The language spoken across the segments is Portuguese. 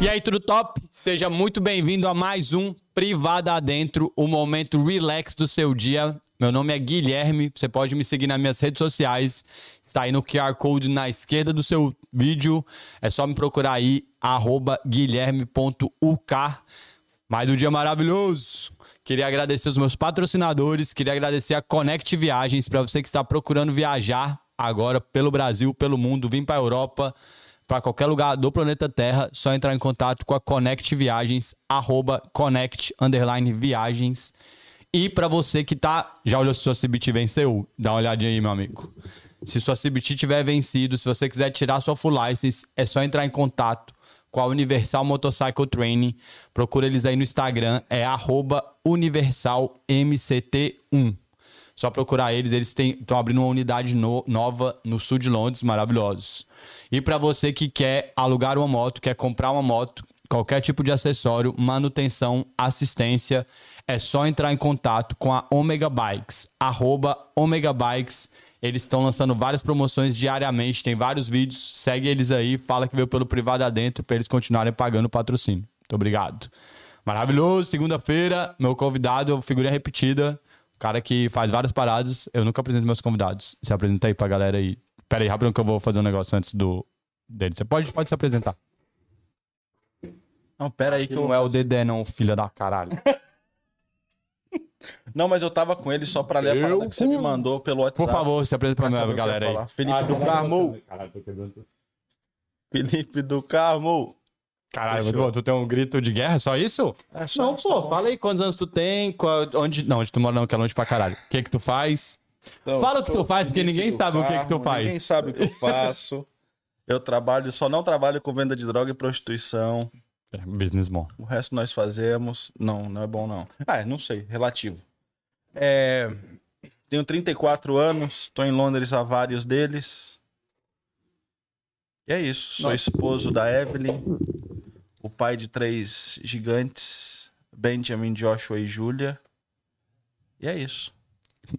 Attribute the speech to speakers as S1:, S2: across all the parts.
S1: E aí, tudo top? Seja muito bem-vindo a mais um Privada Adentro, o momento relax do seu dia. Meu nome é Guilherme, você pode me seguir nas minhas redes sociais. Está aí no QR Code na esquerda do seu vídeo. É só me procurar aí, arroba guilherme.uk. Mais um dia maravilhoso. Queria agradecer os meus patrocinadores, queria agradecer a Connect Viagens para você que está procurando viajar agora pelo Brasil, pelo mundo, vir para a Europa para qualquer lugar do planeta Terra, só entrar em contato com a Connect Viagens, arroba Connect underline Viagens. E para você que tá, já olhou se sua CBT venceu? Dá uma olhadinha aí, meu amigo. Se sua CBT tiver vencido, se você quiser tirar sua full license, é só entrar em contato com a Universal Motorcycle Training. Procura eles aí no Instagram, é arroba universalmct1. Só procurar eles, eles estão abrindo uma unidade no- nova no sul de Londres, maravilhosos. E para você que quer alugar uma moto, quer comprar uma moto, qualquer tipo de acessório, manutenção, assistência, é só entrar em contato com a Omega Bikes, arroba Omega Bikes. Eles estão lançando várias promoções diariamente, tem vários vídeos. Segue eles aí, fala que veio pelo privado adentro para eles continuarem pagando o patrocínio. Muito obrigado. Maravilhoso, segunda-feira, meu convidado, figurinha repetida, o cara que faz várias paradas. Eu nunca apresento meus convidados. Se apresenta aí pra galera aí. Pera aí, rapidão que eu vou fazer um negócio antes do dele. Você pode, pode se apresentar.
S2: Não, pera aí que eu.
S1: Não é o Dedé, não, filha da caralho.
S2: Não, mas eu tava com ele só pra ler a parada que você me mandou pelo WhatsApp.
S1: Por favor, se apresenta pra
S2: Pra
S1: mim,
S2: saber o que Tá. eu ia
S1: galera
S2: falar. Ah,
S1: aí.
S2: né, Felipe do Carmo. Felipe do Carmo.
S1: Caralho, pô, tu tem um grito de guerra? Só isso?
S2: É,
S1: não, pô, fala aí quantos anos tu tem, qual- onde. Não, onde tu mora não, que é longe pra caralho. O que que tu faz?
S2: Então,
S1: Fala o que tu
S2: sou
S1: faz, porque
S2: Felipe
S1: ninguém
S2: do
S1: sabe o que que tu
S2: Carmo,
S1: faz.
S2: Ninguém sabe o que eu faço. Eu trabalho, só não trabalho com venda de droga e prostituição.
S1: É, business mom.
S2: O resto nós fazemos. Não, não é bom, não. Ah, não sei, relativo. É, Tenho 34 anos, tô em Londres há vários deles. E é isso. Sou esposo da Evelyn, o pai de três gigantes, Benjamin, Joshua e Júlia. E é isso.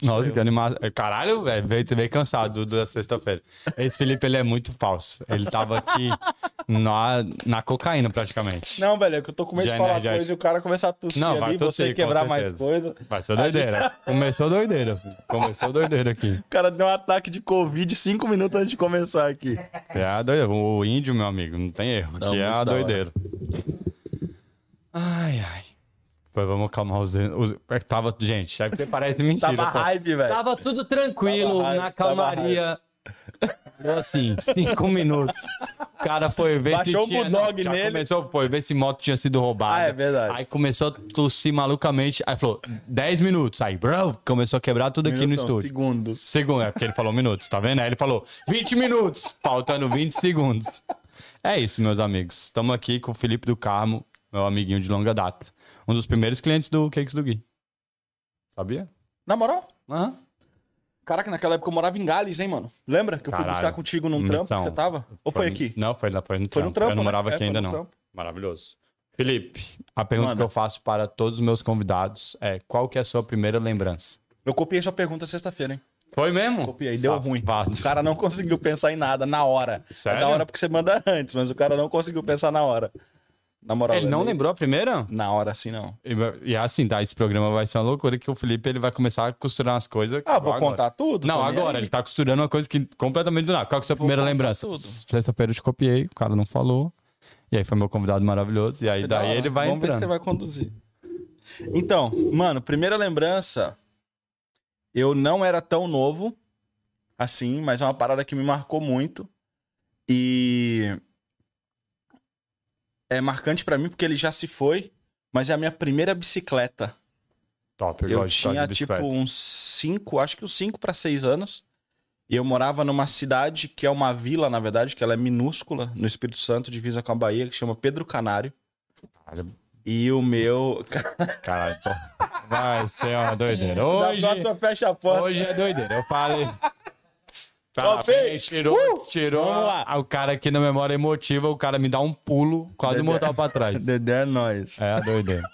S1: Nossa,
S2: eu.
S1: que animado. É, Caralho, velho, veio, veio cansado do- da sexta-feira. Esse Felipe, ele é muito falso. Ele tava aqui na, na cocaína, praticamente.
S2: Não, velho, é que eu tô com medo
S1: Já
S2: de falar
S1: energético.
S2: coisa e o cara começar a tossir
S1: Não, vai
S2: ali,
S1: tossir,
S2: você
S1: com
S2: quebrar mais
S1: certeza.
S2: coisa.
S1: Vai ser
S2: tá-
S1: doideira. Começou doideira. filho. Começou doideira aqui.
S2: O cara deu um ataque de Covid cinco minutos antes de começar aqui.
S1: É a doideira. O índio, meu amigo, não tem erro.
S2: Não,
S1: Aqui é
S2: muito
S1: a
S2: da hora.
S1: doideira. Ai, ai. Pô, vamos acalmar os... os... é que Tava... Gente, deve ter parece mentira.
S2: Tava
S1: pô.
S2: hype, velho.
S1: Tava tudo tranquilo,
S2: Tava hype,
S1: na calmaria. Deu assim, cinco minutos. O cara foi ver
S2: Baixou o
S1: se tinha...
S2: bulldog
S1: já
S2: nele.
S1: começou, foi ver se moto tinha sido roubada.
S2: Ah, é verdade.
S1: Aí começou a tossir malucamente. Aí falou, 10 minutos. Aí, bro, começou a quebrar tudo aqui no
S2: Minutos não,
S1: estúdio.
S2: Segundos.
S1: Segundo, é porque ele falou minutos, tá vendo? Aí ele falou 20 minutos, faltando 20 segundos. É isso, meus amigos. Estamos aqui com o Felipe do Carmo, meu amiguinho de longa data. Um dos primeiros clientes do Cakes do Gui. Sabia?
S2: Na moral?
S1: Aham.
S2: Caraca, naquela época eu morava em Gales, hein, mano? Lembra que eu fui
S1: Caralho.
S2: buscar contigo num
S1: Então,
S2: trampo que você tava? Ou foi, aqui?
S1: Não, foi, lá- foi no
S2: Foi
S1: trampo.
S2: no trampo,
S1: Eu não
S2: né?
S1: morava
S2: É,
S1: aqui
S2: foi
S1: ainda,
S2: no
S1: não.
S2: trampo.
S1: Maravilhoso. Felipe, a pergunta
S2: Manda.
S1: que eu faço para todos os meus convidados é qual que é a sua primeira lembrança?
S2: Eu copiei sua pergunta sexta-feira, hein?
S1: Foi mesmo?
S2: Copiei, deu ruim.
S1: Safado.
S2: O cara não conseguiu pensar em nada na hora.
S1: Sério?
S2: É da hora porque você manda antes, mas o cara não conseguiu pensar na hora. Na moral.
S1: Ele não
S2: velho,
S1: lembrou a primeira?
S2: Na hora, assim, não.
S1: E vai- E assim, tá, esse programa vai ser uma loucura que o Felipe ele vai começar a costurar as coisas.
S2: Ah, vou
S1: agora.
S2: contar tudo?
S1: Não,
S2: também.
S1: agora, ele tá costurando uma coisa que completamente do nada. Qual que é a sua primeira
S2: contar
S1: lembrança?
S2: tudo.
S1: Sexta-feira eu te copiei, o cara não falou. E aí foi meu convidado maravilhoso. E aí
S2: Que da
S1: daí
S2: hora.
S1: ele vai
S2: Vamos ver se
S1: entrando.
S2: você vai conduzir. Então, mano, primeira lembrança. Eu não era tão novo assim, mas é uma parada que me marcou muito. E é marcante pra mim porque ele já se foi, mas é a minha primeira bicicleta.
S1: Top,
S2: Eu,
S1: gosto de história
S2: tinha
S1: de
S2: tipo
S1: bicicleta.
S2: uns 5, acho que uns 5 para 6 anos. E eu morava numa cidade que é uma vila, na verdade, que ela é minúscula, no Espírito Santo, divisa com a Bahia, que chama Pedro Canário.
S1: Caralho,
S2: E o meu.
S1: Caralho, pô. Vai ser uma doideira. Hoje,
S2: Da próxima fecha a porta.
S1: hoje é doideira. Eu falei. Parabéns, tirou, tirou
S2: Uh! Vamos lá.
S1: o cara aqui na memória emotiva, o cara me dá um pulo, quase mortal pra trás.
S2: Dedé é nóis.
S1: É, doideira.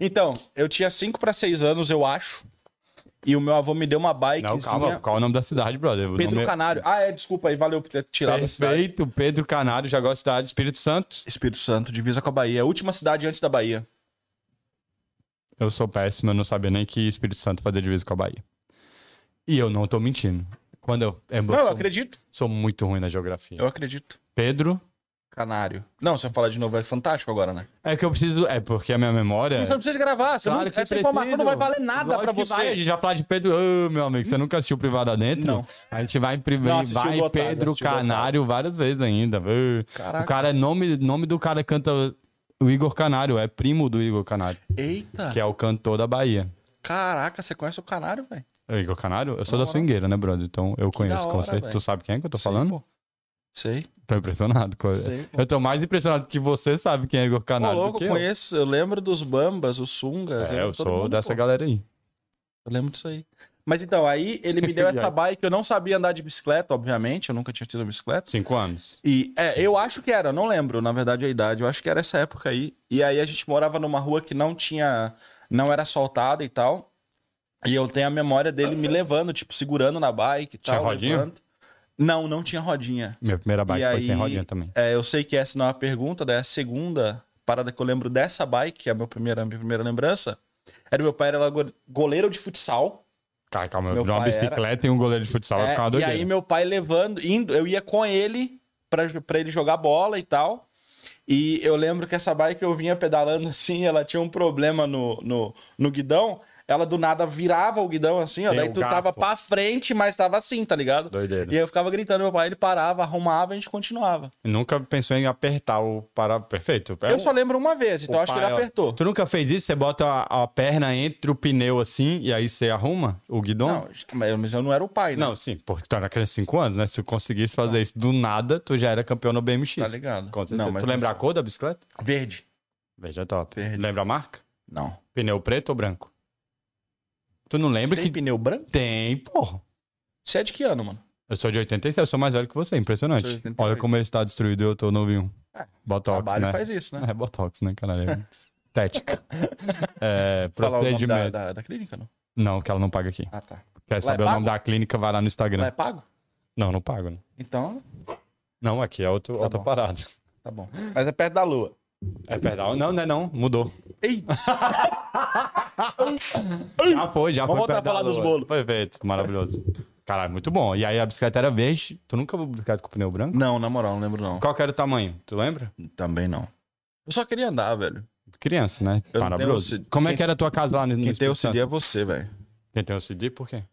S2: Então, eu tinha 5 pra 6 anos, eu acho. E o meu avô me deu uma bike.
S1: Não, calma, qual é o nome da cidade, brother? O
S2: Pedro
S1: nome é-
S2: Canário. Ah, é, desculpa aí, valeu por ter tirado a cidade.
S1: Perfeito, Pedro Canário, já gosta da cidade, Espírito Santo.
S2: Espírito Santo, divisa com a Bahia. A última cidade antes da Bahia.
S1: Eu sou péssimo, eu não sabia nem que Espírito Santo fazia divisa com a Bahia. E eu não tô mentindo. Quando eu. é,
S2: Não, eu
S1: sou,
S2: acredito.
S1: sou muito ruim na geografia.
S2: Eu acredito.
S1: Pedro.
S2: Canário. Não, se eu falar de novo é fantástico agora, né?
S1: É que eu preciso. É porque a minha memória.
S2: Você não precisa gravar. Você não,
S1: Claro
S2: essa
S1: que
S2: informação
S1: preciso.
S2: não vai valer nada
S1: Lógico
S2: pra
S1: que
S2: você. Hum.
S1: vai, a gente já falar de Pedro. Ô, meu amigo, você nunca assistiu Privada Dentro?
S2: Não.
S1: A gente vai em, pri-
S2: Não, assisti
S1: vai
S2: o
S1: em
S2: Otário,
S1: Pedro
S2: assisti o
S1: Canário várias vezes ainda. Ô,
S2: Caraca.
S1: O cara, é nome, nome do cara canta o Igor Canário, é primo do Igor Canário,
S2: Eita.
S1: que é o cantor da Bahia.
S2: Caraca, você conhece o Canário, velho?
S1: Ô, Igor Canário? Eu sou
S2: Da
S1: da
S2: hora.
S1: swingueira, né, brother? Então eu
S2: da
S1: conheço,
S2: hora,
S1: com certeza.
S2: velho.
S1: Tu sabe quem é que eu tô falando?
S2: Sei, pô. Sei.
S1: Tô impressionado. Com...
S2: Sei, pô.
S1: eu tô mais impressionado que você sabe quem é Igor
S2: Ô,
S1: Canário do
S2: louco,
S1: que
S2: eu
S1: eu.
S2: conheço. Eu lembro dos Bambas, os Sungas.
S1: É, eu
S2: todo
S1: sou
S2: mundo,
S1: dessa
S2: pô.
S1: galera aí.
S2: Eu lembro disso aí. Mas então, aí ele me deu
S1: E
S2: essa
S1: aí?
S2: bike. Eu não sabia andar de bicicleta, obviamente. Eu nunca tinha tido bicicleta.
S1: Cinco anos.
S2: E é, eu acho que era, eu não lembro, na verdade, a idade. Eu acho que era essa época aí. E aí a gente morava numa rua que não tinha. não era asfaltada e tal. E eu tenho a memória dele me levando, tipo, segurando na bike e
S1: Tinha
S2: tal.
S1: rodinha?
S2: levando. Não, não tinha rodinha.
S1: Minha primeira bike
S2: E
S1: foi sem
S2: aí-
S1: rodinha também.
S2: É, eu sei que essa não é uma pergunta, daí a segunda parada que eu lembro dessa bike, que é a minha primeira, minha primeira lembrança, era meu pai, era go- goleiro de futsal.
S1: Cara, calma,
S2: Meu
S1: eu vi uma
S2: pai era-
S1: bicicleta e um goleiro de futsal. vai
S2: É,
S1: ficar uma
S2: e
S1: doideira.
S2: aí meu pai levando, indo, eu ia com ele pra, jo- pra ele jogar bola e tal. E eu lembro que essa bike eu vinha pedalando assim, ela tinha um problema no, no, no guidão. Ela do nada virava o guidão assim, ó.
S1: Sim,
S2: Daí
S1: o
S2: tu
S1: garfo.
S2: tava pra frente, mas tava assim, tá ligado?
S1: Doideira.
S2: E aí eu ficava gritando, meu pai, ele parava, arrumava e a gente continuava.
S1: Nunca pensou em apertar o para perfeito. É
S2: eu
S1: um-
S2: só lembro uma vez, então
S1: o
S2: acho que ele
S1: pai, ó.
S2: apertou.
S1: Tu nunca fez isso? Você bota a, a perna entre o pneu assim e aí você arruma o guidão?
S2: Não, mas- mas eu não era o pai, né?
S1: Não, sim, porque tu era criança de 5 anos, né? Se tu conseguisse fazer isso do nada, tu já era campeão no BMX.
S2: Tá ligado.
S1: Com certeza.
S2: Não, mas
S1: tu
S2: não
S1: lembra a
S2: sei.
S1: cor da bicicleta?
S2: Verde.
S1: Veja top.
S2: Verde.
S1: Lembra a marca?
S2: Não.
S1: Pneu preto ou branco? Tu não lembra
S2: Tem
S1: que
S2: pneu branco?
S1: tem, porra.
S2: Você é de que ano, mano?
S1: Eu sou de 86, eu sou mais velho que você,
S2: Sou de
S1: impressionante.
S2: 88.
S1: Olha como ele está destruído e eu tô novinho.
S2: É,
S1: Botox,
S2: Trabalho
S1: né?
S2: faz isso, né?
S1: É Botox, né, cara? É estética. É,
S2: Falar o nome da,
S1: procedimento.
S2: da, da clínica, não?
S1: Não, que ela não paga aqui.
S2: Ah, tá.
S1: Quer saber o
S2: pago?
S1: nome da clínica, vai lá no Instagram.
S2: Lá é pago?
S1: Não, não pago. Não,
S2: Então,
S1: não aqui é outro, outra
S2: bom.
S1: parada.
S2: tá bom. Mas é perto da lua.
S1: É pedal? Não, não é não. Mudou.
S2: Ei,
S1: Já foi, já
S2: Vamos
S1: foi.
S2: voltar a falar dos bolos.
S1: Perfeito, maravilhoso. Caralho, muito bom. E aí a bicicleta era verde. Tu nunca viu bicicleta com pneu branco?
S2: Não, na moral, não lembro não.
S1: Qual que era o tamanho? Tu lembra?
S2: Também não. Eu só queria andar, velho.
S1: Criança, né?
S2: tenho
S1: Maravilhoso.
S2: o C-
S1: Como é
S2: quem-
S1: que era a tua casa lá no no
S2: Quem tem
S1: Espírito
S2: o CD
S1: Santo?
S2: é você, velho.
S1: Quem tem o CD, por quê?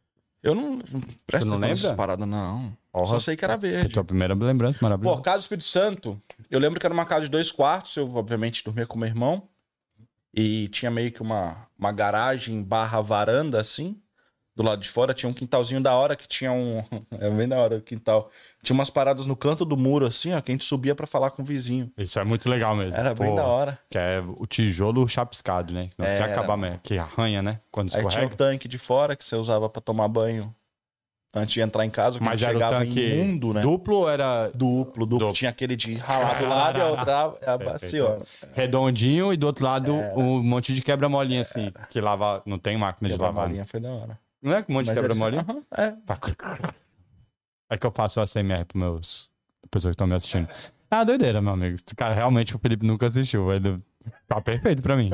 S2: Eu não... não Presta
S1: Tu não
S2: atenção nessas
S1: lembra?
S2: paradas, não.
S1: Porra.
S2: Só sei que era
S1: É a
S2: verde.
S1: tua primeira lembrança,
S2: Pô,
S1: maravilhosa.
S2: casa do Espírito Santo, eu lembro que era uma casa de dois quartos, eu obviamente dormia com meu irmão. E tinha meio que uma, uma garagem barra varanda, assim. Do lado de fora tinha um quintalzinho da hora que tinha um. É bem da hora o quintal. Tinha umas paradas no canto do muro, assim, ó, que a gente subia pra falar com o vizinho.
S1: Isso é muito legal mesmo.
S2: Era bem
S1: Pô,
S2: da hora.
S1: Que é o tijolo chapiscado, né? Que Não
S2: É,
S1: tinha
S2: era.
S1: acabar, mesmo, que arranha, né? Quando
S2: Aí tinha o
S1: escorrega.
S2: tanque de fora que você usava pra tomar banho antes de entrar em casa, que
S1: Mas
S2: ele
S1: era o
S2: chegava
S1: tanque
S2: imundo, né?
S1: Duplo ou era
S2: Duplo, duplo,
S1: Duplo.
S2: Tinha aquele de ralar do lado e a outra é a baciona.
S1: redondinho e do outro lado um monte de quebra-molinha, assim, que lava. Não tem máquina de
S2: Aquela
S1: lavar.
S2: malinha foi da hora.
S1: Não é um monte
S2: Mas
S1: de
S2: era-
S1: quebra-molinha?
S2: Aham, É,
S1: Pá, cru, cru, cru. É que eu faço a CMR pros meus pessoas que estão me assistindo. É uma doideira, meu amigo. Cara, realmente o Felipe nunca assistiu. Ele tá perfeito pra mim.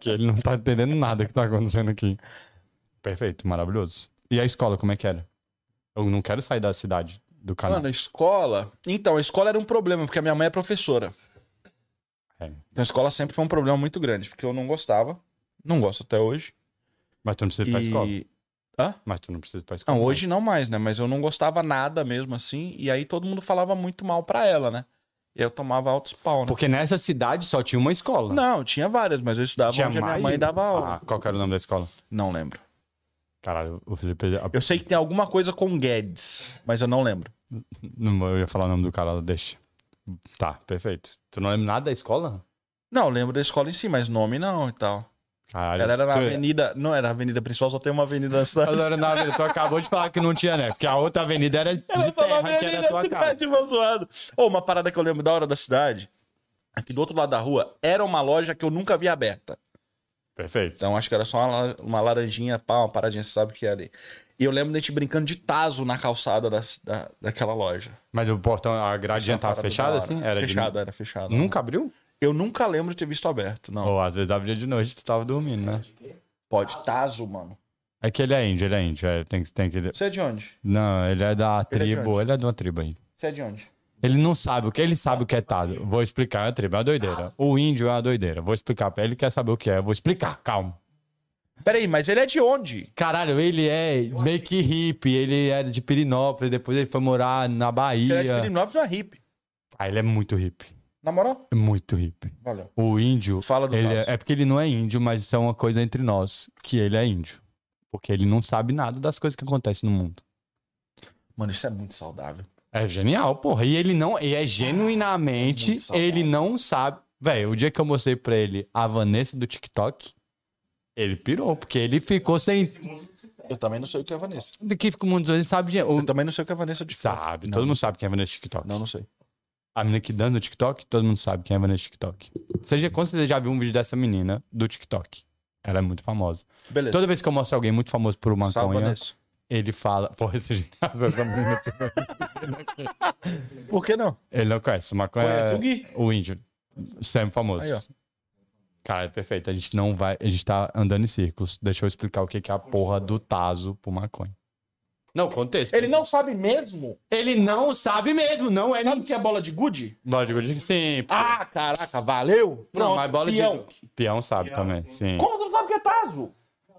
S1: que ele não tá entendendo nada que tá acontecendo aqui. Perfeito, maravilhoso. E a escola, como é que era? Eu não quero sair da cidade do canal.
S2: Mano, a escola. Então, a escola era um problema, porque a minha mãe é professora.
S1: É.
S2: Então a escola sempre foi um problema muito grande, porque eu não gostava. Não gosto até hoje.
S1: Mas tu não precisa ir pra tá escola.
S2: E... Hã?
S1: Mas tu não precisa ir pra escola.
S2: Não, hoje não mais, né? Mas eu não gostava nada mesmo assim. E aí todo mundo falava muito mal pra ela, né? E eu tomava altos pau, né?
S1: Porque nessa cidade só tinha uma escola.
S2: Não, tinha várias, mas eu estudava
S1: tinha
S2: onde a minha
S1: mais?
S2: mãe dava aula.
S1: Ah, qual que era o nome da escola?
S2: Não lembro.
S1: Caralho, o Felipe.
S2: Eu sei que tem alguma coisa com Guedes, mas eu não lembro.
S1: Não, eu ia falar o nome do cara, deixa. Tá, perfeito. Tu não lembra nada da escola?
S2: Não, eu lembro da escola em si, mas nome não e tal.
S1: Caralho.
S2: Ela era na
S1: É, tu-
S2: avenida. Não era a avenida principal, só tem uma avenida na cidade.
S1: Ela era na avenida. Tu acabou de falar que não tinha, né? Porque a outra avenida era de
S2: Ela só
S1: terra,
S2: na
S1: que era
S2: avenida,
S1: a tua casa.
S2: cidade, mão zoado. Ô, uma parada que eu lembro da hora da cidade, aqui do outro lado da rua, era uma loja que eu nunca vi aberta.
S1: Perfeito.
S2: Então acho que era só uma, la- uma laranjinha, pá, uma paradinha, você sabe o que é ali. E eu lembro da gente brincando de taso na calçada da, da, daquela loja.
S1: Mas o portão, a grade já
S2: Essa
S1: tava
S2: parada
S1: fechada,
S2: da hora.
S1: assim? Era de-
S2: fechado, era fechado.
S1: Nunca abriu?
S2: Eu nunca lembro de ter visto aberto, não.
S1: Ou às vezes abria de noite tu tava dormindo, né?
S2: Pode, taso, mano.
S1: É que ele é índio, ele é índio. é, tem, que- tem que...
S2: Você é de onde?
S1: Não, ele é da
S2: Ele é de
S1: tribo, ele é de uma tribo aí.
S2: Você é de onde?
S1: Ele não sabe o que ele sabe o que é tado. Vou explicar, é uma tribo, é uma
S2: Ah.
S1: doideira. O índio é uma doideira. Vou explicar pra ele, ele quer saber o que é. eu Vou explicar, calma.
S2: Peraí, mas ele é de onde?
S1: Caralho, ele é meio que hippie, ele era de Pirinópolis, depois ele foi morar na
S2: Você é de
S1: Bahia.
S2: Pirinópolis, não é hippie.
S1: Ah, ele é muito hippie.
S2: Na moral?
S1: é Muito hippie.
S2: Valeu.
S1: O índio.
S2: Fala do
S1: ele
S2: Tazo.
S1: é, é porque ele não é índio, mas isso é uma coisa entre nós, que ele é índio. Porque ele não sabe nada das coisas que acontecem no mundo.
S2: Mano, isso é muito saudável.
S1: É genial, porra. E ele não. E é genuinamente.
S2: Muito saudável.
S1: ele não sabe. Velho, o dia que eu mostrei pra ele a Vanessa do TikTok, ele pirou, porque ele ficou sem.
S2: Eu também não sei o que é a Vanessa.
S1: De que fica o mundo ele sabe. de-
S2: Eu
S1: o-
S2: também não sei o que é a Vanessa de
S1: Sabe,
S2: Não.
S1: todo mundo sabe quem é a Vanessa do TikTok.
S2: Não, não sei.
S1: A menina que dança no TikTok, todo mundo sabe quem é a Vanessa do TikTok. Você já, com certeza já viu um vídeo dessa menina do TikTok. Ela é muito famosa.
S2: Beleza.
S1: Toda vez que eu mostro alguém muito famoso por uma
S2: Salve,
S1: maconha,
S2: Vanessa.
S1: ele fala. Porra, esse caso, essa menina.
S2: Por que não?
S1: Ele não conhece. Maconha. é
S2: Conhece o Gui?
S1: O índio. Sempre famoso.
S2: Aí, ó.
S1: Cara, é perfeito. A gente não vai. A gente tá andando em círculos. Deixa eu explicar o que que é a porra do Tazo pro maconha. Não, contexto.
S2: Ele não sabe mesmo?
S1: Ele não sabe mesmo, não é.
S2: Sabe o que é bola de gude?
S1: Lógico, eu digo que sim.
S2: Ah, caraca, valeu!
S1: não, mas bola
S2: peão.
S1: de. Peão sabe também, sim.
S2: Como tu não sabe o que é taso?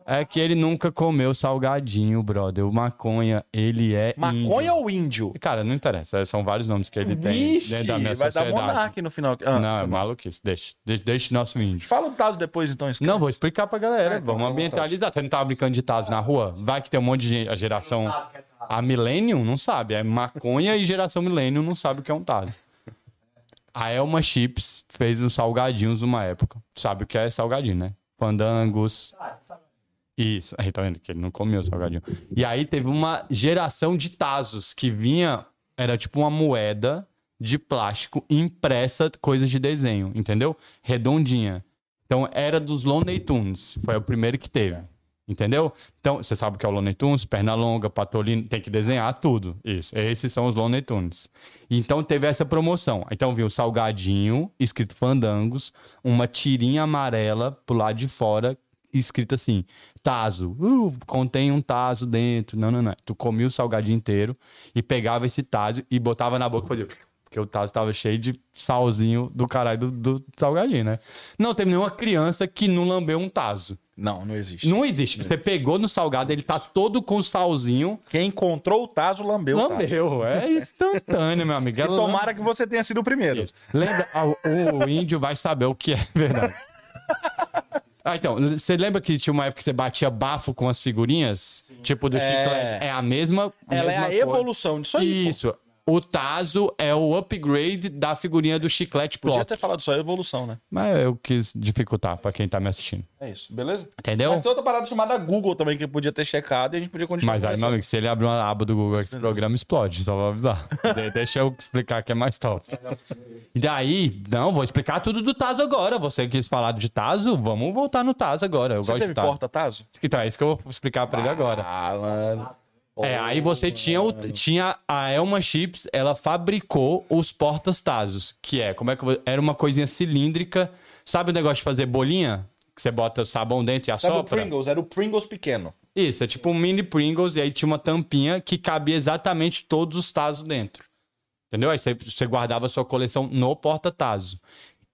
S1: É que ele nunca comeu salgadinho, brother. O maconha, ele é.
S2: Maconha ou índio?
S1: Índio. Cara, não interessa. É, São vários nomes que ele tem dentro da minha
S2: vai dar
S1: sociedade.
S2: monarque no final. Ah,
S1: Não, é
S2: foi mal.
S1: maluquice. Deixa, deixa, deixa nosso índio.
S2: Fala o taso depois, então, esse
S1: Não, vou explicar pra galera.
S2: Ah, então
S1: Vamos
S2: fica à
S1: ambientalizar. Você não tá brincando de Taz na rua? Vai que tem um monte de gente- a geração. A Millennium não sabe. É maconha e geração Millennium não sabe o que é um Taz. A Elma Chips fez uns salgadinhos numa época. Sabe o que é salgadinho, né? Fandangos. Isso. Aí tá vendo que ele não comeu salgadinho. E aí teve uma geração de Tazos que vinha. Era tipo uma moeda de plástico impressa coisas de desenho, entendeu? Redondinha. Então era dos Lonely Tunes, foi o primeiro que teve. Entendeu? Então, você sabe o que é o Lonely Tunes, perna longa, patolino, tem que desenhar tudo. Isso. Esses são os Lonely Tunes. Então teve essa promoção. Então viu salgadinho, escrito fandangos, uma tirinha amarela pro lado de fora, escrito assim: Tazo. Uh, contém um tazo dentro. Não, não, não. Tu comia o salgadinho inteiro e pegava esse tazo e botava na boca e fazia. Porque o tazo tava cheio de salzinho do caralho do, do salgadinho, né? Não teve nenhuma criança que não lambeu um tazo.
S2: Não, não existe.
S1: Não existe. Você pegou no salgado, ele tá todo com salzinho.
S2: Quem encontrou o taso, lambeu o taso.
S1: Lambeu. É instantâneo, meu amigo. É
S2: E
S1: Ela
S2: tomara que você tenha sido o primeiro.
S1: isso. Lembra, ah, o, o índio vai saber o que é verdade. Ah, então, você lembra que tinha uma época que você batia bafo com as figurinhas? Tipo do chiclete. É a mesma.
S2: Ela é
S1: mesma
S2: a
S1: coisa.
S2: evolução disso aí. pô.
S1: Isso. O Tazo é o upgrade da figurinha do chiclete
S2: Podia
S1: Plop.
S2: ter falado só evolução, né?
S1: Mas eu quis dificultar pra quem tá me assistindo.
S2: É isso, beleza?
S1: Entendeu?
S2: Mas tem outra parada chamada Google também que podia ter checado e a gente podia continuar.
S1: Mas aí, meu
S2: conversando.
S1: amigo, se ele abrir uma aba do Google, esse programa explode, só vou avisar. De- deixa eu explicar que é mais top. E daí, não, vou explicar tudo do Tazo agora. Você quis falar de Tazo, vamos voltar no Tazo agora. Eu
S2: Você
S1: gosto de
S2: teve
S1: Tazo.
S2: porta Taso?
S1: Então, é isso que eu vou explicar pra ele agora.
S2: Ah, mano.
S1: É, aí você tinha, o- tinha a Elma Chips, ela fabricou os portas Tazos, que é, como é que eu vou- era uma coisinha cilíndrica. Sabe o negócio de fazer bolinha? Que você bota sabão dentro e
S2: Sabe o
S1: assopra?
S2: Pringles? Era o Pringles pequeno.
S1: Isso, é tipo um mini Pringles e aí tinha uma tampinha que cabia exatamente todos os tazos dentro. Entendeu? Aí você, você guardava a sua coleção no porta-tazo.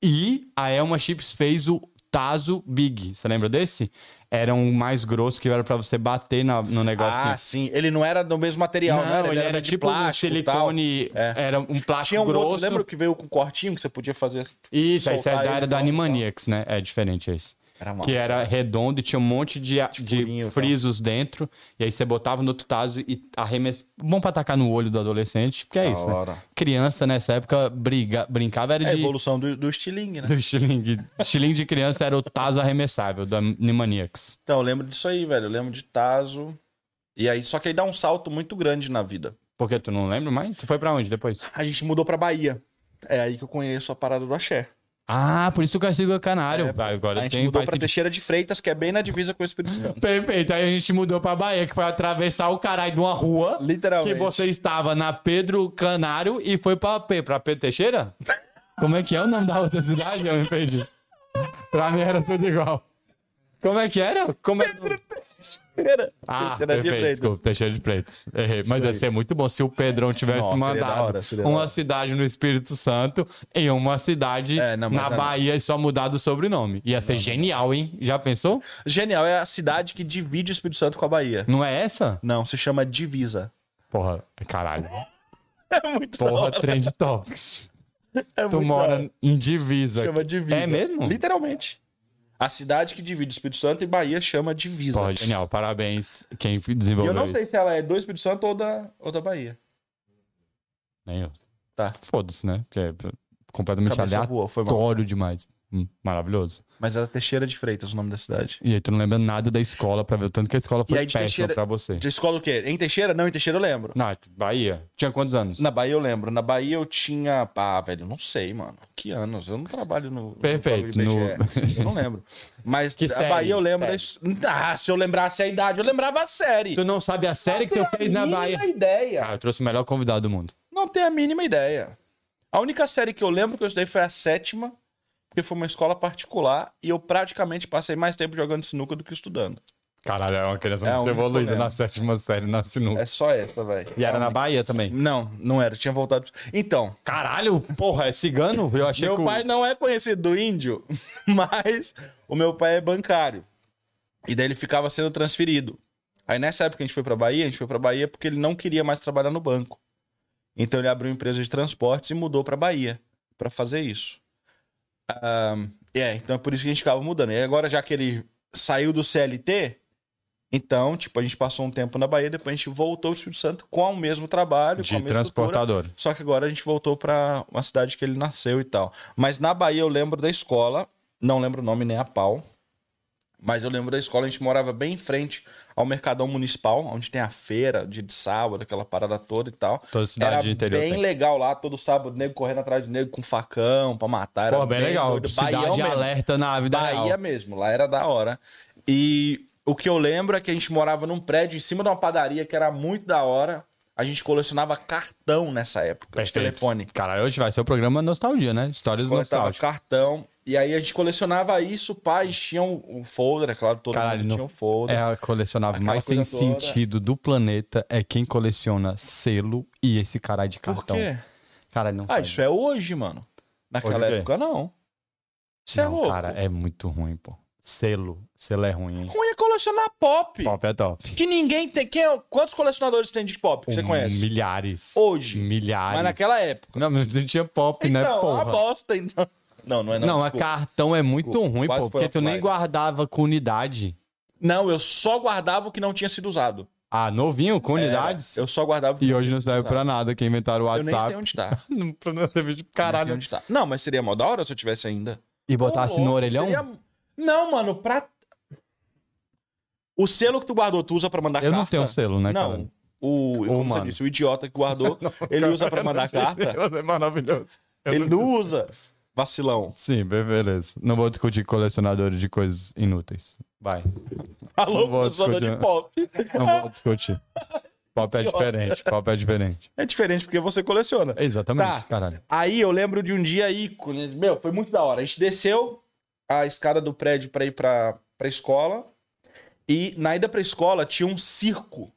S1: E a Elma Chips fez o Tazo Big. Você lembra desse? Era um mais grosso que era pra você bater na- no negócio. assim.
S2: Ah, sim. Ele não era do mesmo material,
S1: não,
S2: né?
S1: ele, era,
S2: meio de
S1: tipo
S2: plástico
S1: um
S2: e tal.
S1: silicone,
S2: É.
S1: era um plástico
S2: Tinha um
S1: grosso.
S2: outro, lembra que veio com cortinho que você podia fazer?
S1: Isso, aí isso é
S2: soltar
S1: da
S2: ele um-
S1: área da
S2: e tal?
S1: Animaniacs, né? É diferente esse.
S2: Era massa.
S1: que era redondo e tinha um monte de, de
S2: furinho e tal.
S1: frisos dentro. E aí você botava no outro taso e arremessa. Bom pra atacar no olho do adolescente, porque é
S2: Da
S1: isso, né?
S2: hora.
S1: Criança nessa época briga, brincava era
S2: É a
S1: de.
S2: evolução do, do estilingue, né?
S1: Do estilingue. estilingue de criança era o taso arremessável da Animaniacs.
S2: Então, eu lembro disso aí, velho. Eu lembro de Tazo. E aí, só que aí dá um salto muito grande na vida.
S1: Por que tu não lembra mais? Tu foi pra onde depois?
S2: A gente mudou pra Bahia. É aí que eu conheço a parada do axé.
S1: Ah, por isso que eu sigo o canário.
S2: É, pô.
S1: Ah,
S2: a
S1: Agora
S2: gente
S1: tem
S2: mudou
S1: vai
S2: pra
S1: se-
S2: Teixeira de Freitas, que é bem na divisa com o Espírito Santo.
S1: Perfeito. Aí a gente mudou pra Bahia, que foi atravessar o caralho de uma rua. Que
S2: Literalmente.
S1: você estava na Pedro Canário e foi pra, P- pra Pedro Teixeira? Como é que é o nome da outra cidade? Eu me perdi. Pra mim era tudo igual. Como é que era? Como é...
S2: Teixeira.
S1: Ah,
S2: Teixeira
S1: perfeito.
S2: de Freitas.
S1: Desculpa, Teixeira de Pretos. Errei. Mas ia ser muito bom se o Pedrão tivesse
S2: Nossa, seria da
S1: mandado
S2: hora, seria da
S1: uma
S2: hora.
S1: cidade no Espírito Santo e uma cidade
S2: É, não, mas
S1: na
S2: não.
S1: Bahia e só mudado o sobrenome. Ia ser genial, hein? Já pensou?
S2: Genial, é a cidade que divide o Espírito Santo com a Bahia.
S1: Não é essa?
S2: Não, se chama Divisa.
S1: Porra, caralho.
S2: É muito da
S1: Porra,
S2: hora,
S1: Trend Topics.
S2: é
S1: Tu
S2: muito da hora.
S1: mora em divisa.
S2: Chama Divisa.
S1: É mesmo?
S2: Literalmente. A cidade que divide o Espírito Santo e Bahia chama Divisa.
S1: Porra, genial. Parabéns quem
S2: E
S1: desenvolveu
S2: eu não
S1: isso.
S2: sei se ela é do Espírito Santo ou da, ou da Bahia.
S1: Nem né? eu.
S2: Tá.
S1: Foda-se, né? Porque é completamente
S2: Cabeça
S1: aleatório
S2: voou, foi mal.
S1: demais. Hum, maravilhoso.
S2: Mas era Teixeira de Freitas o nome da cidade.
S1: E aí tu não lembra nada da escola pra ver o tanto que a escola foi
S2: aí de
S1: péssima
S2: Teixeira-
S1: pra você.
S2: De escola o quê? Em Teixeira? Não, em Teixeira eu lembro.
S1: Não, é Bahia. Tinha quantos anos?
S2: Na Bahia eu lembro. Na Bahia eu tinha. Pá, velho, não sei, mano. Que anos? Eu não trabalho no.
S1: Perfeito,
S2: No... próprio IBGE. Eu não lembro. Mas
S1: Que
S2: a
S1: série?
S2: Bahia eu lembro. da es- Ah, se eu lembrasse a idade, eu lembrava a série.
S1: Tu não sabe a série que tu
S2: Não tem
S1: fez
S2: a
S1: na
S2: mínima
S1: Bahia.
S2: ideia.
S1: Ah, eu trouxe o melhor convidado do mundo.
S2: Não tenho a mínima ideia. A única série que eu lembro que eu estudei foi a sétima, porque foi uma escola particular e eu praticamente passei mais tempo jogando sinuca do que estudando.
S1: Caralho, é uma criança
S2: É, o
S1: muito
S2: único
S1: evoluída
S2: problema.
S1: na sétima série, na sinuca.
S2: É um só essa, velho.
S1: E era na Bahia também.
S2: Não, não era. Tinha voltado. Então,
S1: Caralho, porra, é cigano? Eu achei que
S2: Meu
S1: o-
S2: pai não é conhecido do índio, mas o meu pai é bancário. E daí ele ficava sendo transferido. Aí nessa época que a gente foi pra Bahia, a gente foi pra Bahia porque ele não queria mais trabalhar no banco. Então ele abriu empresa de transportes e mudou pra Bahia pra fazer isso. Ahn, é, então é por isso que a gente ficava mudando. E agora já que ele saiu do CLT, então, tipo, a gente passou um tempo na Bahia, depois a gente voltou ao Espírito Santo com o mesmo trabalho, com a
S1: de
S2: mesma estrutura.
S1: transportador.
S2: Só que agora a gente voltou pra uma cidade que ele nasceu e tal. Mas na Bahia eu lembro da escola, não lembro o nome nem a pau. Mas eu lembro da escola, a gente morava bem em frente ao Mercadão Municipal, onde tem a feira, dia de sábado, aquela parada toda e tal.
S1: Toda cidade
S2: Era
S1: de interior
S2: bem
S1: tem.
S2: legal lá, todo sábado, nego correndo atrás de nego com facão pra matar. Era
S1: Pô, bem legal.
S2: doido.
S1: Cidade
S2: Baião mesmo.
S1: alerta na vida
S2: Bahia é
S1: real.
S2: mesmo, lá era da hora. E o que eu lembro é que a gente morava num prédio em cima de uma padaria que era muito da hora. A gente colecionava cartão nessa época, de
S1: Perfeito.
S2: telefone.
S1: Cara, hoje vai ser o programa Nostalgia, né? Histórias
S2: Coletava
S1: nostálgicas.
S2: cartão. E aí a gente colecionava isso, pais tinham um folder, é claro, todo
S1: Caralho,
S2: mundo
S1: não-
S2: tinha um folder.
S1: É a colecionável
S2: Aquela
S1: mais sem
S2: coisa toda.
S1: sentido do planeta é quem coleciona selo e esse caralho de
S2: Por
S1: cartão.
S2: quê?
S1: Cara, não
S2: Ah,
S1: faz.
S2: isso é hoje, mano.
S1: Hoje
S2: Naquela
S1: o quê?
S2: época, não. Isso é
S1: não,
S2: louco.
S1: Cara, é muito ruim, pô. Selo. Selo é ruim, hein?
S2: Ruim é colecionar pop.
S1: Pop é top.
S2: Que ninguém tem. Quem, é quantos colecionadores tem de pop que você
S1: Um,
S2: conhece?
S1: Milhares. Um
S2: Hoje.
S1: Milhares.
S2: Mas naquela época.
S1: Não, mas não tinha pop, né,
S2: Então, uma
S1: porra?
S2: bosta, então. Não, não é não.
S1: Não, a
S2: desculpa.
S1: cartão é muito
S2: Desculpa,
S1: ruim,
S2: quase
S1: pô,
S2: foi
S1: porque tu nem
S2: offline.
S1: guardava com unidade.
S2: Não, eu só guardava o que não tinha sido usado.
S1: Ah, novinho,
S2: É,
S1: com unidades?
S2: Eu só guardava o que
S1: E hoje
S2: tinha
S1: não serve
S2: sido usado.
S1: pra nada que inventaram o
S2: Eu nem sei
S1: WhatsApp.
S2: onde tá.
S1: Não pra não ser vídeo,
S2: Não, sei
S1: caralho.
S2: onde tá. não, mas seria mó da hora se eu tivesse ainda.
S1: E botasse
S2: Ô,
S1: no
S2: louco,
S1: orelhão?
S2: seria- Não, mano, pra. O selo que tu guardou, tu usa pra mandar
S1: Eu
S2: carta?
S1: não tenho selo, né, cara?
S2: Não. O, como você
S1: mano.
S2: disse, o idiota que guardou, ele usa pra mandar carta?
S1: É maravilhoso. Eu
S2: Ele não usa. Vacilão.
S1: Sim, be- beleza. Não vou discutir colecionadores de coisas inúteis. Vai.
S2: Alô,
S1: Não vou
S2: professor
S1: discutir.
S2: de pop.
S1: Não vou discutir. Pop é diferente, pop é diferente.
S2: É diferente porque você coleciona.
S1: Exatamente,
S2: Tá.
S1: caralho.
S2: Aí eu lembro de um dia ícone. Meu, foi muito da hora. A gente desceu a escada do prédio pra ir pra, pra escola. E na ida pra escola tinha um circo.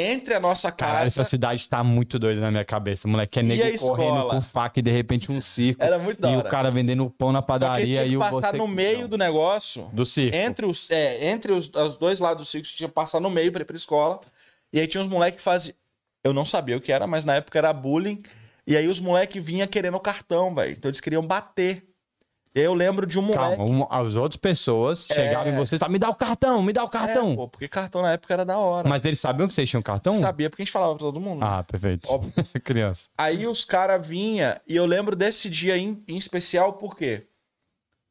S2: Entre a nossa casa.
S1: Caralho, essa cidade tá muito doida na minha cabeça, moleque. É
S2: E
S1: nego
S2: a escola?
S1: correndo com faca e de repente um circo.
S2: Era muito da
S1: e
S2: hora.
S1: o cara vendendo pão na
S2: Só que a gente
S1: padaria
S2: tinha
S1: e
S2: que
S1: o
S2: passar
S1: você-
S2: no meio do negócio.
S1: do circo.
S2: Entre os, é, entre os, os dois lados do circo, a gente tinha que passar no meio pra ir pra escola. E aí tinha uns moleques que faziam. Eu não sabia o que era, mas na época era bullying. E aí os moleques vinham querendo o cartão, velho. Então eles queriam bater. Eu lembro de um moleque.
S1: Calma, um- as outras pessoas chegavam em você e falavam, me dá o cartão, me dá o cartão.
S2: É, pô, porque cartão na época era da hora.
S1: Mas eles sabiam que vocês tinham cartão?
S2: Sabia porque a gente falava pra todo mundo.
S1: Ah, perfeito.
S2: Óbvio.
S1: Criança.
S2: Aí os caras vinha e eu lembro desse dia em, em especial porque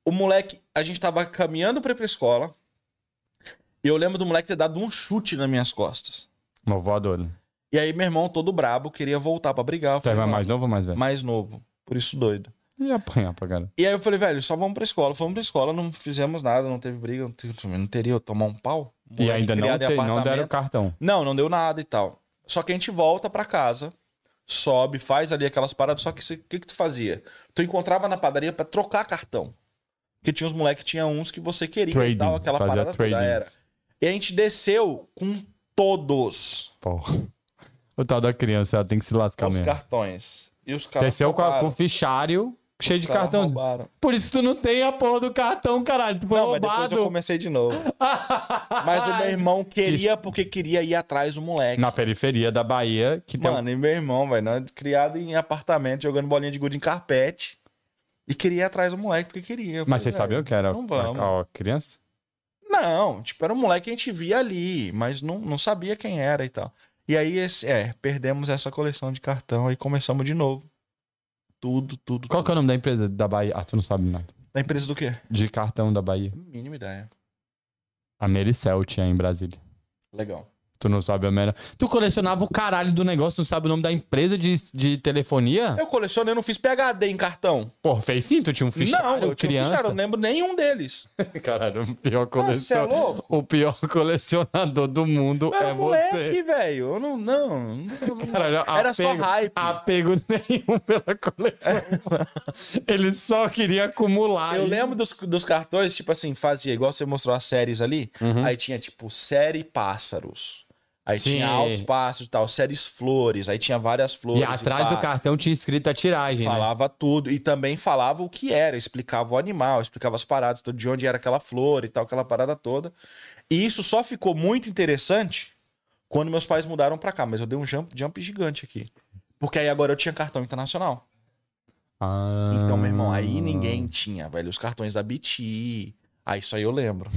S2: o moleque, a gente tava caminhando pra ir pra escola e eu lembro do moleque ter dado um chute nas minhas costas.
S1: Meu voador.
S2: E aí meu irmão, todo brabo, queria voltar pra brigar. Eu
S1: Você
S2: falei,
S1: vai
S2: "Não,
S1: é mais novo ou mais velho?
S2: mais novo, por isso doido.
S1: E apanhar pra cara.
S2: E aí eu falei, velho, só vamos pra escola. Fomos pra escola, não fizemos nada, não teve briga, não, teve- não teria eu tomar um pau.
S1: E
S2: Moleque
S1: ainda não,
S2: criado em
S1: te, não deram o
S2: apartamento.
S1: cartão.
S2: Não, não deu nada e tal. Só que a gente volta pra casa, sobe, faz ali aquelas paradas. Só que o que, que tu fazia? Tu encontrava na padaria pra trocar cartão. Porque tinha uns moleques, tinha uns que você queria e
S1: Trading.
S2: tal, aquela
S1: Fazia
S2: parada toda era.
S1: trading.
S2: E a gente desceu com todos
S1: Porra. O tal da criança, ela tem que se lascar
S2: os
S1: mesmo.
S2: cartões. E os caras.
S1: Desceu com, a, com o
S2: roubaram.
S1: fichário cheio
S2: Os
S1: de
S2: caras
S1: cartão.
S2: Então, roubaram.
S1: Por isso tu não tem a porra do cartão, caralho. Tu foi
S2: Não, mas depois
S1: roubado.
S2: eu comecei de novo. Mas o meu irmão queria porque queria ir atrás do moleque.
S1: Na periferia da Bahia, que tem um-
S2: Mano, e meu irmão, velho, nós criado em apartamento, jogando bolinha de gude em carpete. E queria ir atrás do moleque, porque queria. Eu
S1: Mas
S2: falei,
S1: vocês
S2: velho,
S1: sabiam que era
S2: Não É. vamos.
S1: a, a criança?
S2: Não, tipo, era um moleque que a gente via ali, mas não, não sabia quem era e tal. E aí, esse- é, perdemos essa coleção de cartão e começamos de novo. Tudo, tudo.
S1: Qual que é o nome da empresa da Bahia? Ah, tu não sabe nada.
S2: Da empresa do quê?
S1: De cartão da Bahia.
S2: Mínima ideia.
S1: A Mericel tinha em Brasília.
S2: Legal.
S1: Tu não sabe a merda. Tu colecionava o caralho do negócio, não sabe o nome da empresa de, de telefonia?
S2: Eu colecionei, eu não fiz PHD em cartão.
S1: Porra, fez sim, tu tinha um
S2: não,
S1: fichário,
S2: eu tinha um
S1: criança.
S2: fichário, eu não lembro nenhum deles.
S1: Caralho, o pior
S2: Ah, você é
S1: colecionador.
S2: louco?
S1: o pior colecionador do mundo
S2: Eu era
S1: é
S2: um
S1: você.
S2: moleque, velho. Eu não, não. não-
S1: Caralho,
S2: Era só
S1: apego-
S2: hype.
S1: Apego nenhum pela coleção. Ele só queria acumular.
S2: Eu
S1: e-
S2: lembro dos, dos cartões, tipo assim, fazia igual você mostrou as séries ali.
S1: Uhum.
S2: Aí tinha, tipo, série pássaros. Aí
S1: Sim.
S2: tinha altos pássaros e tal, séries flores. Aí tinha várias flores.
S1: E atrás
S2: pá.
S1: do cartão tinha escrito a tiragem, né?
S2: Falava tudo. E também falava o que era, explicava o animal, explicava as paradas, tudo, de onde era aquela flor e tal, aquela parada toda. E isso só ficou muito interessante quando meus pais mudaram pra cá. Mas eu dei um jump, jump gigante aqui. Porque aí agora eu tinha cartão internacional.
S1: Ah.
S2: Então, meu irmão, aí ninguém tinha, velho. Os cartões da BT. Ah, isso aí eu lembro.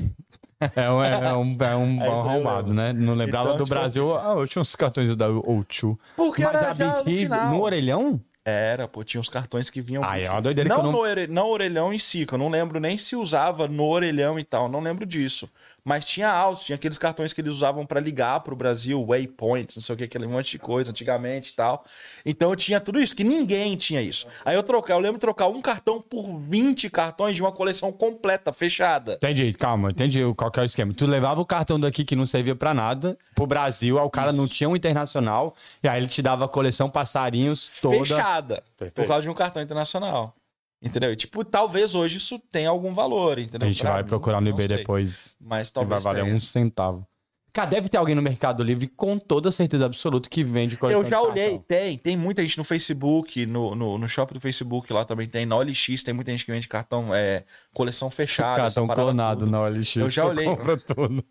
S1: É um, é um, é um
S2: É, isso eu
S1: arrombado,
S2: lembro.
S1: né? Não lembrava
S2: Então,
S1: do
S2: tipo
S1: Brasil. Ah, eu tinha uns cartões da O2.
S2: Porque
S1: Mas
S2: era
S1: da
S2: já no
S1: Big
S2: final.
S1: no orelhão?
S2: Era, pô, tinha os cartões que vinham.
S1: Ah, é uma doideira que
S2: não,
S1: eu não...
S2: no ore- não orelhão em si, que eu não lembro nem se usava no orelhão e tal, não lembro disso. Mas tinha altos, tinha aqueles cartões que eles usavam pra ligar pro Brasil, Waypoint, não sei o que, aquele monte de coisa antigamente e tal. Então eu tinha tudo isso, que ninguém tinha isso. Aí eu trocar, eu lembro de trocar um cartão por 20 cartões de uma coleção completa, fechada.
S1: Entendi, calma, entendi o- qual que é o esquema. Tu levava o cartão daqui que não servia pra nada pro Brasil, aí o cara não tinha um internacional, e aí ele te dava a coleção passarinhos toda.
S2: fechada por
S1: Perfeito.
S2: causa de um cartão internacional. Entendeu? E, tipo, talvez hoje isso tenha algum valor,
S1: A
S2: entendeu?
S1: gente
S2: Pra
S1: vai
S2: mim,
S1: procurar no
S2: não
S1: eBay
S2: sei.
S1: depois.
S2: Mas
S1: que Vai
S2: talvez
S1: valer
S2: tenha.
S1: um centavo. Cara, deve ter alguém no Mercado Livre com toda certeza absoluta que vende coleção
S2: Eu
S1: de
S2: já
S1: cartão.
S2: olhei, tem, tem muita gente no Facebook, no, no, no shopping do Facebook lá também tem, na OLX tem muita gente que vende cartão, é, coleção fechada. essa
S1: cartão
S2: parada
S1: clonado
S2: toda.
S1: na OLX.
S2: Eu já
S1: tu
S2: olhei.
S1: Compra tudo.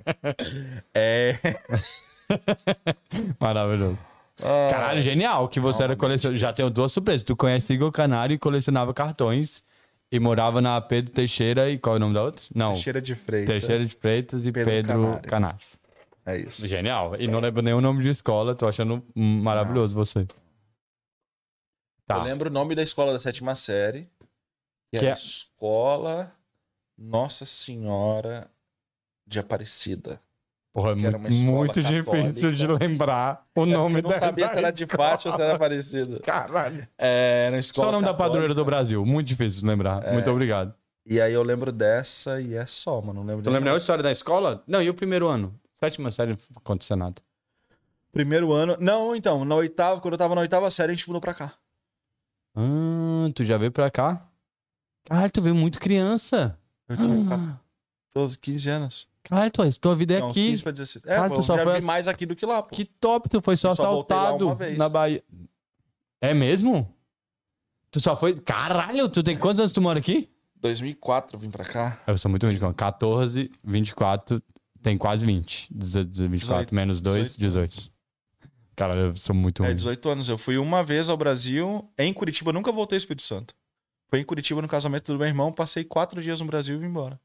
S2: É.
S1: Maravilhoso.
S2: É.
S1: Caralho, genial que você era colecionador. Já tenho duas surpresas. Tu conhece Igor Canário e colecionava cartões e morava na Pedro Teixeira e qual é o nome da outra? Não. Teixeira,
S2: Cheira de freio.
S1: de Freitas e Pedro,
S2: Pedro
S1: Canário.
S2: Canário. É isso.
S1: Genial. E não lembro nenhum nome de escola. Tô achando hum, maravilhoso você. Tá.
S2: Eu lembro o nome da escola da sétima série,
S1: Que
S2: que, era
S1: é-
S2: Escola Nossa Senhora de Aparecida.
S1: Porra, é
S2: que era uma
S1: muito,
S2: escola
S1: muito difícil de
S2: católica.
S1: lembrar o
S2: É
S1: nome
S2: porque
S1: dela.
S2: eu não sabia se era de pátio ou se era Aparecida.
S1: Caralho.
S2: É, na
S1: Só
S2: escola
S1: o nome da
S2: católica.
S1: padroeira do Brasil. Muito difícil de lembrar. Muito obrigado.
S2: E aí eu lembro dessa e é só, mano. Não lembro
S1: Tu
S2: de
S1: lembra a história é da escola? Não, e o primeiro ano? Sétima série não aconteceu nada.
S2: Primeiro ano. Não, então, na oitava, quando eu tava na oitava série, a gente mudou pra cá.
S1: Ah, tu já veio pra cá? Caralho, tu veio muito criança. Ah,
S2: Eu tinha 14, 15 anos.
S1: Caralho, tua, tua vida é
S2: Não,
S1: aqui.
S2: 15 pra 16. É,
S1: Cara,
S2: pô,
S1: tu
S2: eu
S1: só
S2: já
S1: foi
S2: vi
S1: ass-
S2: mais aqui do que lá, pô.
S1: Que top, tu foi só
S2: Eu só voltei lá
S1: assaltado
S2: uma vez.
S1: na Bahia. É mesmo? Tu só foi. Caralho, tu tem quantos anos tu mora aqui?
S2: 2004 eu vim pra cá.
S1: Eu sou muito ruim de conta. 14, 24, tem quase 20. 18, 24
S2: 18,
S1: menos 2, 18. Caralho, eu sou muito
S2: É,
S1: ruim.
S2: 18 anos. Eu fui uma vez ao Brasil, em Curitiba, eu nunca voltei ao Espírito Santo. Foi em Curitiba no casamento do meu irmão, passei quatro dias no Brasil e vim embora.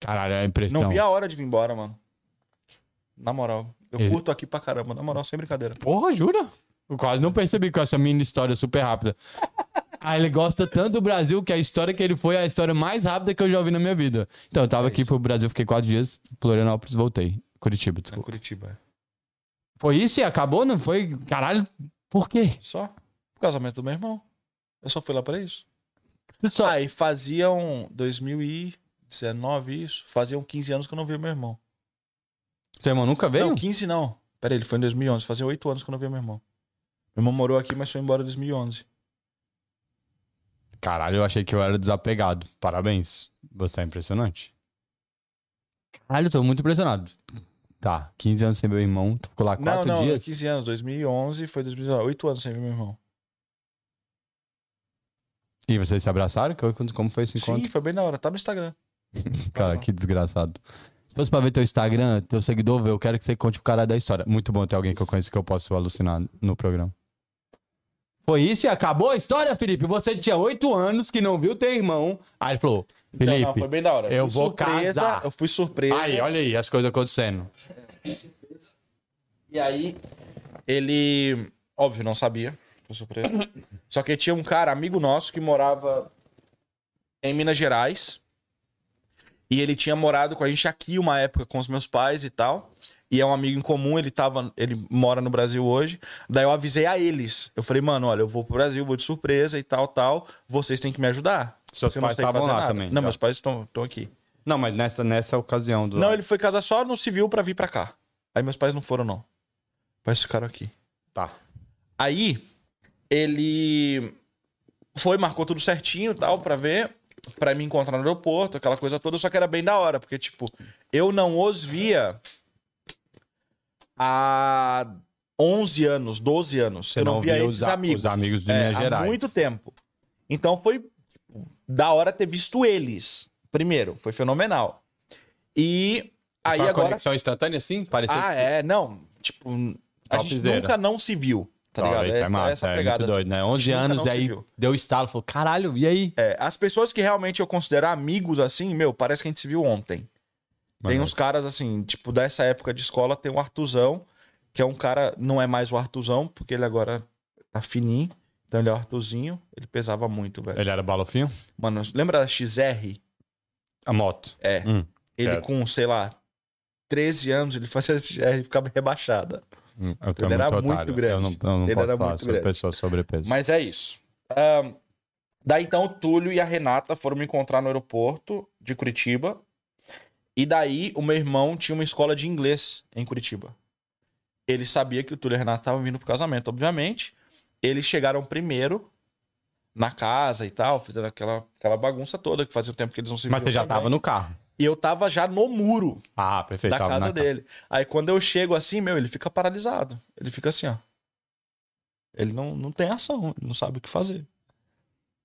S1: Caralho, é a impressão.
S2: Não vi a hora de vir embora, mano. Na moral. Eu
S1: Ele-
S2: curto aqui pra caramba, na moral, sem brincadeira. É
S1: Porra, jura? Eu quase não percebi com essa mini história é super rápida. Ah, ele gosta tanto do Brasil que a história que ele foi é a história mais rápida que eu já ouvi na minha vida. Então, eu
S2: É
S1: tava aqui, fui pro Brasil, fiquei quatro dias, Florianópolis, voltei. Curitiba,
S2: Em
S1: desculpa.
S2: Curitiba. é.
S1: Foi isso e acabou? Não foi? Caralho, por quê?
S2: Só. O casamento do meu irmão. Eu só fui lá pra isso.
S1: Tu Só...
S2: Aí faziam 2019 isso. Faziam 15 anos que eu não via meu irmão.
S1: Seu irmão nunca veio?
S2: Não, 15 não. Pera aí, ele foi em 2011. Fazia 8 anos que eu não via meu irmão. Meu irmão morou aqui, mas foi embora em 2011.
S1: Caralho, eu achei que eu era desapegado. Parabéns. Você é impressionante. Caralho, eu tô muito impressionado. Tá, 15 anos sem meu irmão, tu ficou lá
S2: Não,
S1: quatro
S2: não,
S1: dias.
S2: 15 anos. 2011 foi 2019. 8 anos sem ver meu irmão.
S1: E vocês se abraçaram? Que- Como foi esse encontro?
S2: Sim, foi bem na hora. Tá no Instagram.
S1: Cara, que desgraçado. Se fosse pra ver teu Instagram, teu seguidor, eu quero que você conte o cara da história. Muito bom ter alguém que eu conheço que eu posso alucinar no programa. Foi isso e acabou a história, Felipe. Você tinha oito anos que não viu teu irmão. Aí ele falou,
S2: Então, Não,
S1: Felipe,
S2: não, foi bem da hora.
S1: eu
S2: fui
S1: vou
S2: surpresa,
S1: casar.
S2: Eu fui surpresa.
S1: aí, olha aí as coisas acontecendo.
S2: E aí, ele, óbvio, não sabia. Foi surpresa. Só que tinha um cara, amigo nosso, que morava em Minas Gerais. E ele tinha morado com a gente aqui uma época com os meus pais e tal. E é um amigo em comum, ele tava, ele mora no Brasil hoje. Daí eu avisei a eles. Eu falei, mano, olha, eu vou pro Brasil, vou de surpresa e tal, tal. Vocês têm que me ajudar.
S1: Seus
S2: porque eu não
S1: pais
S2: sei
S1: estavam
S2: fazer
S1: lá
S2: nada."
S1: também,
S2: Não,
S1: já.
S2: meus pais estão estão aqui.
S1: Não, mas nessa, nessa ocasião do.
S2: Não, ele foi casar só no civil pra vir pra cá. Aí meus pais não foram, não. Pais ficaram aqui.
S1: Tá.
S2: Aí ele foi, marcou tudo certinho e tal, pra ver, pra me encontrar no aeroporto, aquela coisa toda, só que era bem da hora, porque, tipo, eu não os via há 11 anos, 12 anos.
S1: Você
S2: eu não,
S1: não
S2: via
S1: via
S2: esses
S1: os, a-
S2: amigos.
S1: os amigos de
S2: É,
S1: Minas Gerais.
S2: Há muito tempo. Então foi tipo, da hora ter visto eles. Primeiro, foi fenomenal. E aí
S1: Foi uma
S2: agora.
S1: conexão instantânea, assim? Parecia.
S2: Ah, é, não. Tipo, a gente
S1: Topzera.
S2: nunca não se viu. Tá ligado?
S1: Talvez, é, massa, é muito doido, né? 11
S2: assim. nunca
S1: anos,
S2: não
S1: e
S2: se
S1: aí
S2: viu.
S1: deu estalo, falou, caralho, e aí?
S2: É, as pessoas que realmente eu considero amigos assim, meu, parece que a gente se viu ontem. Tem
S1: Mano,
S2: uns caras assim, tipo, dessa época de escola, tem o Artuzão, que é um cara, não é mais o Artuzão, porque ele agora tá fininho. Então ele é o Artuzinho, ele pesava muito, velho.
S1: Ele era balofinho?
S2: Mano, lembra da XR?
S1: A moto.
S2: É.
S1: Hum,
S2: ele
S1: certo.
S2: com, sei lá, 13 anos, ele fazia XR e ficava rebaixada.
S1: Hum, eu tô
S2: Ele era
S1: otário.
S2: muito grande.
S1: Eu não, eu não
S2: Ele
S1: posso
S2: era
S1: falar
S2: muito
S1: sobre
S2: grande.
S1: pessoas sobrepeso.
S2: Mas é isso. Ahn, daí então o Túlio e a Renata foram me encontrar no aeroporto de Curitiba. E daí o meu irmão tinha uma escola de inglês em Curitiba. Ele sabia que o Túlio e a Renata estavam vindo pro casamento, obviamente. Eles chegaram primeiro na casa e tal, fizeram aquela, aquela bagunça toda, que fazia o tempo que eles não se
S1: Mas você
S2: viam
S1: já
S2: também.
S1: tava no carro.
S2: E eu tava já no muro.
S1: Ah, perfeito.
S2: da
S1: tava
S2: casa
S1: na
S2: dele. Aí quando eu chego assim, meu, ele fica paralisado. Ele fica assim, ó. Ele não, não tem ação, ele não sabe o que fazer.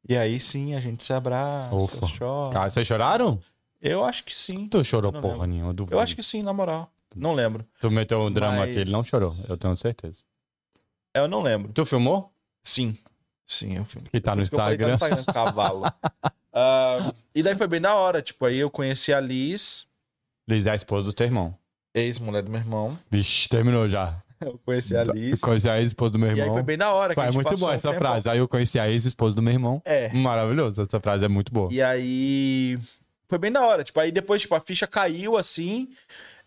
S2: E aí sim, a gente se abraça,
S1: Ufa.
S2: chora.
S1: Cara, vocês choraram?
S2: Eu acho que sim.
S1: Tu chorou
S2: Não
S1: porra
S2: lembro.
S1: nenhuma, duvido.
S2: Eu acho que sim, na moral. Não lembro.
S1: Tu meteu um drama
S2: Mas-
S1: aqui, ele não chorou, eu tenho certeza.
S2: É, Eu não lembro.
S1: Tu filmou?
S2: Sim. Sim, eu fui.
S1: Que tá
S2: Por
S1: no
S2: isso que eu falei, tá
S1: Instagram.
S2: no Instagram, cavalo. Ah, e daí foi bem da hora. Tipo, aí eu conheci a Liz,
S1: Liz é a esposa do teu irmão.
S2: ex-mulher do meu irmão.
S1: Vixe, terminou já.
S2: Eu conheci a Liz.
S1: Conheci a ex-esposa do meu
S2: E aí foi
S1: irmão.
S2: bem da hora. que
S1: Pô,
S2: a
S1: é
S2: gente
S1: muito
S2: passou
S1: boa
S2: um
S1: essa
S2: tempo-
S1: frase. Aí eu conheci a ex-esposa do meu irmão.
S2: É.
S1: Maravilhoso, essa frase é muito boa.
S2: E aí. Foi bem da hora. Tipo, aí depois, tipo, a ficha caiu assim.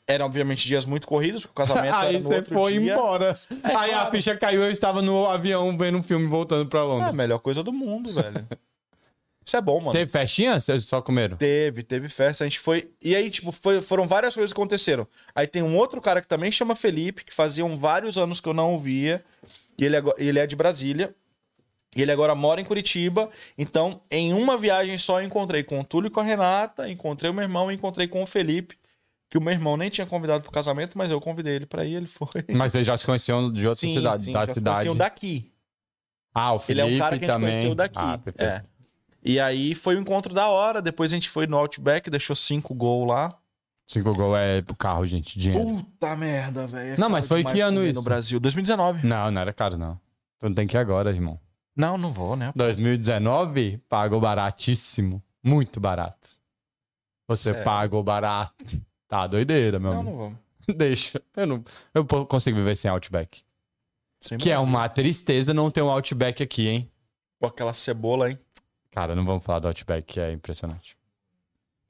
S2: Eram, obviamente, dias muito corridos, porque o casamento era
S1: Aí
S2: no
S1: você
S2: outro
S1: foi
S2: dia.
S1: embora. aí a
S2: claro.
S1: ficha caiu, eu estava no avião vendo um filme voltando pra
S2: É a
S1: Londres.
S2: melhor coisa do mundo, velho. Isso é bom, mano.
S1: Teve festinha? Vocês só comeram?
S2: Teve, teve festa, a gente foi. E aí, tipo, foi- foram várias coisas que aconteceram. Aí tem um outro cara que também chama Felipe, que faziam vários anos que eu não o via. E ele, agora- ele é de Brasília. E ele agora mora em Curitiba. Então, em uma viagem só, eu encontrei com o Túlio e com a Renata, encontrei o meu irmão e encontrei com o Felipe, que o meu irmão nem tinha convidado pro casamento, mas eu convidei ele pra ir, ele foi.
S1: Mas vocês já se conheciam de outra
S2: Sim,
S1: cidade,
S2: sim,
S1: da
S2: já se
S1: cidade.
S2: conheciam daqui.
S1: Ah, o
S2: Ele
S1: Felipe
S2: é um cara que a gente
S1: também.
S2: conheceu daqui.
S1: Ah, perfeito.
S2: é. E aí foi um encontro da hora. Depois a gente foi no Outback, deixou cinco gols lá.
S1: Cinco gol é pro carro, gente, dinheiro.
S2: Puta merda, velho.
S1: Não, mas
S2: Cara,
S1: foi
S2: demais
S1: que ano
S2: comer
S1: isso?
S2: No Brasil, 2019.
S1: Não, não era caro, não. Tu não tem que Então ir agora, irmão.
S2: Não, não vou, né?
S1: 2019 pagou baratíssimo. Muito barato. Você
S2: Sério?
S1: pagou barato. Tá doideira, meu
S2: Não,
S1: amigo.
S2: não vou.
S1: Deixa. Eu, não, eu po- consigo viver sem Outback.
S2: Sem
S1: Que é um-
S2: mais.
S1: uma tristeza não ter um Outback aqui, hein?
S2: Com aquela cebola, hein?
S1: Cara, não vamos falar do Outback, que é impressionante.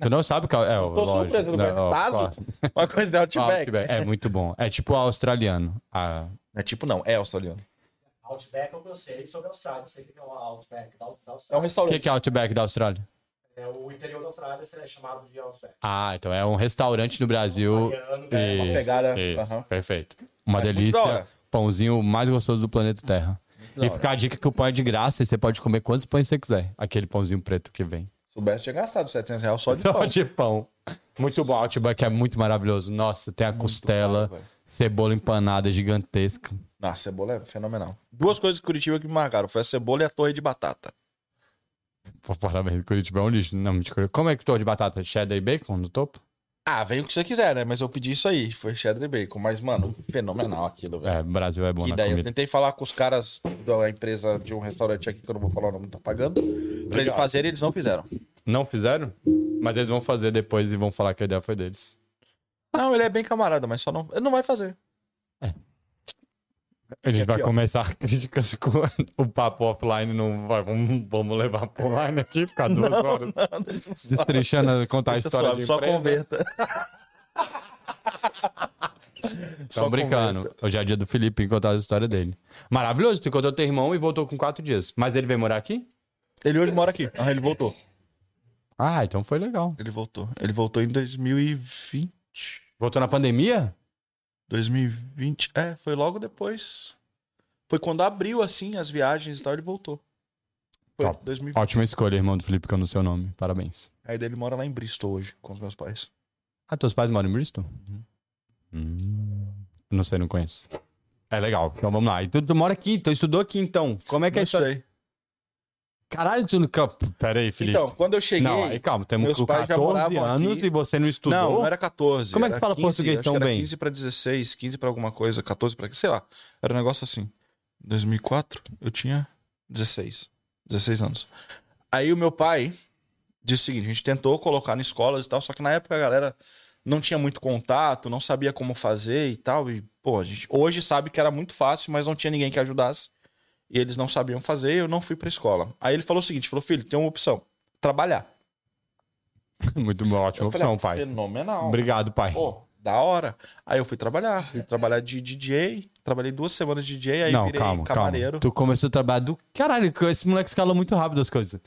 S1: Tu não sabe o que é o.
S2: tô surpreso, eu tô apertado. Uma coisa de
S1: Outback.
S2: Outback.
S1: É muito bom. É tipo australiano. Ah,
S2: Não é tipo não, é australiano.
S3: Outback é o que eu sei sobre a Austrália. Eu sei o que é o Outback da,
S2: É
S3: da
S2: um
S3: Austrália.
S1: O que,
S2: restaurante.
S1: que é Outback da Austrália?
S3: É o interior da Austrália é chamado de Outback.
S1: Ah, então é um restaurante no Brasil.
S3: Australiano, né?
S1: Isso,
S2: pegada,
S1: isso,
S2: aham.
S1: perfeito. Uma
S2: É muito da
S1: delícia.
S2: hora.
S1: Pãozinho mais gostoso do planeta Terra.
S2: da
S1: E
S2: hora.
S1: fica a dica que o pão é de graça e você pode comer quantos pães você quiser. Aquele pãozinho preto que é vem.
S2: Soubesse, tinha gastado 700 reais só de
S1: Só
S2: pão.
S1: de pão. Muito bom. Outback é muito maravilhoso. Nossa, tem a costela,
S2: bom, velho.
S1: cebola empanada gigantesca.
S2: Nossa, cebola é fenomenal. Duas coisas de Curitiba que me marcaram. Foi a cebola e a torre de batata.
S1: Pô, parabéns, Curitiba é um lixo. Não, mentira. Como é que tô de batata? Cheddar e bacon no topo?
S2: Ah, vem o que você quiser, né? Mas eu pedi isso aí. Foi cheddar e bacon. Mas, mano, fenomenal aquilo, velho.
S1: É, Brasil é bom
S2: E
S1: na
S2: daí eu
S1: comida.
S2: tentei falar com os caras da empresa de um restaurante aqui, que eu não vou falar o nome, tá pagando. Pra eles fazerem, eles não fizeram.
S1: Não fizeram? Mas eles vão fazer depois e vão falar que a ideia foi deles.
S2: Não, ele é bem camarada, mas só não. Ele não vai fazer.
S1: Eles
S2: É
S1: vão
S2: pior.
S1: começar críticas com o papo offline. Não vai, vamos, vamos levar pro online aqui, ficar duas horas destrinchando, contar a
S2: Deixa
S1: história
S2: suave,
S1: de
S2: só
S1: empresa.
S2: converta.
S1: Estão brincando. Hoje é dia do Felipe contar a história dele. Maravilhoso, tu encontrou teu irmão e voltou com quatro dias. Mas ele veio morar aqui?
S2: Ele hoje mora aqui. Ah, ele voltou.
S1: Ah, então foi legal.
S2: Ele voltou. Ele voltou em 2020.
S1: Voltou na pandemia?
S2: 2020. É, foi logo depois. Foi quando abriu, assim, as viagens e tal, ele voltou. Foi
S1: Top.
S2: 2020.
S1: Ótima escolha, irmão do Felipe, que eu não sei o nome. Parabéns.
S2: Aí daí ele mora lá em Bristol hoje, com os meus pais.
S1: Ah, teus pais moram em Bristol? Hum, não sei, não conheço. É legal, então vamos lá. E tu, tu mora aqui, tu estudou aqui então. Como é que é
S2: Não
S1: isso?
S2: sei.
S1: Caralho, tu no campo. Pera aí, Felipe.
S2: Então, quando eu cheguei.
S1: não, aí calma, temos
S2: meus
S1: com
S2: pais já
S1: 14
S2: moravam
S1: anos
S2: aqui.
S1: e você não estudou.
S2: Não, não era 14.
S1: Como é que
S2: era
S1: fala português
S2: acho
S1: tão
S2: que era
S1: bem?
S2: 15 pra 16, 15 pra alguma coisa, 14 pra... Sei lá, era um negócio assim. 2004, eu tinha 16. 16 anos. Aí o meu pai disse o seguinte, a gente tentou colocar na escolas e tal, só que na época a galera não tinha muito contato, não sabia como fazer e tal. E, pô, a gente hoje sabe que era muito fácil, mas não tinha ninguém que ajudasse. E eles não sabiam fazer e eu não fui pra escola. Aí ele falou o seguinte, falou, filho, tem uma opção, trabalhar.
S1: Muito bom, ótima
S2: Eu falei,
S1: opção,
S2: "Ah,
S1: pai.
S2: Fenomenal.
S1: Obrigado, pai.
S2: Pô, da hora. Aí eu fui trabalhar, fui trabalhar de DJ, trabalhei duas semanas de DJ, aí
S1: não,
S2: virei
S1: calma, calma.
S2: camareiro.
S1: Tu começou a trabalhar do... Caralho, esse moleque escalou muito rápido as coisas.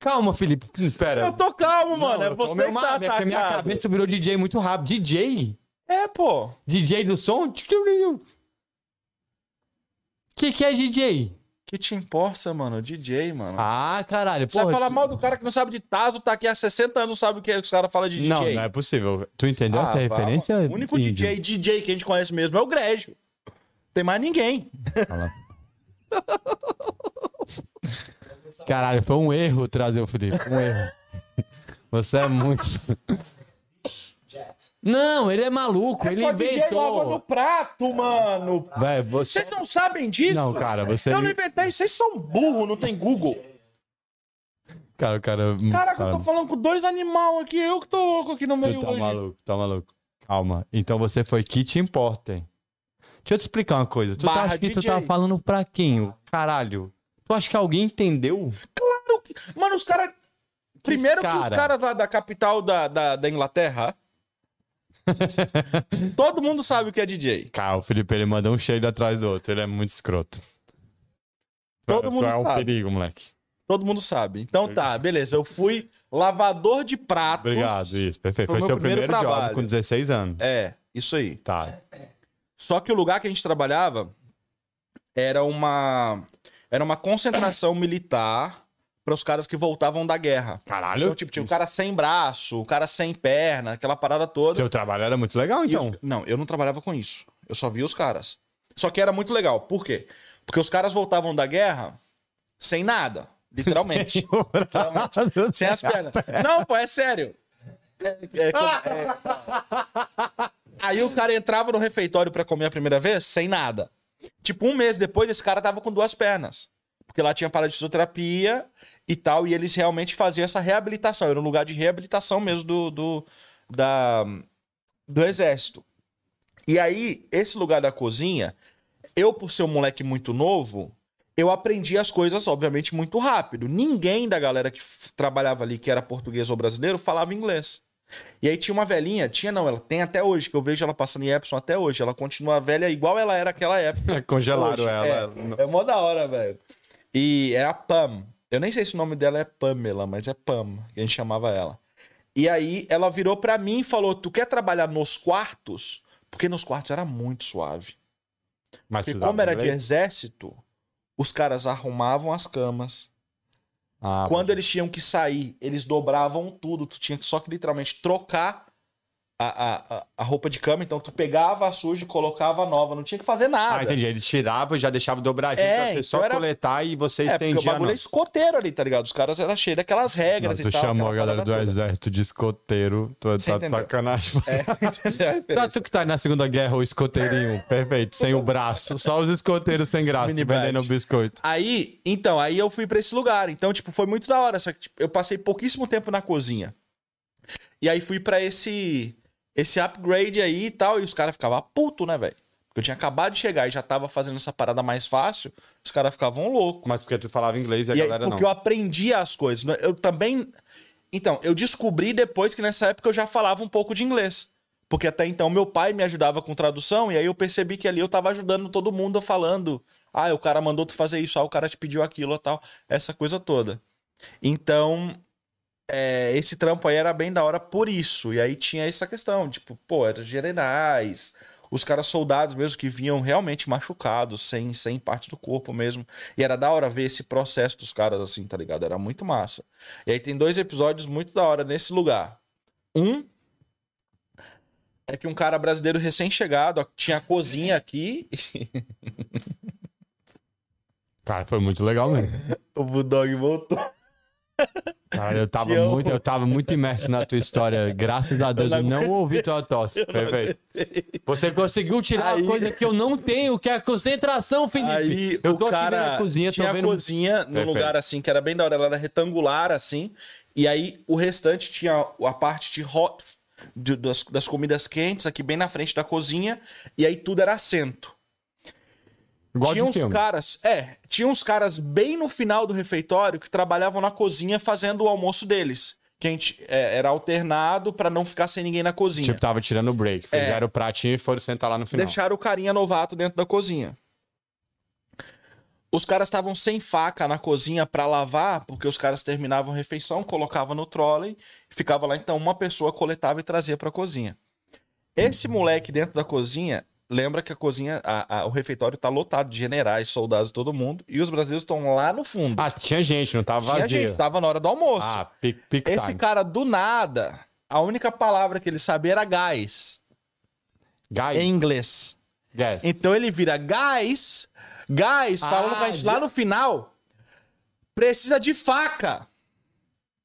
S1: Calma, Felipe. Hum, Pera.
S2: Eu tô calmo, mano.
S1: Não,
S2: É
S1: eu tô-
S2: você
S1: meu
S2: que
S1: ma-
S2: tá
S1: minha, minha
S2: atacado.
S1: cabeça virou DJ muito rápido. DJ?
S2: É, pô.
S1: DJ do som? Que que é DJ?
S2: Que te importa, mano? DJ, mano.
S1: Ah, caralho.
S2: você vai
S1: porra,
S2: falar
S1: tu-
S2: mal do cara que não sabe de Tazo, tá aqui há 60 anos, não sabe o que os caras falam de DJ.
S1: Não, não é possível. Tu entendeu essa
S2: vá,
S1: referência?
S2: Ah, mano. O único
S1: Índio?
S2: DJ, DJ que a gente conhece mesmo é o Grégio. Tem mais ninguém.
S1: Olha lá. Caralho, foi um erro trazer o Felipe. Um erro. Você é muito.
S3: Jet.
S1: Não, ele é maluco, ele
S2: Pô, DJ logo no
S1: inventou.
S2: prato, mano.
S1: Véi, você.
S2: Vocês não sabem disso?
S1: Não, cara, você.
S2: Eu não inventei, vocês são burro, não tem Google.
S1: Cara, o cara.
S2: Caraca, eu
S1: cara,
S2: tô falando com dois animal aqui, eu que tô louco aqui no meio
S1: Tu tá
S2: hoje.
S1: maluco, tá maluco. Calma. Então você foi Kit Importer. Deixa eu te explicar uma coisa. Tu tá
S2: Barra
S1: aqui, tu
S2: DJ.
S1: tá falando pra quem? ô? Caralho. Tu acha que alguém entendeu?
S2: Claro que... Mano, os caras... Primeiro que
S1: cara?
S2: os caras lá da capital da, da, da Inglaterra... Todo mundo sabe o que é DJ.
S1: Cara, o Felipe ele manda um cheiro atrás do outro. Ele é muito escroto. Tu-
S2: Todo
S1: tu
S2: mundo
S1: é um
S2: sabe.
S1: perigo, moleque.
S2: Todo mundo sabe. Então tá, beleza. Eu fui lavador de pratos.
S1: Obrigado, isso, perfeito.
S2: Foi
S1: Foi,
S2: meu
S1: o teu
S2: primeiro
S1: primeiro, job
S2: trabalho.
S1: com 16 anos.
S2: É, isso aí.
S1: Tá.
S2: Só que o lugar que a gente trabalhava era uma... Era uma concentração militar para os caras que voltavam da guerra.
S1: Caralho.
S2: Então, tipo, tinha o cara sem braço, o cara sem perna, aquela parada toda.
S1: Seu trabalho era muito legal,
S2: E
S1: então.
S2: os- não, eu não trabalhava com isso. Eu só via os caras. Só que era muito legal. Por quê? Porque os caras voltavam da guerra sem nada. Literalmente. Literalmente. sem as pernas. Não, pô, é sério. É, é com- é- Aí o cara entrava no refeitório pra comer a primeira vez sem nada. Tipo, um mês depois, esse cara tava com duas pernas. Porque lá tinha parada de fisioterapia e tal, e eles realmente faziam essa reabilitação. Era um lugar de reabilitação mesmo do, do, da, do exército. E aí, esse lugar da cozinha, eu, por ser um moleque muito novo, eu aprendi as coisas, obviamente, muito rápido. Ninguém da galera que f- trabalhava ali, que era português ou brasileiro, falava inglês. E aí tinha uma velhinha, tinha não, ela tem até hoje, que eu vejo ela passando em Epson até hoje. Ela continua velha igual ela era naquela época.
S1: Congelaram
S2: Hoje,
S1: ela.
S2: é.
S1: ela não-
S2: É mó da hora, velho. E é a Pam. Eu nem sei se o nome dela é Pamela, mas é Pam, que a gente chamava ela. E aí ela virou pra mim e falou: Tu quer trabalhar nos quartos? Porque nos quartos era muito suave.
S1: Mas
S2: Porque
S1: precisava
S2: como era de
S1: inglês?
S2: exército, os caras arrumavam as camas.
S1: Ah,
S2: Quando eles tinham que sair, eles dobravam tudo. Tu tinha que só que literalmente trocar a, a, a- a roupa de cama. Então tu pegava a suja e colocava a nova. Não tinha que fazer nada.
S1: Ah, entendi. Ele tirava, já deixava dobradinho
S2: É,
S1: pra você só
S2: então era-
S1: coletar e você
S2: É, porque o
S1: estendia. a
S2: bagulho é
S1: nossa.
S2: escoteiro ali, tá ligado? Os caras eram cheios daquelas
S1: Mano,
S2: regras
S1: tu
S2: e tal.
S1: chamou a
S2: aquela
S1: galera do
S2: parada toda.
S1: exército de escoteiro. Tu
S2: Você
S1: tá de
S2: entendeu?
S1: sacanagem.
S2: É, entendeu a
S1: Tá,
S2: referência?
S1: tu que tá na Segunda Guerra, o escoteirinho. Perfeito, sem o braço. Só os escoteiros sem graça,
S2: Mini
S1: vendendo
S2: badge.
S1: biscoito.
S2: Aí, então, aí eu fui pra esse lugar. Então, tipo, foi muito da hora. Só que tipo, eu passei pouquíssimo tempo na cozinha. E aí fui pra esse esse upgrade aí e tal. E os caras ficavam puto, né, velho? Porque eu tinha acabado de chegar e já tava fazendo essa parada mais fácil. Os caras ficavam loucos.
S1: Mas porque tu falava inglês e a
S2: E aí,
S1: galera
S2: porque
S1: não.
S2: eu aprendi as coisas. né? Eu também. Então, eu descobri depois que nessa época eu já falava um pouco de inglês. Porque até então meu pai me ajudava com tradução, e aí eu percebi que ali eu tava ajudando todo mundo falando. Ah, o cara mandou tu fazer isso, ah, o cara te pediu aquilo e tal. Essa coisa toda. Então, é, esse trampo aí era bem da hora por isso. E aí tinha essa questão, tipo, pô, era generais. Os caras soldados mesmo que vinham realmente machucados, sem, sem parte do corpo mesmo. E era da hora ver esse processo dos caras assim, tá ligado? Era muito massa. E aí tem dois episódios muito da hora nesse lugar. Um é que um cara brasileiro recém-chegado ó, tinha a cozinha aqui.
S1: Cara, foi muito legal mesmo.
S2: o Bulldog voltou.
S1: Cara, eu tava,
S2: Te amo.
S1: muito, eu tava muito imerso na tua história. Graças a Deus, eu não, ouvi tua tosse. Perfeito. Você conseguiu tirar
S2: Aí-
S1: uma coisa que eu não tenho, que é a concentração, Felipe.
S2: Aí
S1: eu
S2: o
S1: tô aqui
S2: cara
S1: na cozinha,
S2: tinha
S1: tô
S2: a
S1: vendo.
S2: cozinha num
S1: Perfeito.
S2: lugar assim que era bem da hora, ela era retangular assim, e aí o restante tinha a parte de hot de- das, das comidas quentes aqui bem na frente da cozinha, e aí tudo era assento.
S1: Igual
S2: tinha
S1: de
S2: uns
S1: filme.
S2: caras, é, tinha uns caras bem no final do refeitório que trabalhavam na cozinha fazendo o almoço deles. Que a gente é, era alternado pra não ficar sem ninguém na cozinha.
S1: Tipo, tava tirando o break.
S2: É.
S1: Fizeram o pratinho e foram sentar lá no final.
S2: Deixaram o carinha novato dentro da cozinha. Os caras estavam sem faca na cozinha pra lavar, porque os caras terminavam a refeição, colocavam no trolley, ficava lá então uma pessoa coletava e trazia pra cozinha. Esse moleque dentro da cozinha, lembra que a cozinha, a- a- o refeitório tá lotado de generais, soldados, todo mundo, e os brasileiros estão lá no fundo.
S1: Ah, tinha gente, não tava
S2: Tinha
S1: vazio.
S2: gente, tava na hora do almoço.
S1: Ah, pic, pic
S2: Esse
S1: time.
S2: cara do nada, a única palavra que ele sabia era gás
S1: Guys,
S2: em inglês.
S1: guess.
S2: Então ele vira gás, gás,
S1: Ah,
S2: falando com a gente lá no final. Precisa de faca.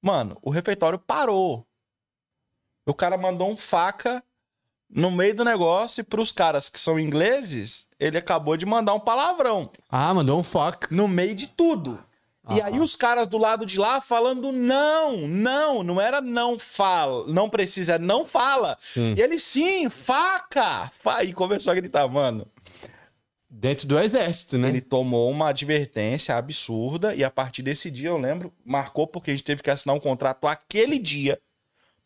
S2: Mano, o refeitório parou. O cara mandou um faca no meio do negócio e pros caras que são ingleses, ele acabou de mandar um palavrão
S1: Ah, mandou um fuck.
S2: no meio de tudo. E
S1: Ah.
S2: aí os caras do lado de lá falando não, não, não era não fala, não precisa, é não fala.
S1: Sim.
S2: E ele sim, faca. Fa... E começou a gritar, mano.
S1: Dentro do exército, né?
S2: Ele tomou uma advertência absurda e a partir desse dia, eu lembro, marcou porque a gente teve que assinar um contrato aquele dia,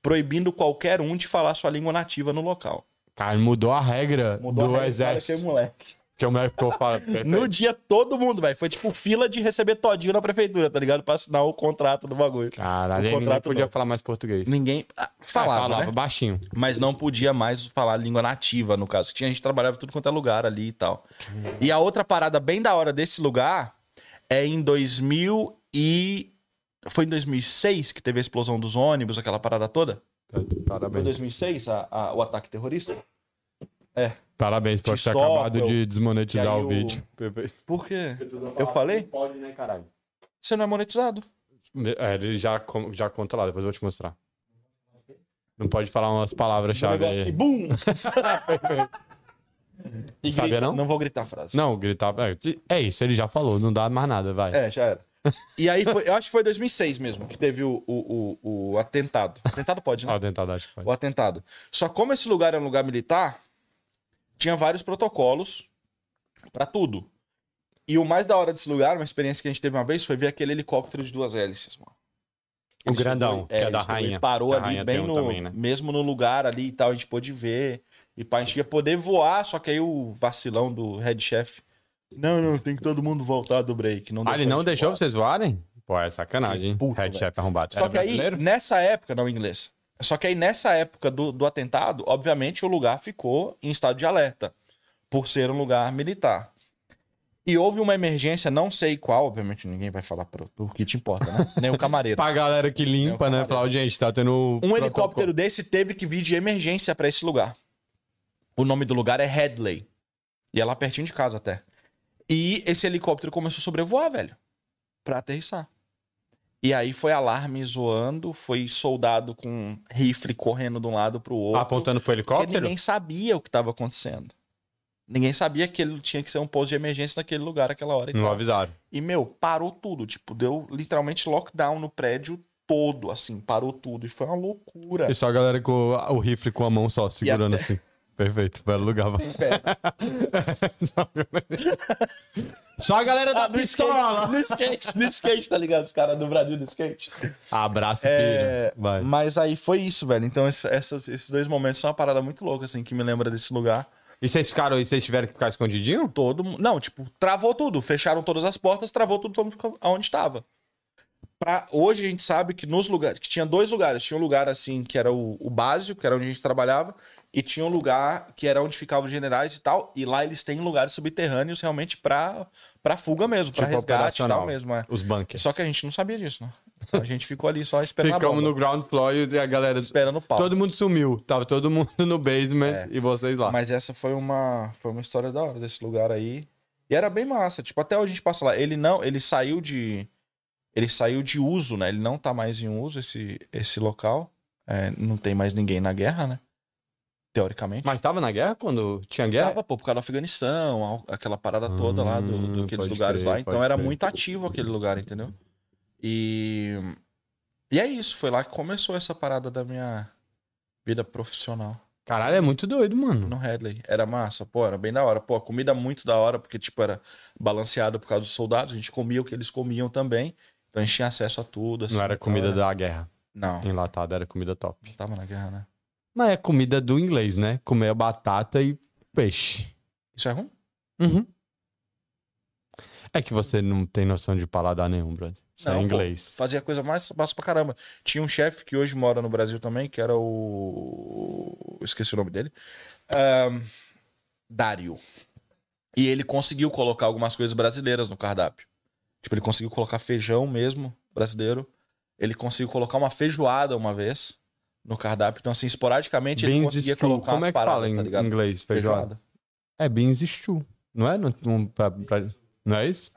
S2: proibindo qualquer um de falar sua língua nativa no local.
S1: Cara, mudou a regra do
S2: a regra para aquele
S1: exército.
S2: moleque.
S1: Que é o moleque ficou falando.
S2: No dia, todo mundo, velho. Foi tipo fila de receber todinho na prefeitura, tá ligado? Pra assinar o contrato do bagulho.
S1: Caralho,
S2: O
S1: aí ninguém
S2: contrato
S1: podia
S2: não.
S1: falar mais português.
S2: Ninguém ah, falava,
S1: Ah, falava
S2: né?
S1: baixinho.
S2: Mas não podia mais falar língua nativa, no caso. Tinha gente que trabalhava em tudo quanto é lugar ali e tal. E a outra parada bem da hora desse lugar é em 2000 e... Foi em 2006 que teve a explosão dos ônibus, aquela parada toda? Foi em
S1: Parabéns.
S2: 2006 a- a- o ataque terrorista?
S1: Parabéns por
S2: Te
S1: ter
S2: stop,
S1: acabado
S2: eu-
S1: de
S2: que
S1: desmonetizar
S2: aí
S1: o
S2: o-
S1: vídeo. Perfeito.
S2: Por quê? Eu falei?
S1: Pode, né, caralho?
S2: Você não é monetizado.
S1: É, ele já, com- já conta lá, depois eu vou te mostrar. Não pode falar umas palavras-chave
S2: negócio
S1: aí.
S2: que bum!
S4: E
S1: Tá Sabia
S4: grita-
S1: não?
S2: Não vou gritar a frase.
S1: Não, gritar. é, É isso, ele já falou, não dá mais nada, vai.
S2: É, já era. E aí, foi- eu acho que foi 2006 mesmo que teve o, o, o, o atentado. Atentado pode, né?
S1: Ó, dentado, acho que foi.
S2: o atentado. Só como esse lugar é um lugar militar, tinha vários protocolos pra tudo. E o mais da hora desse lugar, uma experiência que a gente teve uma vez, foi ver aquele helicóptero de duas hélices, mano.
S1: O
S2: Ele
S1: grandão,
S2: chegou-
S1: que é da
S2: ele chegou e
S1: rainha.
S2: parou
S1: Da
S2: ali
S1: rainha
S2: bem
S1: tem um
S2: no,
S1: também, né?
S2: mesmo no lugar ali e tal, a gente pôde ver. E pá, a gente ia poder voar, só que aí o vacilão do head chef. Não, não, tem que todo mundo voltar do break. Não
S1: Ah, ele não
S2: a gente
S1: deixou
S2: voar."
S1: vocês voarem? Pô, é sacanagem, hein?
S2: Que puto,
S1: Head
S2: velho.
S1: chef arrombado.
S2: Só que aí,
S1: brasileiro?
S2: nessa época, não, inglês. Só que aí, nessa época do, do atentado, obviamente o lugar ficou em estado de alerta, por ser um lugar militar. E houve uma emergência, não sei qual, obviamente ninguém vai falar pro, pro que te importa, né? Nem o camareiro.
S1: Pra galera que limpa, né? Falar, gente, tá tendo.
S2: Um
S1: protocolo.
S2: helicóptero desse teve que vir de emergência pra esse lugar. O nome do lugar é Headley. E é lá pertinho de casa até. E esse helicóptero começou a sobrevoar, velho. Pra aterrissar. E aí foi alarme zoando, foi soldado com rifle correndo de um lado pro outro.
S1: Apontando pro
S2: porque
S1: helicóptero?
S2: ninguém sabia o que tava acontecendo. Ninguém sabia que ele tinha que ser um posto de emergência naquele lugar, aquela hora. e
S1: Não
S2: tal.
S1: avisaram.
S2: E, meu, parou tudo. Tipo, deu literalmente lockdown no prédio todo, assim, parou tudo. E foi uma loucura.
S1: E É só a galera com o, o rifle com a mão só, segurando
S2: até-
S1: assim. Perfeito, belo lugar. vai. Só a galera- Só a galera da pistola.
S2: Tá, No skate, no skate, tá ligado? Os caras do Brasil no skate.
S1: Abraço,
S2: É,
S1: filho. Vai.
S2: Mas aí foi isso, velho. Então essa- essas- esses dois momentos são uma parada muito louca, assim, que me lembra desse lugar.
S1: E vocês ficaram, e vocês tiveram que ficar escondidinho?
S2: Todo mundo. Não, tipo, travou tudo. Fecharam todas as portas, travou tudo, todo mundo ficou aonde estava. Pra, hoje a gente sabe que nos lugares. Que tinha dois lugares. Tinha um lugar, assim, que era o, o básico, que era onde a gente trabalhava. E tinha um lugar que era onde ficavam os generais e tal. E lá eles têm lugares subterrâneos realmente pra, pra fuga mesmo, pra
S1: Tipo,
S2: resgate e
S1: operacional.
S2: tal mesmo. É.
S1: Os bunkers.
S2: Só que a gente não sabia disso, né? A gente ficou ali só esperando a
S1: Ficamos
S2: bomba,
S1: no ground floor e a galera.
S2: esperando o pau.
S1: Todo mundo sumiu. Tava todo mundo no basement
S2: É.
S1: e vocês lá.
S2: Mas essa foi uma foi uma história da hora desse lugar aí. E era bem massa, tipo, até hoje a gente passa lá. Ele não, ele saiu de ele saiu de uso, né? Ele não tá mais em uso esse esse local. É, não tem mais ninguém na guerra, né? Teoricamente.
S1: Mas tava na guerra quando tinha guerra?
S2: Tava, pô, por causa do Afeganistão, a- aquela parada toda lá, do, do-
S1: Hum,
S2: daqueles
S1: pode
S2: lugares
S1: crer,
S2: lá. Então
S1: pode
S2: era
S1: crer.
S2: muito ativo aquele lugar, entendeu? E. E é isso, foi lá que começou essa parada da minha vida profissional
S1: Caralho, é muito doido, mano.
S2: no Headley. Era massa, pô, era bem da hora. Pô, a comida muito da hora, porque, tipo, era balanceado por causa dos soldados, a gente comia o que eles comiam também. Então a gente tinha acesso a tudo. assim,
S1: Não era
S2: então
S1: comida
S2: era-
S1: da guerra.
S2: Não, não
S1: Enlatada era comida top.
S2: tava na guerra, né?
S1: Mas é comida do inglês, né? Comer batata e peixe.
S2: Isso é ruim?
S1: Uhum. É que você não tem noção de paladar nenhum, brother. Isso
S2: Não,
S1: é
S2: pô.
S1: inglês.
S2: fazia coisa mais massa pra caramba. Tinha um chefe que hoje mora no Brasil também, que era o. Esqueci o nome dele. Ahn, Dário. E ele conseguiu colocar algumas coisas brasileiras no cardápio. Tipo, ele conseguiu colocar feijão mesmo, brasileiro. Ele conseguiu colocar uma feijoada uma vez no cardápio. Então, assim, esporadicamente ele
S1: Beans
S2: conseguia
S1: stew.
S2: colocar
S1: Como é
S2: umas
S1: que fala
S2: paradas, tá
S1: em
S2: ligado?
S1: inglês? Feijoada. É beans stew. Não é? Não, não- pra- pra- não é isso?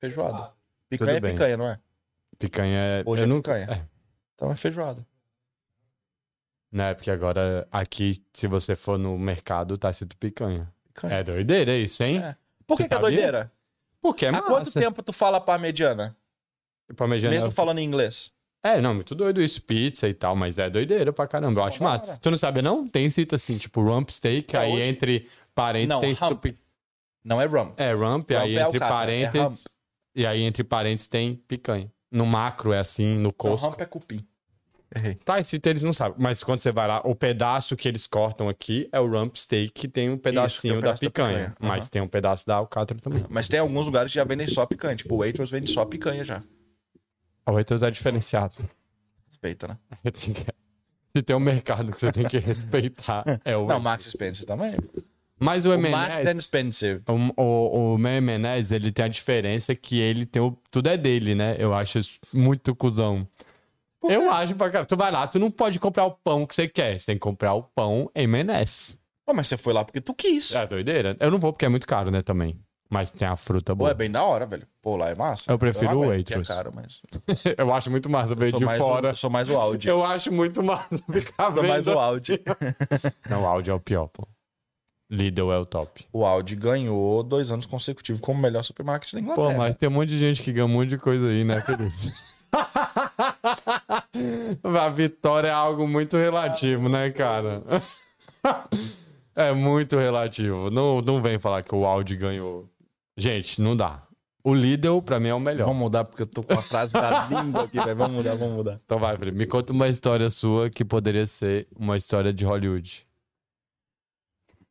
S2: Feijoada. Picanha
S1: Ah, Tudo
S2: é
S1: bem.
S2: picanha, não é?
S1: Picanha é.
S2: Hoje
S1: eu
S2: é
S1: nunca-
S2: picanha.
S1: é.
S2: Então é feijoada.
S1: Não é, porque agora aqui, se você for no mercado, tá escrito picanha.
S2: Picanha.
S1: É doideira isso, hein?
S2: É. Por que,
S1: Você
S2: que é
S1: sabia?
S2: doideira?
S1: Porque é
S2: Há
S1: massa.
S2: quanto tempo tu fala parmegiana?
S1: Tipo, a mediana-
S2: Mesmo falando em inglês.
S1: É, não, muito doido isso, pizza e tal, mas é doideira pra caramba, eu acho
S2: da
S1: mata.
S2: hora.
S1: Tu não sabe, não? Tem cita assim, tipo, rump steak,
S2: É
S1: aí
S2: hoje?
S1: entre parênteses
S2: Não,
S1: tem tipo,
S2: hump.
S1: stupi-
S2: Não é rum.
S1: É, rump, aí
S2: Rump é
S1: entre
S2: alcatra, é
S1: parênteses. e aí entre parênteses tem picanha. No macro é assim, no
S2: Não,
S1: costo.
S2: rampa é cupim.
S1: Tá, esse item eles não sabem. Mas quando você vai lá, o pedaço que eles cortam aqui é o rump steak, que tem um pedacinho
S2: um
S1: da,
S2: pedaço da
S1: picanha,
S2: picanha, aham.
S1: Mas tem um pedaço da alcatra também.
S2: Mas tem alguns lugares que já vendem só picanha. Tipo, o Waitrose vende só picanha já.
S1: A Waitrose é diferenciado.
S2: Respeita, né?
S1: Se tem um mercado que você tem que respeitar, é o
S2: Não, Max Spencer também.
S1: Mas o
S2: O Max and
S1: M&S...
S2: Spencer.
S1: O, o, o meu Menezes, ele tem a diferença que ele tem o. Tudo é dele, né? Eu acho isso muito cuzão. Eu acho pra cara. Tu vai lá, tu não pode comprar o pão que você quer. Você tem que comprar o pão em Menezes.
S2: Pô, mas você foi lá porque tu quis.
S1: É doideira? Eu não vou porque é muito caro, né? Também. Mas tem a fruta
S2: Pô,
S1: boa.
S2: é bem da hora, velho. Pô, lá é massa.
S1: Eu prefiro
S2: lá,
S1: o
S2: velho, que
S1: Waitrose.
S2: É caro, mas...
S1: Eu acho muito massa ver
S2: Sou
S1: de
S2: mais, o,
S1: fora.
S2: eu sou mais o Audi.
S1: Eu um acho muito massa ficar
S2: sou mais
S1: vendo.
S2: o Audi.
S1: Não, o áudio é o pior, pô. Lidl é o top.
S2: O Audi ganhou dois anos consecutivos como melhor supermarket da
S1: Pô,
S2: Inglaterra.
S1: mas tem um monte de gente que ganha um monte de coisa aí, né, Feliz? A vitória é algo muito relativo, né, cara? É muito relativo. Não, não vem falar que o Audi ganhou. Gente, não dá. O Lidl, pra mim, é o melhor.
S2: Vamos mudar, porque eu tô com a frase da língua aqui, velho. Vamos mudar, vamos mudar.
S1: Então vai, Felipe. Me conta uma história sua que poderia ser uma história de Hollywood.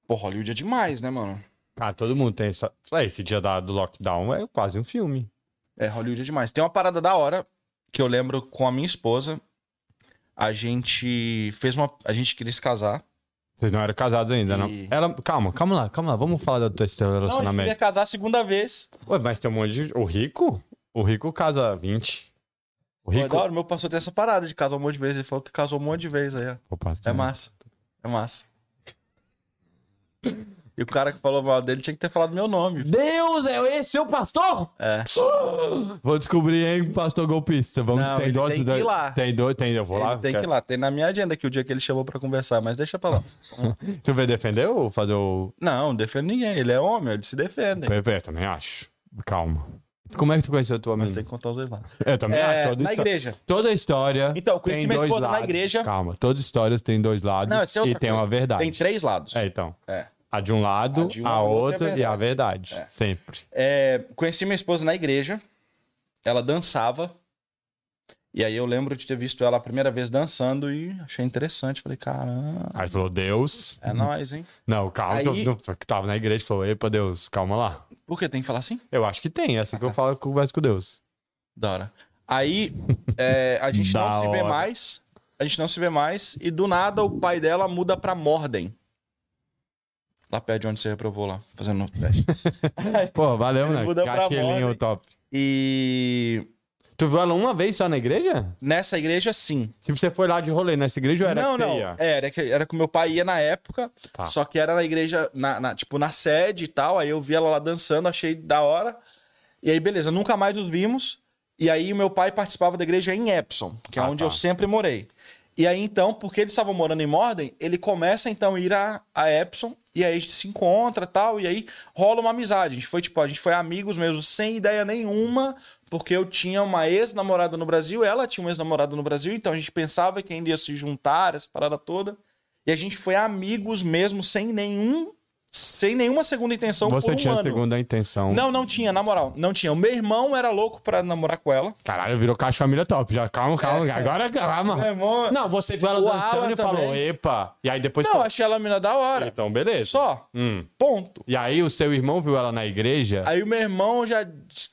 S2: Pô, Hollywood é demais, né, mano?
S1: Ah, todo mundo tem essa. Ah, Esse dia da- do lockdown é quase um filme.
S2: É, Hollywood é demais. Tem uma parada da hora que eu lembro com a minha esposa. A gente fez uma. A gente queria se casar.
S1: Vocês não eram casados ainda, não?
S2: E-
S1: Ela... Calma, calma lá, calma lá. Vamos falar da tua história de
S2: Não, a gente
S1: relacionamento.
S2: queria casar a segunda vez.
S1: Ué, mas tem um monte de. O rico? O rico casa 20. O
S2: Rico.
S1: rico.
S2: é Hora, meu pastor tem essa parada de casar um monte de vezes. Ele falou que casou um monte de vezes aí, ó.
S1: Vou passar.
S2: É massa. É massa. E o cara que falou mal dele tinha que ter falado meu nome.
S1: Deus, é esse seu pastor?
S2: É.
S1: Vou descobrir, hein, pastor golpista. Vamos,
S2: Não,
S1: tem
S2: ele
S1: dois.
S2: tem que ir lá.
S1: Tem dois, tem. Eu vou lá.
S2: Ele tem que
S1: cara.
S2: ir lá. Tem na minha agenda aqui o dia que ele chamou pra conversar, mas deixa pra lá.
S1: Tu vai defender ou fazer o.
S2: Não, não defende ninguém. Ele é homem, ele se defende.
S1: PV, também acho. Calma. Como é que tu conheceu a tua
S2: Mas
S1: amiga?
S2: tem que contar os dois lá.
S1: Eu também
S2: É,
S1: acho. Toda,
S2: na
S1: histó-
S2: igreja.
S1: toda história.
S2: Então, com isso
S1: tem
S2: que minha
S1: dois
S2: esposa na
S1: lados.
S2: igreja-
S1: Calma, todas as histórias têm dois lados
S2: Não, essa é
S1: e
S2: outra
S1: tem
S2: coisa.
S1: uma verdade.
S2: Tem três lados.
S1: É, então.
S2: É.
S1: A de um lado, a,
S2: A de um lado,
S1: outra e a verdade. Sempre.
S2: É, conheci minha esposa na igreja. Ela dançava. E aí eu lembro de ter visto ela a primeira vez dançando e achei interessante. Falei, caramba,
S1: Aí falou, Deus.
S2: é nóis, hein?
S1: Não, calma,
S2: Aí-
S1: que eu- não, só que tava na igreja e falou, epa, Deus, calma lá.
S2: Por que tem que falar assim?
S1: Eu acho que tem, essa que eu falo, converso com Deus.
S2: Da hora. Aí é, a gente não
S1: Da
S2: se vê
S1: hora.
S2: mais. A gente não se vê mais. E do nada o pai dela muda pra Morden. Lá perto de onde você reprovou lá, fazendo o teste.
S1: Pô, valeu,
S2: Ele
S1: né?
S2: muda pra
S1: Gatilhinho
S2: moda, hein?
S1: top.
S2: E
S1: Tu viu ela uma vez só na igreja?
S2: nessa igreja, sim.
S1: Tipo, você foi lá de rolê nessa igreja ou era
S2: não,
S1: que você
S2: não. É,
S1: ia?
S2: Era, que- era que meu pai ia na época.
S1: Tá.
S2: Só que era na igreja, na, na- tipo, na sede e tal. Aí eu vi ela lá dançando, achei da hora. E aí, beleza, nunca mais os vimos. E aí, o meu pai participava da igreja em Epson, que é
S1: Ah,
S2: onde
S1: tá.
S2: eu sempre morei. E aí, então, porque eles estavam morando em Morden, ele começa, então, a ir a, a Epson. E aí, a gente se encontra tal. E aí, rola uma amizade. A gente foi, tipo, a gente foi amigos mesmo, sem ideia nenhuma. Porque eu tinha uma ex-namorada no Brasil, ela tinha uma ex-namorada no Brasil. Então, a gente pensava que ainda ia se juntar, essa parada toda. E a gente foi amigos mesmo, sem nenhum... Sem nenhuma segunda intenção por
S1: Você
S2: um
S1: tinha a
S2: ano.
S1: segunda intenção.
S2: Não, não tinha, na moral. Não tinha. O meu irmão era louco pra namorar com ela.
S1: Caralho, virou caixa família top. Já, calma, calma.
S2: É.
S1: Agora, calma.
S2: irmão.
S1: Não, você viu ela
S2: O
S1: dançando
S2: É, Alan
S1: e falou,
S2: também.
S1: epa. E aí depois
S2: Não,
S1: falou,
S2: achei ela a mina da hora.
S1: então, beleza.
S2: Só.
S1: Hum.
S2: Ponto.
S1: E aí o seu irmão viu ela na igreja.
S2: Aí o meu irmão já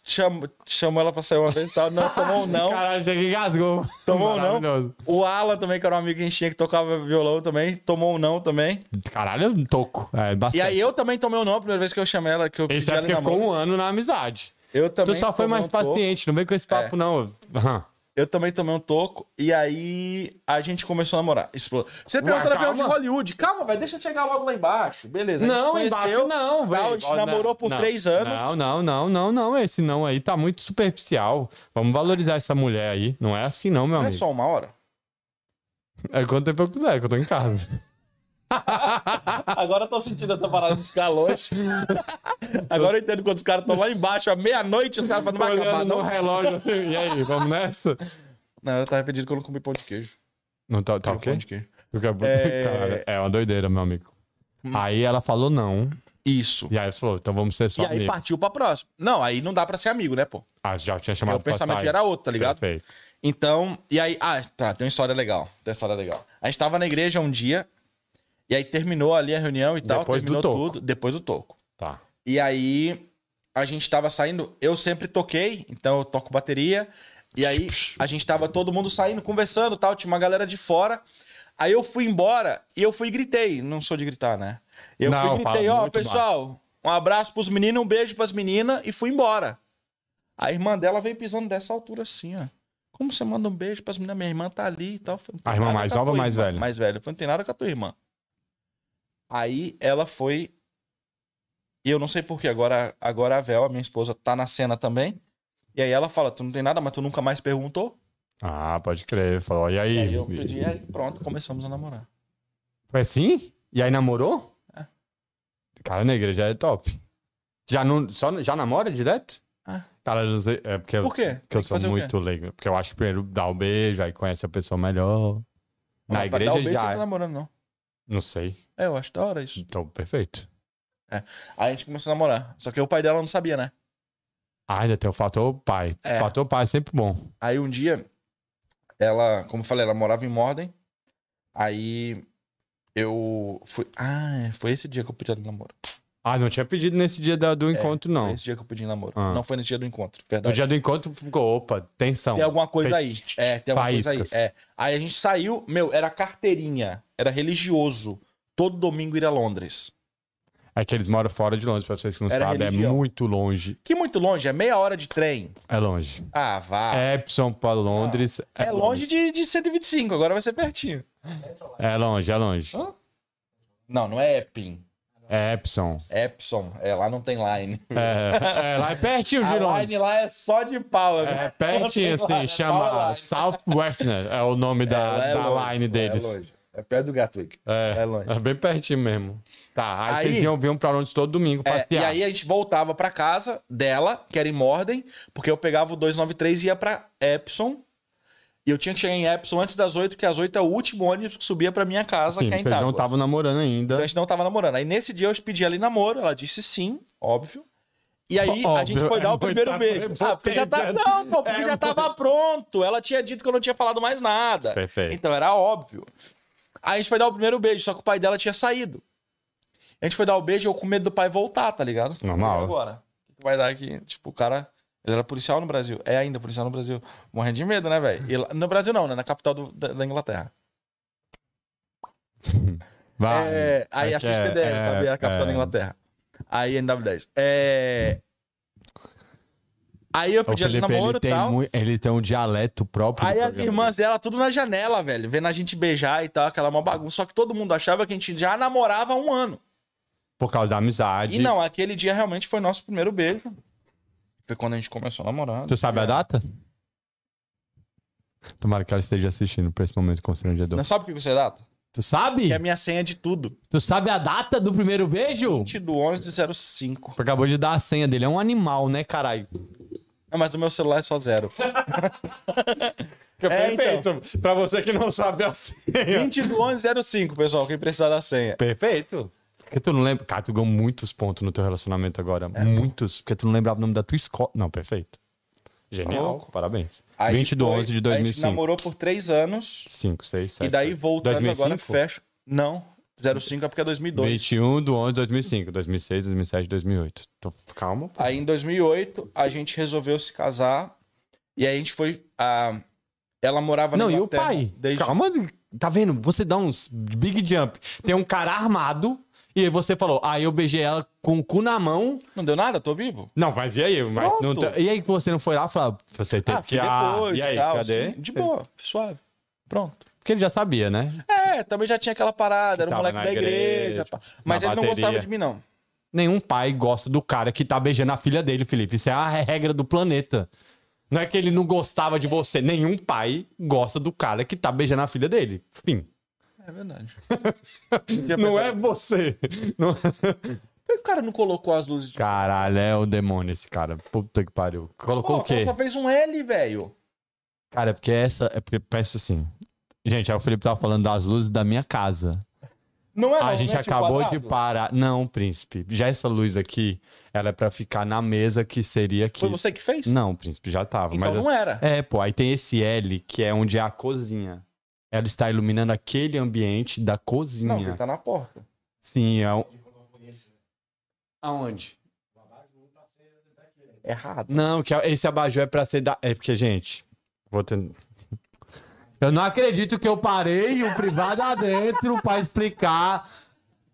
S2: chamou, chamou ela pra sair uma vez e tal. Não, tomou um não.
S1: Caralho, chega e gasgou.
S2: Tomou um não.
S1: Maravilhoso.
S2: O Alan também, que era um amigo que a gente tinha que tocava violão também, tomou um não também.
S1: Caralho, eu não toco. É, bastante.
S2: E aí eu também tomei um não a primeira vez que eu chamei ela, que eu
S1: Isso
S2: pedi
S1: é
S2: ela em
S1: porque ficou
S2: namoro.
S1: um ano na amizade.
S2: Eu também É.
S1: Tu só foi
S2: tomei
S1: mais
S2: um toco.
S1: paciente, não vem com esse papo, não. Aham.
S2: Eu também tomei um toco. E aí a gente começou a namorar. Explodiu. Você perguntou na
S1: calma.
S2: pergunta de Hollywood. Calma, vai, deixa eu chegar logo lá embaixo. Beleza. a gente
S1: Não,
S2: conheceu,
S1: embaixo não, velho.
S2: tal, A gente namorou por
S1: Não,
S2: três anos.
S1: Não, não, não, não, não. Esse não aí tá muito superficial. Vamos valorizar essa mulher aí. Não é assim, não, meu
S2: Não é
S1: amigo.
S2: só uma hora?
S1: É quanto tempo eu quiser, que eu tô em casa.
S2: Agora eu tô sentindo essa parada de ficar longe. Agora eu entendo quando os caras estão lá embaixo, à meia-noite, os caras falam, não vai acabar,
S1: Olhando no
S2: não.
S1: relógio assim. E aí, vamos nessa?
S2: Não, eu tava arrependido que eu não comi pão de queijo.
S1: Não tá, tá
S2: Comi
S1: o quê?
S2: Pão um de queijo.
S1: Tu quer-
S2: É- Hum.
S1: Cara, é uma doideira, meu amigo. Aí ela falou não.
S2: Isso.
S1: E aí você falou, então vamos ser só
S2: E aí
S1: amigos.
S2: partiu pra próxima. Não, aí não dá pra ser amigo, né, pô?
S1: Ah, já tinha
S2: Meu
S1: chamado pra
S2: É pensamento
S1: sair.
S2: era outro, tá ligado?
S1: Perfeito.
S2: Então, e aí. Ah, tá, tem uma história legal. Tem uma história legal. A gente tava na igreja um dia, e aí terminou ali a reunião e tal,
S1: Depois do
S2: terminou
S1: toco.
S2: tudo, depois do toco.
S1: Tá.
S2: E aí a gente tava saindo, eu sempre toquei, então eu toco bateria. E aí a gente tava todo mundo saindo, conversando, e tal, tinha uma galera de fora. Aí eu fui embora e eu fui e gritei, não sou de gritar, né? Eu
S1: Não,
S2: fui e gritei,
S1: fala
S2: ó,
S1: muito
S2: pessoal, um abraço pros meninos, um beijo pras meninas e fui embora. A irmã dela veio pisando dessa altura assim, ó. Como você manda um beijo pras meninas? Minha irmã tá ali e tal. Eu falei, não tem
S1: A irmã
S2: nada
S1: mais
S2: com a
S1: nova ou
S2: tua
S1: mais
S2: irmã.
S1: velha?
S2: Mais velha. Eu falei, não tem nada com a tua irmã. Aí ela foi. E eu não sei porquê, agora, agora a Vel, a minha esposa, tá na cena também. E aí ela fala: Tu não tem nada, mas tu nunca mais perguntou?
S1: Ah, pode crer. Falou, e aí?
S2: E aí eu pedi, e aí pronto, começamos a namorar. É.
S1: Foi assim? E aí namorou? Cara negra já é top. Já, não, só, já namora direto?
S2: Ah.
S1: Cara, eu não sei. É porque eu,
S2: Por quê?
S1: que eu
S2: Tem
S1: sou
S2: fazer o quê?
S1: muito leigo. Porque eu acho que primeiro dá o beijo, aí conhece a pessoa melhor.
S2: Não,
S1: Na
S2: pra dar o
S1: igreja
S2: beijo,
S1: já. é
S2: Não tá namorando, não.
S1: Não sei.
S2: É, eu acho da hora isso.
S1: Então, perfeito.
S2: Aí a gente começou a namorar. Só que o pai dela não sabia, né?
S1: Ah, ainda tem o fator pai.
S2: É.
S1: Fator pai é sempre bom.
S2: Aí um dia, ela, como eu falei, ela morava em Morden. Aí eu fui. Ah, é, foi esse dia que eu pedi ela em namoro.
S1: Ah, não tinha pedido nesse dia da- do encontro,
S2: É, Foi
S1: não.
S2: esse dia que eu pedi em namoro.
S1: Ah.
S2: Não foi nesse dia do encontro,
S1: No
S2: verdade.
S1: dia do encontro ficou, opa, tensão.
S2: Tem alguma coisa aí. É, tem alguma
S1: Faíscas.
S2: coisa aí. É. Aí a gente saiu, meu, era carteirinha. Era religioso. Todo domingo ir a Londres.
S1: É que eles moram fora de Londres, pra vocês que não
S2: Era
S1: sabem. É
S2: religião.
S1: muito longe.
S2: Que muito longe, é meia hora de trem.
S1: É longe.
S2: Ah, vá.
S1: É São Paulo, Londres.
S2: É, longe de, de 125, agora vai ser pertinho.
S1: É longe, é longe.
S2: Hã? Não, não é Epping.
S1: É Epson.
S2: É Epsom. É, lá não tem line.
S1: É, é lá é pertinho de
S2: A
S1: Londres.
S2: line lá é só de pau.
S1: É
S2: né?
S1: pertinho,
S2: Não tem
S1: assim,
S2: line, é pau
S1: chama
S2: line.
S1: Southwestern, é o nome da,
S2: É, lá é
S1: da
S2: longe,
S1: line
S2: lá
S1: deles.
S2: É, longe. é perto do Gatwick.
S1: É,
S2: É longe.
S1: é bem pertinho mesmo. Tá, aí,
S2: Aí-
S1: eles vinham, vinham pra Londres todo domingo
S2: É,
S1: passear.
S2: e aí a gente voltava pra casa dela, que era em Morden, porque eu pegava o 293 e ia pra Epsom. E eu tinha que chegar em Epsom antes das 8, porque às 8 é o último ônibus que subia pra minha casa,
S1: Sim,
S2: que é em
S1: vocês
S2: Tábua.
S1: não estavam namorando ainda.
S2: Então a gente não tava namorando. Aí nesse dia eu pedi ela em namoro, ela disse sim, óbvio. E aí a
S1: Óbvio,
S2: gente foi dar
S1: é
S2: o primeiro
S1: muita
S2: beijo.
S1: prepotência.
S2: Ah, porque já tá. Não, pô,
S1: É,
S2: porque
S1: um
S2: já tava pronto. Ela tinha dito que eu não tinha falado mais nada.
S1: Perfeito.
S2: Então era óbvio. Aí a gente foi dar o primeiro beijo, só que o pai dela tinha saído. A gente foi dar o beijo, eu com medo do pai voltar, tá ligado?
S1: Normal.
S2: E agora? O que vai dar aqui? Tipo, o cara. Ele era policial no Brasil. É ainda policial no Brasil. Morrendo de medo, né, velho? E lá- No Brasil não, né? Na capital do- da- da Inglaterra.
S1: Vai.
S2: É, aí
S1: É
S2: a
S1: que é-
S2: 610,
S1: é-
S2: sabe? A capital
S1: é.
S2: da Inglaterra. Aí NW10. É... Aí eu
S1: O
S2: pedi ela em
S1: Felipe,
S2: namoro
S1: ele
S2: e
S1: tem,
S2: tal.
S1: mui- ele tem um dialeto próprio.
S2: Aí
S1: do
S2: as
S1: programa.
S2: irmãs dela, tudo na janela, velho, vendo a gente beijar e tal, aquela mó bagunça. Só que todo mundo achava que a gente já namorava há um ano.
S1: Por causa da amizade.
S2: E não, aquele dia realmente foi nosso primeiro beijo. Foi quando a gente começou a namorar.
S1: Tu sabe a data? Tomara que ela esteja assistindo pra esse momento constrangedor.
S2: Não sabe o que você é data?
S1: Tu sabe?
S2: Que é a minha senha de tudo.
S1: Tu sabe a data do primeiro beijo?
S2: 20 do 11 de 05.
S1: Tu Acabou de dar a senha dele. É um animal, né, caralho?
S2: Não, mas o meu celular é só zero. É, então.
S1: Pra você que não sabe a senha.
S2: 20 do 11 de 05, pessoal, quem precisar da senha.
S1: Perfeito. Porque tu não lembra. Cara, tu ganhou muitos pontos no teu relacionamento agora.
S2: É.
S1: Muitos. Porque tu não lembrava o nome da tua escola. Não, perfeito. Genial.
S2: Tá louco.
S1: Parabéns.
S2: Aí
S1: 20 de
S2: foi,
S1: 11 de
S2: A gente
S1: 2005.
S2: namorou por três anos.
S1: 5, 6, 7.
S2: e daí voltando
S1: 2005?
S2: agora, fecha. Não, 05 é porque é 2002.
S1: 21 de 11 de 2005, 2006, 2007, 2008. Então, calma. pô.
S2: Aí em 2008, a gente resolveu se casar. E aí a gente foi. ah, ela morava
S1: Não,
S2: na
S1: e o
S2: Inglaterra.
S1: pai?
S2: Desde...
S1: Calma, tá vendo? Você dá uns big jump. Tem um cara armado e aí você falou, aí eu beijei ela com o cu na mão.
S2: Não deu nada? Tô vivo?
S1: Não, mas e aí? Mas
S2: Pronto.
S1: não tá- E aí que você não foi lá e falou, você tem
S2: Ah,
S1: que...
S2: fui depois
S1: e aí,
S2: tal,
S1: cadê?
S2: assim, de boa, suave. Pronto.
S1: Porque ele já sabia, né?
S2: É, também já tinha aquela parada, era um
S1: tava
S2: moleque
S1: na
S2: da igreja.
S1: igreja, tipo,
S2: pá. Mas
S1: na
S2: ele não
S1: bateria.
S2: gostava de mim, não.
S1: Nenhum pai gosta do cara que tá beijando a filha dele, Felipe. Isso é a regra do planeta. Não é que ele não gostava de você. Nenhum pai gosta do cara que tá beijando a filha dele. Fim.
S2: É verdade.
S1: Não é você. Não-
S2: Por que o cara não colocou as luzes de.
S1: Caralho, é o demônio esse cara. Puta que pariu. Colocou
S2: Pô,
S1: o quê?
S2: Só fez um L, velho.
S1: Cara, é porque essa. É porque pensa assim. Gente, aí o Felipe tava falando das luzes da minha casa.
S2: Não é
S1: a
S2: não,
S1: gente
S2: né? Tipo,
S1: acabou de
S2: quadrado.
S1: parar. Não, príncipe. Já essa luz aqui, ela é pra ficar na mesa que seria aqui.
S2: Foi você que fez?
S1: Não, príncipe, já tava.
S2: Então
S1: mas
S2: não era.
S1: É, pô, aí tem esse L, que é onde é a cozinha. Ela está iluminando aquele ambiente da cozinha.
S2: Não, ele tá na porta.
S1: Sim, é um...
S4: Aonde?
S2: Errado.
S1: Não, que esse abajur é pra ser da. É porque, gente. Vou ter... Eu não acredito que eu parei o privado lá dentro pra explicar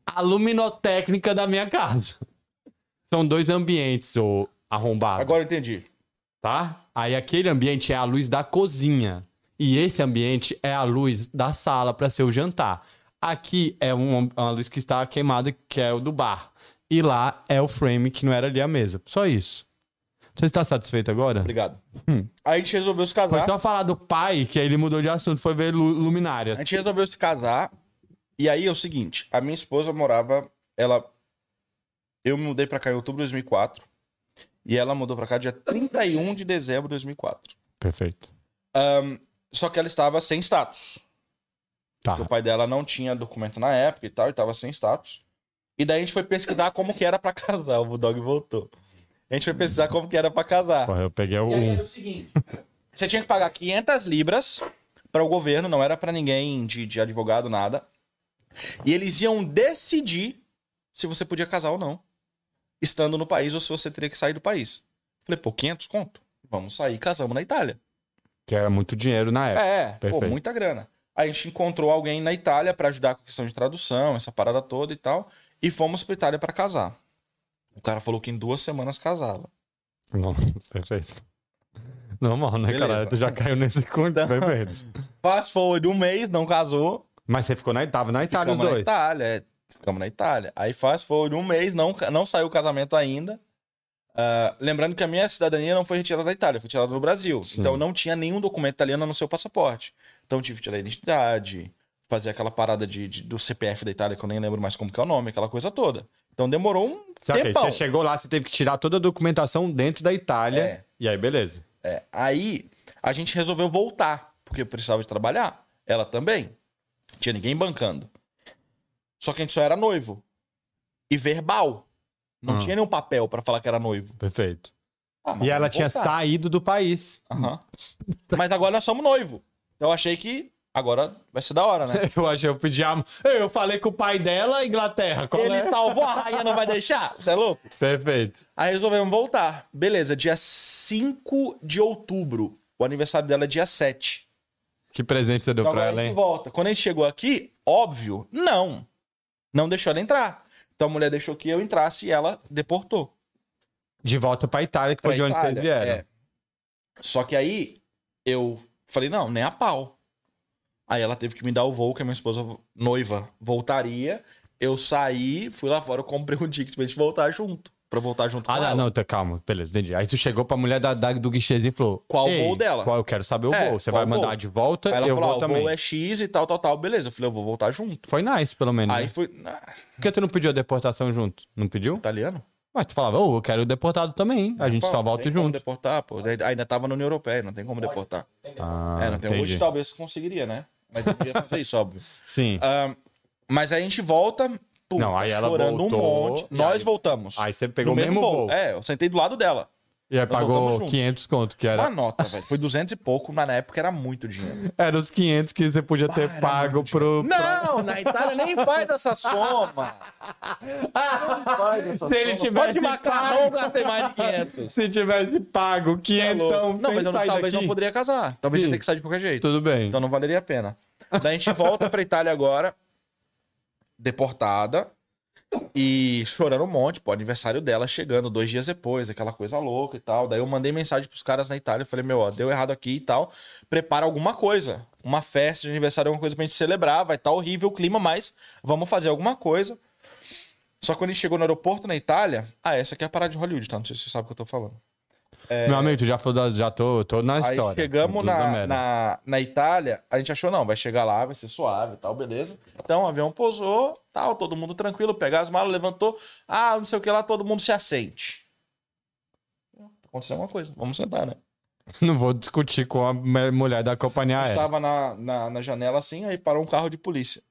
S1: a luminotécnica da minha casa. São dois ambientes, ô arrombado.
S2: Agora eu entendi.
S1: Tá? Aí aquele ambiente é a luz da cozinha. E esse ambiente é a luz da sala pra ser o jantar. Aqui é uma, uma luz que está queimada, que é o do bar. E lá é o frame que não era ali a mesa. Só isso. Você está satisfeito agora?
S2: Obrigado.
S1: Hum.
S2: Aí a gente resolveu se casar.
S1: Foi só falar do pai, que aí ele mudou de assunto, foi ver lu-
S2: A
S1: luminária.
S2: gente resolveu se casar. E aí é o seguinte: a minha esposa morava. Ela Eu me mudei pra cá em outubro de 2004. E ela mudou pra cá dia 31 de dezembro de 2004.
S1: Perfeito.
S2: Ahn, só que ela estava sem status.
S1: Tá.
S2: Porque o pai dela não tinha documento na época e tal, e tava sem status. E daí a gente foi pesquisar como que era pra casar. O Bulldog voltou. A gente foi pesquisar como que era pra casar.
S1: Porra, eu peguei o
S3: E aí era
S1: um.
S3: o seguinte,
S2: Você tinha que pagar 500 libras para o governo, não era para ninguém de, de advogado, nada. E eles iam decidir se você podia casar ou não, estando no país ou se você teria que sair do país. Falei, pô, 500 conto? Vamos sair, casamos na Itália.
S1: Que era muito dinheiro na época.
S2: É, pô,
S1: perfeito.
S2: muita grana. Aí a gente encontrou alguém na Itália pra ajudar com a questão de tradução, essa parada toda e tal, e fomos pra Itália pra casar. O cara falou que em duas semanas casava.
S1: Não, perfeito. Normal, né,
S2: Beleza.
S1: cara? Tu já caiu nesse conto,
S2: Então-
S1: perfeito.
S2: Fast forward um mês, não casou,
S1: Mas você ficou na Itália, na Itália os
S2: Ficamos na
S1: dois.
S2: Itália, é. Ficamos na Itália. Aí faz, foi um mês, não, ca- não saiu o casamento ainda. Ah, lembrando que a minha cidadania não foi retirada da Itália, foi retirada do Brasil.
S1: Sim.
S2: Então não tinha nenhum documento italiano no seu passaporte. Então eu tive que tirar a identidade, fazer aquela parada de, de- do CPF da Itália, que eu nem lembro mais como que é o nome, aquela coisa toda. Então demorou um
S1: Sabe,
S2: tempão.
S1: você chegou lá, você teve que tirar toda a documentação dentro da Itália.
S2: É.
S1: E aí, beleza.
S2: É, aí a gente resolveu voltar, porque eu precisava de trabalhar. Ela também. Não Tinha ninguém bancando. Só que a gente só era noivo. E verbal. Não
S1: Ah.
S2: tinha nenhum papel pra falar que era noivo.
S1: Perfeito.
S2: Ah, mas
S1: E ela
S2: vamos
S1: tinha
S2: voltar.
S1: saído do país.
S2: Aham. Mas agora nós somos noivo. Então eu achei que agora vai ser da hora, né?
S1: Eu achei, eu pedi a... Eu falei com o pai dela, Inglaterra. Qual
S2: Ele
S1: é?
S2: salvou, a rainha não vai deixar? Você é louco?
S1: Perfeito.
S2: Aí resolvemos voltar. Beleza, dia 5 de outubro. O aniversário dela é dia 7.
S1: Que presente você deu
S2: Então
S1: pra
S2: agora
S1: ela,
S2: a gente
S1: hein?
S2: volta. Quando a gente chegou aqui, óbvio, não. Não deixou ela entrar. Então a mulher deixou que eu entrasse e ela deportou.
S1: De volta pra Itália, que foi
S2: pra
S1: de onde
S2: Itália.
S1: vocês vieram.
S2: É. Só que aí eu falei, não, nem a pau. Aí ela teve que me dar o voo, que a minha esposa noiva voltaria. Eu saí, fui lá fora, eu comprei um ticket pra gente voltar junto. Pra eu voltar junto
S1: Ah,
S2: com
S1: não,
S2: ela.
S1: não, tá, calma, beleza, entendi. Aí tu chegou pra mulher da, da- do guichêzinho e falou:
S2: Qual o
S1: "Ei,
S2: voo dela?"
S1: Qual eu quero saber o
S2: É,
S1: voo. Você vai
S2: qual o
S1: mandar
S2: voo?
S1: de volta,
S2: Aí ela
S1: eu
S2: falou, ah,
S1: vou
S2: o voo
S1: também.
S2: é X e tal, tal, tal. Beleza, eu falei, eu vou voltar junto.
S1: Foi nice, pelo menos.
S2: Aí
S1: né?
S2: fui, ah,
S1: Por que tu não pediu a deportação junto? Não pediu?
S2: italiano?
S1: Mas tu falava, ô, eu quero o deportado também, hein? A gente
S2: Pô,
S1: só
S2: não
S1: volta
S2: tem como
S1: junto.
S2: deportar, pô. Ainda- Ainda tava na União Europeia, não tem como deportar.
S3: entendeu?
S1: Ah,
S2: é, não tem.
S1: entendi.
S2: Hoje talvez conseguiria, né? Mas eu podia fazer isso, óbvio.
S1: Sim.
S2: Ahn, mas aí a gente volta, puta,
S1: Não, aí ela
S2: chorando
S1: voltou,
S2: um monte.
S1: e
S2: Nós
S1: aí-
S2: voltamos.
S1: Aí você pegou o mesmo voo.
S2: É, eu sentei do lado dela.
S1: E aí
S2: nós voltamos
S1: pagou
S2: juntos.
S1: 500 conto, que
S2: Uma
S1: era,
S2: nota, velho. Foi 200 e pouco, mas na época era muito dinheiro.
S1: era os 500 que você podia ter
S2: era
S1: pago
S2: muito
S1: pro.
S2: Não, na Itália nem faz essa soma.
S1: Se ele
S2: Pode
S1: tivesse
S2: macarrão
S1: pago,
S2: gastar mais de 500.
S1: se tivesse pago
S2: Tá louco.
S1: 500,
S2: não, mas eu não- talvez não
S1: poderia.
S2: poderia casar. Talvez
S1: Sim.
S2: ia ter que sair de qualquer jeito.
S1: Tudo bem.
S2: Então não valeria a pena. Daí a gente volta pra Itália agora, deportada, e chorando um monte, pô, aniversário dela chegando dois dias depois, aquela coisa louca e tal. Daí eu mandei mensagem pros caras na Itália, falei, meu, ó, deu errado aqui e tal, prepara alguma coisa. Uma festa de aniversário, alguma coisa pra gente celebrar, vai estar tá horrível o clima, mas vamos fazer alguma coisa. Só que quando a gente chegou no aeroporto na Itália, ah, essa aqui é a parada de Hollywood, tá? Não sei se você sabe o que eu tô falando.
S1: Meu amigo, tu já, falou, das- já tô, tô na
S2: é- Aí
S1: história. é
S2: chegamos
S1: Dos
S2: na,
S1: Américas.
S2: na, na Itália, a gente achou, não, vai chegar lá, vai ser suave e tal, beleza. Então o avião pousou, tal, todo mundo tranquilo, pegar as malas, levantou, ah, não sei o que lá, todo mundo se assente. Aconteceu alguma coisa, vamos sentar, né?
S1: Não vou discutir com a me- mulher da companhia
S2: A gente
S1: aérea.
S2: tava na, na, na janela assim, aí parou um carro de polícia.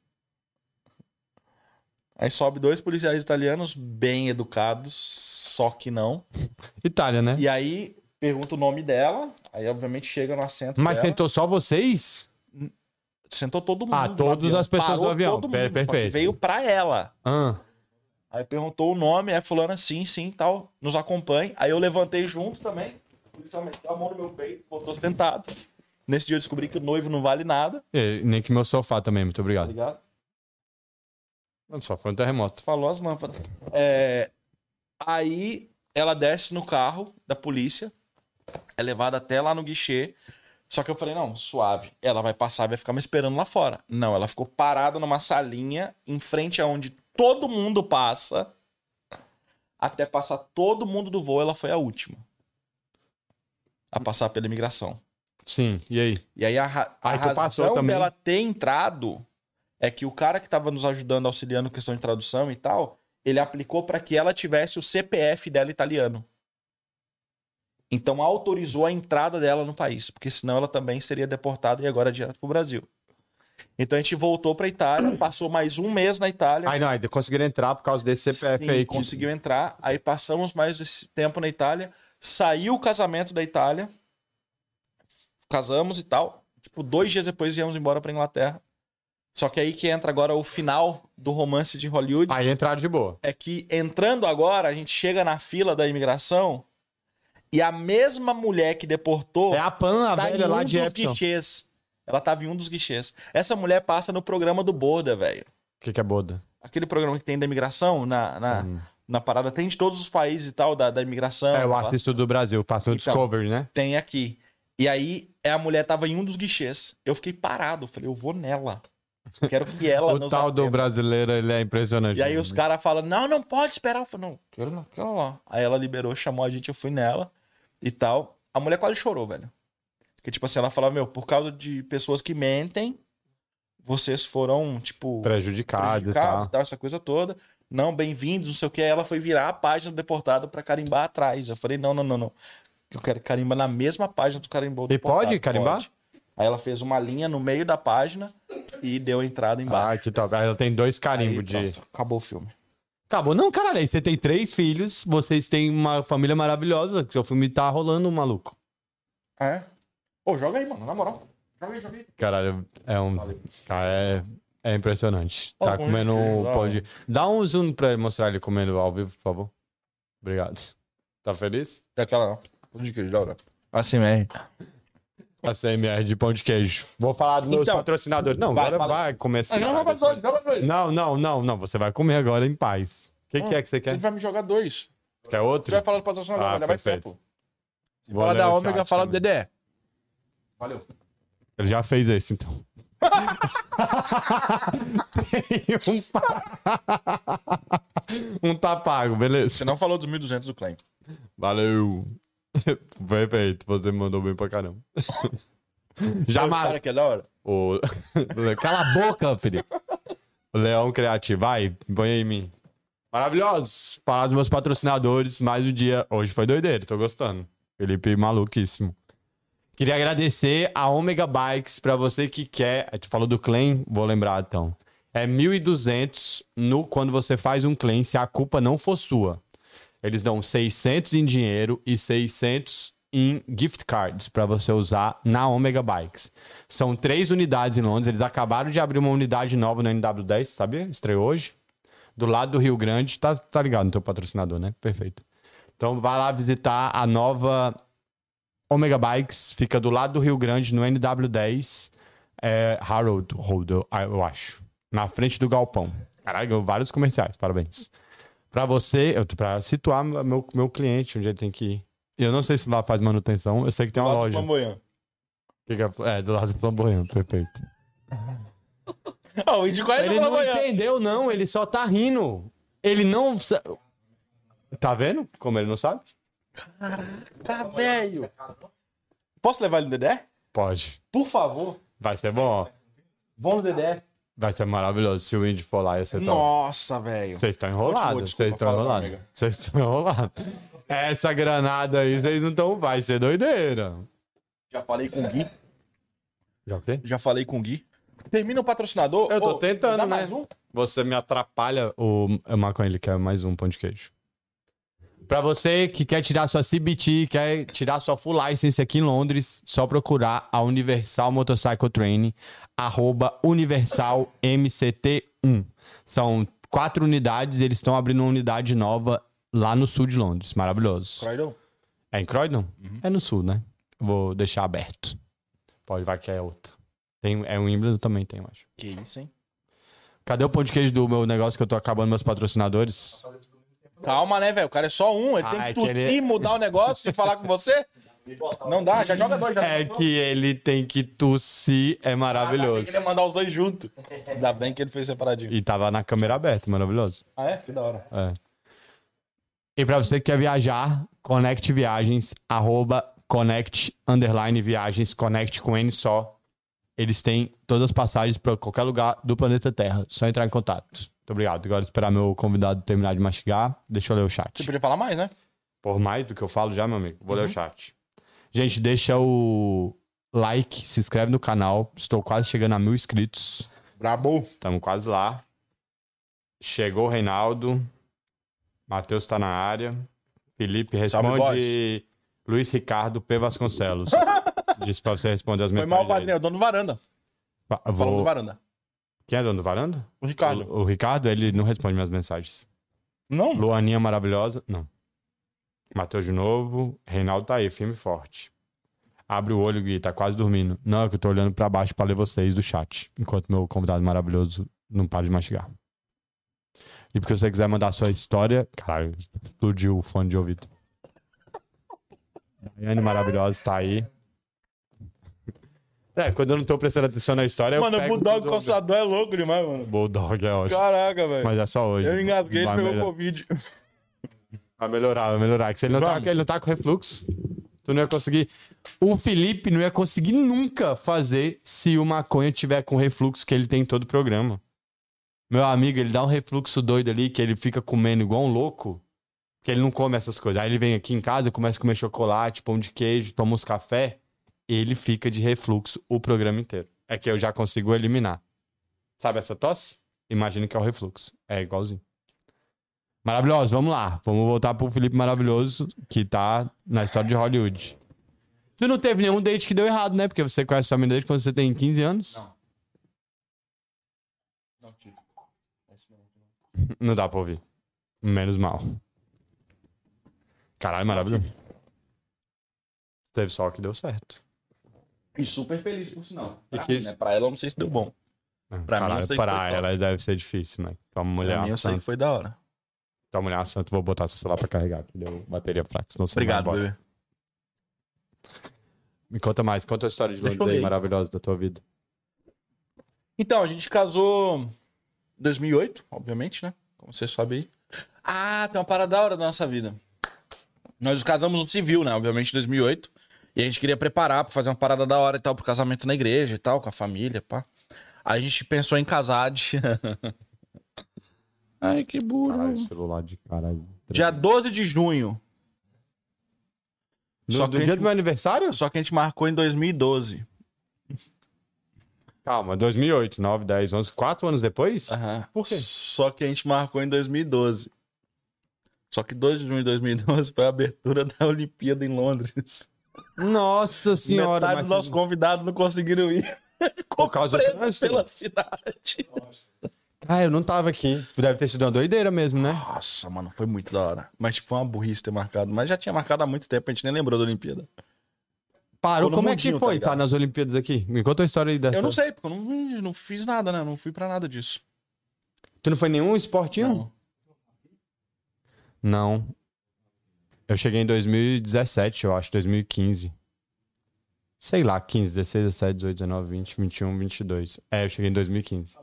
S2: Aí sobe dois policiais italianos, bem educados, só que não.
S1: Itália, né?
S2: E aí pergunta o nome dela, aí obviamente chega no assento
S1: Mas
S2: dela.
S1: sentou só vocês?
S2: Sentou todo mundo.
S1: Ah,
S2: no
S1: todas
S2: avião.
S1: as pessoas
S2: Parou
S1: do avião.
S2: Todo mundo,
S1: Per-
S2: só que
S1: perfeito.
S2: Veio pra ela.
S1: Ah,
S2: Aí perguntou o nome, é fulana, sim, sim, tal. Nos acompanhe. Aí eu levantei junto também. O policial meteu a mão no meu peito, botou sentado. Nesse dia eu descobri que o noivo não vale nada,
S1: e- nem que meu sofá também, muito
S2: tá
S1: obrigado.
S2: ligado?
S1: Não, Só foi um terremoto.
S2: Falou as lâmpadas. É, Aí ela desce no carro da polícia, é levada até lá no guichê. Só que eu falei, não, suave. Ela vai passar e vai ficar me esperando lá fora. Não, ela ficou parada numa salinha, em frente aonde todo mundo passa. Até passar todo mundo do voo, ela foi a última. A passar pela imigração.
S1: Sim, e aí?
S2: E aí a, ra a
S1: Aí tu passou
S2: razão
S1: também.
S2: dela ter entrado é que o cara que tava nos ajudando, auxiliando questão de tradução e tal, ele aplicou para que ela tivesse o CPF dela italiano. Então autorizou a entrada dela no país, porque senão ela também seria deportada e agora direto pro Brasil. Então a gente voltou pra Itália, passou mais um mês na Itália.
S1: Aí não, aí conseguiram entrar por causa desse CPF
S2: Sim,
S1: aí. que-
S2: conseguiu entrar. Aí passamos mais esse tempo na Itália. Saiu o casamento da Itália. Casamos e tal. Tipo, dois dias depois viemos embora pra Inglaterra. Só que aí que entra agora o final do romance de Hollywood.
S1: Aí entraram de boa.
S2: É que entrando agora, a gente chega na fila da imigração e a mesma mulher que deportou
S1: É a Pan, a
S2: tá
S1: velha
S2: em
S1: lá
S2: um
S1: de
S2: dos
S1: Epson. O
S2: guichês. Ela tava em um dos guichês. Essa mulher passa no programa do Borda, velho.
S1: que, que é boda?
S2: Aquele programa que tem da imigração na, na,
S1: Hum.
S2: na parada. Tem de todos os países e tal, da, da imigração.
S1: É, eu
S2: Ela
S1: assisto do Brasil, passo no
S2: Então.
S1: Discovery, né?
S2: Tem aqui. E aí, é, a mulher tava em um dos guichês. Eu fiquei parado. Falei, eu vou nela. Quero que ela
S1: O
S2: nos
S1: tal do
S2: atenda.
S1: brasileiro, ele é impressionante.
S2: E aí os
S1: caras.
S2: caras falam, não, não pode esperar. Eu falei, não, quero não, quero lá. Aí ela liberou, chamou a gente, eu fui nela e tal. A mulher quase chorou, velho. Porque, tipo assim, ela falava, meu, por causa de pessoas que mentem, vocês foram, tipo,
S1: Prejudicado e
S2: prejudicados
S1: tal.
S2: e tal, essa coisa toda. Não, bem-vindos, não sei o que. Aí ela foi virar a página do deportado pra carimbar atrás. Eu falei, não, não, não, não. Eu quero carimbar na mesma página do carimbou do
S1: E pode
S2: deportado.
S1: carimbar?
S2: Aí ela fez uma linha no meio da página e deu a entrada embaixo.
S1: Ah, que top. Aí ela tem dois carimbos
S2: Aí,
S1: de.
S2: pronto, Acabou o filme.
S1: Acabou. Não, caralho, aí você tem três filhos, vocês têm uma família maravilhosa, que seu filme tá rolando, maluco.
S2: É? Pô, joga aí, mano, na moral. Joga aí, joga aí.
S1: Caralho, é um. Cara, é, é impressionante.
S2: Ó,
S1: Tá
S2: com
S1: comendo
S2: certeza,
S1: um
S2: ó.
S1: pão de. Dá um zoom pra ele mostrar ele comendo ao vivo, por favor. Obrigado. Tá feliz?
S2: Daquela não. Pão de queijo, joga. Assim mesmo.
S1: A CMR de pão de queijo. Vou falar dos meus
S2: Então,
S1: patrocinadores. Não,
S2: vai,
S1: agora
S2: fala.
S1: vai começar.
S2: Ah, joga dois, joga dois.
S1: Não, não, não, não. Você vai comer agora em paz. O que, que é que você
S2: Ele
S1: quer?
S2: vai me jogar dois.
S1: Quer
S2: Você
S1: outro?
S2: vai falar do patrocinador,
S1: Ah,
S2: vai dar mais
S1: perfeito.
S2: tempo.
S1: Vou
S2: fala
S1: ler
S2: da
S1: o
S2: ômega,
S1: chat
S2: fala do
S1: também.
S2: Dedé. Valeu.
S1: Ele já fez esse, então. Tem um, pa- um tá pago, beleza.
S2: Você não falou dos 1.200 do Claim.
S1: Valeu. Perfeito, você mandou bem pra caramba. Já
S2: Cara,
S1: marca.
S2: que é da hora.
S1: O... Cala a boca, filho. O Leão Criativo, vai, põe aí em mim. Maravilhosos. Falar dos meus patrocinadores, mais um dia. Hoje foi doideira, tô gostando. Felipe maluquíssimo. Queria agradecer a Omega Bikes pra você que quer. Tu falou do claim, vou lembrar então. É 1.200 no quando você faz um claim se a culpa não for sua. Eles dão 600 em dinheiro e 600 em gift cards para você usar na Omega Bikes. São três unidades em Londres. Eles acabaram de abrir uma unidade nova no NW10, sabia? Estreou hoje. Do lado do Rio Grande. Tá, tá ligado no teu patrocinador, né? Perfeito. Então vai lá visitar a nova Omega Bikes. Fica do lado do Rio Grande, no NW10. É Harold Road, eu- eu acho. Na frente do galpão. Caralho, ganhou vários comerciais. Parabéns. Pra você, eu- pra situar meu, meu cliente onde ele tem que ir. E Eu não sei se lá faz manutenção, eu sei que tem uma
S2: Lá do
S1: loja.
S2: Flamboyant.
S1: Fica- é, do lado do Flamboyant, perfeito.
S2: Ah, o Indy Quaid é
S1: Ele
S2: do
S1: não
S2: Flamboyant.
S1: entendeu, não, ele só tá rindo. Ele não. sa- Tá vendo como ele não sabe?
S2: Tá, velho. Posso levar ele no Dedé?
S1: Pode.
S2: Por favor.
S1: Vai ser bom, ó.
S2: Bom no Dedé.
S1: Vai ser maravilhoso se o Indy for lá e você tá.
S2: Nossa, velho.
S1: Vocês estão
S2: Continua,
S1: enrolados,
S2: desculpa,
S1: vocês estão
S2: fala,
S1: enrolados.
S2: amiga.
S1: Vocês estão enrolados. Essa granada aí, vocês não estão. Vai ser doideira.
S2: Já falei com o Gui.
S1: Já o quê?
S2: Já falei com o Gui. Termina o patrocinador.
S1: Eu tô
S2: Ô,
S1: tentando,
S2: dá
S1: né?
S2: mais um?
S1: Você me atrapalha o o Maconha, ele quer mais um pão de queijo. Pra você que quer tirar sua CBT, quer tirar sua full license aqui em Londres, só procurar a Universal Motorcycle Training, arroba Universal MCT1. São quatro unidades, eles estão abrindo uma unidade nova lá no sul de Londres. Maravilhoso.
S2: Croydon.
S1: É em Croydon? É no sul, né? Vou deixar aberto. Pode, vai que é outra. Tem, é o Wimbledon também tem, eu acho.
S2: Que isso, hein?
S1: Cadê o pão de queijo do meu negócio que eu tô acabando meus patrocinadores?
S2: Calma, né, velho? O cara é só um, ele
S1: Ah,
S2: tem
S1: é
S2: que
S1: que
S2: tossir,
S1: ele-
S2: mudar o negócio e falar com você. Não dá, já joga dois, já.
S1: É que ele tem que tossir, é
S2: Ele
S1: maravilhoso.
S2: queria mandar os dois juntos. Ainda bem que ele fez separadinho.
S1: E tava na câmera aberta, maravilhoso.
S2: Ah, é? Que da hora.
S1: É. E pra você que quer viajar, Connect Viagens, arroba Connect, underline Viagens, Connect com N só. Eles têm todas as passagens pra qualquer lugar do planeta Terra. Só entrar em contato. Muito obrigado. Agora esperar meu convidado terminar de mastigar. Deixa eu ler o
S2: Você
S1: chat.
S2: podia falar mais, né?
S1: Por mais do que eu falo já, meu amigo, vou
S2: Uhum.
S1: ler o chat. Gente, deixa o like, se inscreve no canal. Estou quase chegando a mil inscritos.
S2: Brabo.
S1: Estamos quase lá. Chegou o Reinaldo. Matheus tá na área. Felipe
S2: Salve,
S1: responde Luiz Ricardo P. Vasconcelos. Disse pra você responder as
S2: Foi
S1: minhas
S2: mal, padrinho. É o dono do varanda. Falando do
S1: Vou...
S2: varanda.
S1: Quem é dono do varanda?
S2: O Ricardo.
S1: O, o Ricardo, ele não responde minhas mensagens.
S2: Não?
S1: Luaninha maravilhosa, não. Matheus de novo. Reinaldo tá aí, firme e forte. Abre o olho, Gui, tá quase dormindo. Não, é que eu tô olhando pra baixo pra ler vocês do chat. Enquanto meu convidado maravilhoso não para de mastigar. E porque se você quiser mandar sua história. Caralho, explodiu o fone de ouvido. Daiane maravilhosa tá aí. É, quando eu não tô prestando atenção na história.
S2: mano,
S1: eu
S2: o
S1: pego
S2: Bulldog
S1: tudo.
S2: Coçador é louco demais, mano.
S1: Bulldog é ótimo.
S2: Caraca, velho.
S1: Mas é só hoje.
S2: Eu engasguei, ele
S1: Vai
S2: pegou
S1: melhor-
S2: Covid.
S1: Vai melhorar, vai melhorar. Que se ele não, tá,
S2: Vamos.
S1: ele não tá com refluxo, tu não ia conseguir. O Felipe não ia conseguir nunca fazer se o maconha tiver com refluxo que ele tem em todo o programa. Meu amigo, ele dá um refluxo doido ali que ele fica comendo igual um louco, que ele não come essas coisas. Aí ele vem aqui em casa, começa a comer chocolate, pão de queijo, toma uns café, ele fica de refluxo o programa inteiro. É que eu já consigo eliminar. Sabe essa tosse? Imagina que é o refluxo. É igualzinho. Maravilhoso, vamos lá. Vamos voltar pro Felipe Maravilhoso, que tá na história de Hollywood. Tu não teve nenhum date que deu errado, né? Porque você conhece sua menina desde quando você tem 15 anos.
S2: Não. Não, tio.
S1: Não dá pra ouvir. Menos mal. Caralho, maravilhoso. Teve só o que deu certo.
S2: E super feliz, por sinal.
S1: E
S2: Pra,
S1: que
S2: mim,
S1: isso?
S2: né? pra ela, eu não sei se deu bom. Pra mim, eu
S1: Caralho,
S2: sei que
S1: pra
S2: foi top.
S1: ela deve ser difícil, né? Tua mulher, é
S2: pra
S1: uma
S2: mim, eu sei que
S1: santa.
S2: foi da hora.
S1: Tua mulher é uma santa, vou botar seu celular pra carregar, que deu bateria fraca, senão você
S2: Obrigado,
S1: vai embora.
S2: bebê.
S1: Me conta mais, conta a história de
S2: Deixa eu
S1: Londres aí,
S2: ler.
S1: maravilhosa da tua vida.
S2: Então, a gente casou em 2008, obviamente, né? Como vocês sabem aí. Ah, tem uma parada da hora da nossa vida. Nós casamos no civil, né? Obviamente, em 2008. E a gente queria preparar pra fazer uma parada da hora e tal, pro casamento na igreja e tal, com a família, pá. Aí a gente pensou em casar de... Ai, que burro.
S1: Caralho, celular de caralho.
S2: Dia 12 de junho.
S1: No,
S2: Só
S1: do
S2: que a
S1: dia
S2: gente-
S1: do meu aniversário?
S2: Só que a gente marcou em 2012.
S1: Calma, 2008, 9, 10, 11, 4 anos depois? Por quê?
S2: Só que a gente marcou em 2012. Só que 2 de junho de 2012 foi a abertura da Olimpíada em Londres.
S1: Nossa senhora,
S2: Metade
S1: mas
S2: dos nossos convidados não conseguiram ir. Ficou
S1: por causa do
S2: preso
S1: trânsito?
S2: pela cidade.
S1: Ah, eu não tava aqui. Deve ter sido uma doideira mesmo, né?
S2: Nossa, mano, foi muito da hora. Mas tipo, foi uma burrice ter marcado. Mas já tinha marcado há muito tempo, a gente nem lembrou da Olimpíada.
S1: Parou,
S2: Ficou no
S1: como é que
S2: mundinho, tá
S1: foi? Tá,
S2: ligado?
S1: nas Olimpíadas aqui. Me conta a história aí dessa.
S2: Eu não sei, porque eu não, não fiz nada, né? Não fui pra nada disso.
S1: Tu não foi em nenhum esportinho? Não. Eu cheguei em 2017, eu acho, 2015. Sei lá, 15, 16, 17, 18, 19, 20, 21, 22. É, eu cheguei em 2015.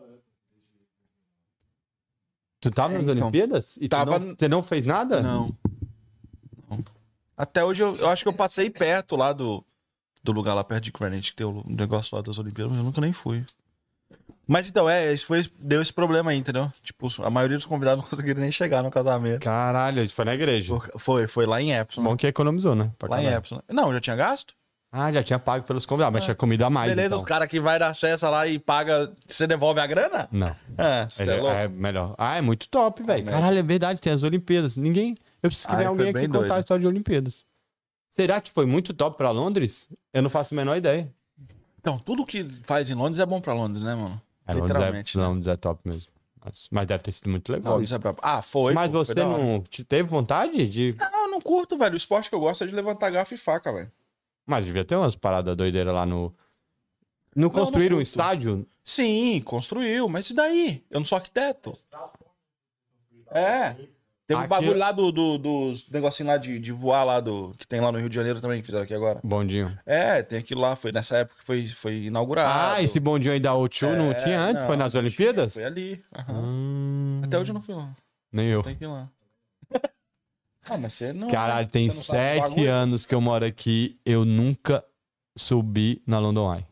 S1: Tu tava nas
S2: Então,
S1: Olimpíadas? E tu
S2: tava-
S1: não- você não fez nada?
S2: Não. Não. Até hoje eu, eu acho que eu passei perto lá do, do lugar lá perto de Greenwich, que tem o negócio lá das Olimpíadas, mas eu nunca nem fui. Mas então, é, isso foi, deu esse problema aí, entendeu? Tipo, a maioria dos convidados não conseguiram nem chegar no casamento.
S1: Caralho, isso foi na igreja.
S2: Por- Foi, foi lá em Epson. né?
S1: Bom que economizou, né? Pra
S2: Lá em
S1: caralho.
S2: Epson. Não, já tinha gasto?
S1: Ah, já tinha pago pelos convidados, mas tinha comida a mais.
S2: É. Beleza,
S1: então.
S2: os cara que vai dar cessa lá e paga, você devolve a grana?
S1: Não.
S2: Ah, você
S1: Ele-
S2: é louco.
S1: é melhor. Ah, é muito top, velho.
S2: né?
S1: Caralho, é verdade, tem as Olimpíadas. Ninguém. Eu preciso que
S2: Ah,
S1: venha
S2: foi
S1: alguém aqui
S2: bem
S1: contar a
S2: doido.
S1: história de Olimpíadas. Será que foi muito top pra Londres? Eu não faço a menor ideia.
S2: Então, tudo que faz em Londres é bom pra Londres, né, mano?
S1: É, Literalmente. Londres
S2: Literalmente.
S1: é,
S2: né?
S1: Londres é top mesmo. Mas, mas deve ter sido muito legal.
S2: Londres é pra... Ah, foi.
S1: mas
S2: pô, foi
S1: você
S2: da hora.
S1: não te- teve vontade de.
S2: Não, Ah, eu não curto, velho. O esporte que eu gosto é de levantar garfo e faca, velho.
S1: Mas devia ter umas paradas doideiras lá no. Não construíram um
S2: curto.
S1: estádio?
S2: Sim, construiu, mas e daí? Eu não sou arquiteto. É. Tem um
S1: Aqui-
S2: bagulho lá do, do- dos negocinho lá de, de voar lá do. Que tem lá no Rio de Janeiro também, que fizeram aqui agora.
S1: Bondinho.
S2: É, tem aquilo lá, foi nessa época que foi, foi inaugurado.
S1: Ah, esse bondinho aí da O2 não
S2: É,
S1: tinha antes?
S2: não,
S1: foi nas
S2: não
S1: Olimpíadas?
S2: Foi ali. aham.
S1: Hum,
S2: Até hoje eu não fui lá.
S1: Nem eu.
S2: Tem que ir lá. ah, mas você não.
S1: Caralho, tem
S2: você não sabe do
S1: sete
S2: bagulho?
S1: anos que eu moro aqui, eu nunca subi na London Eye.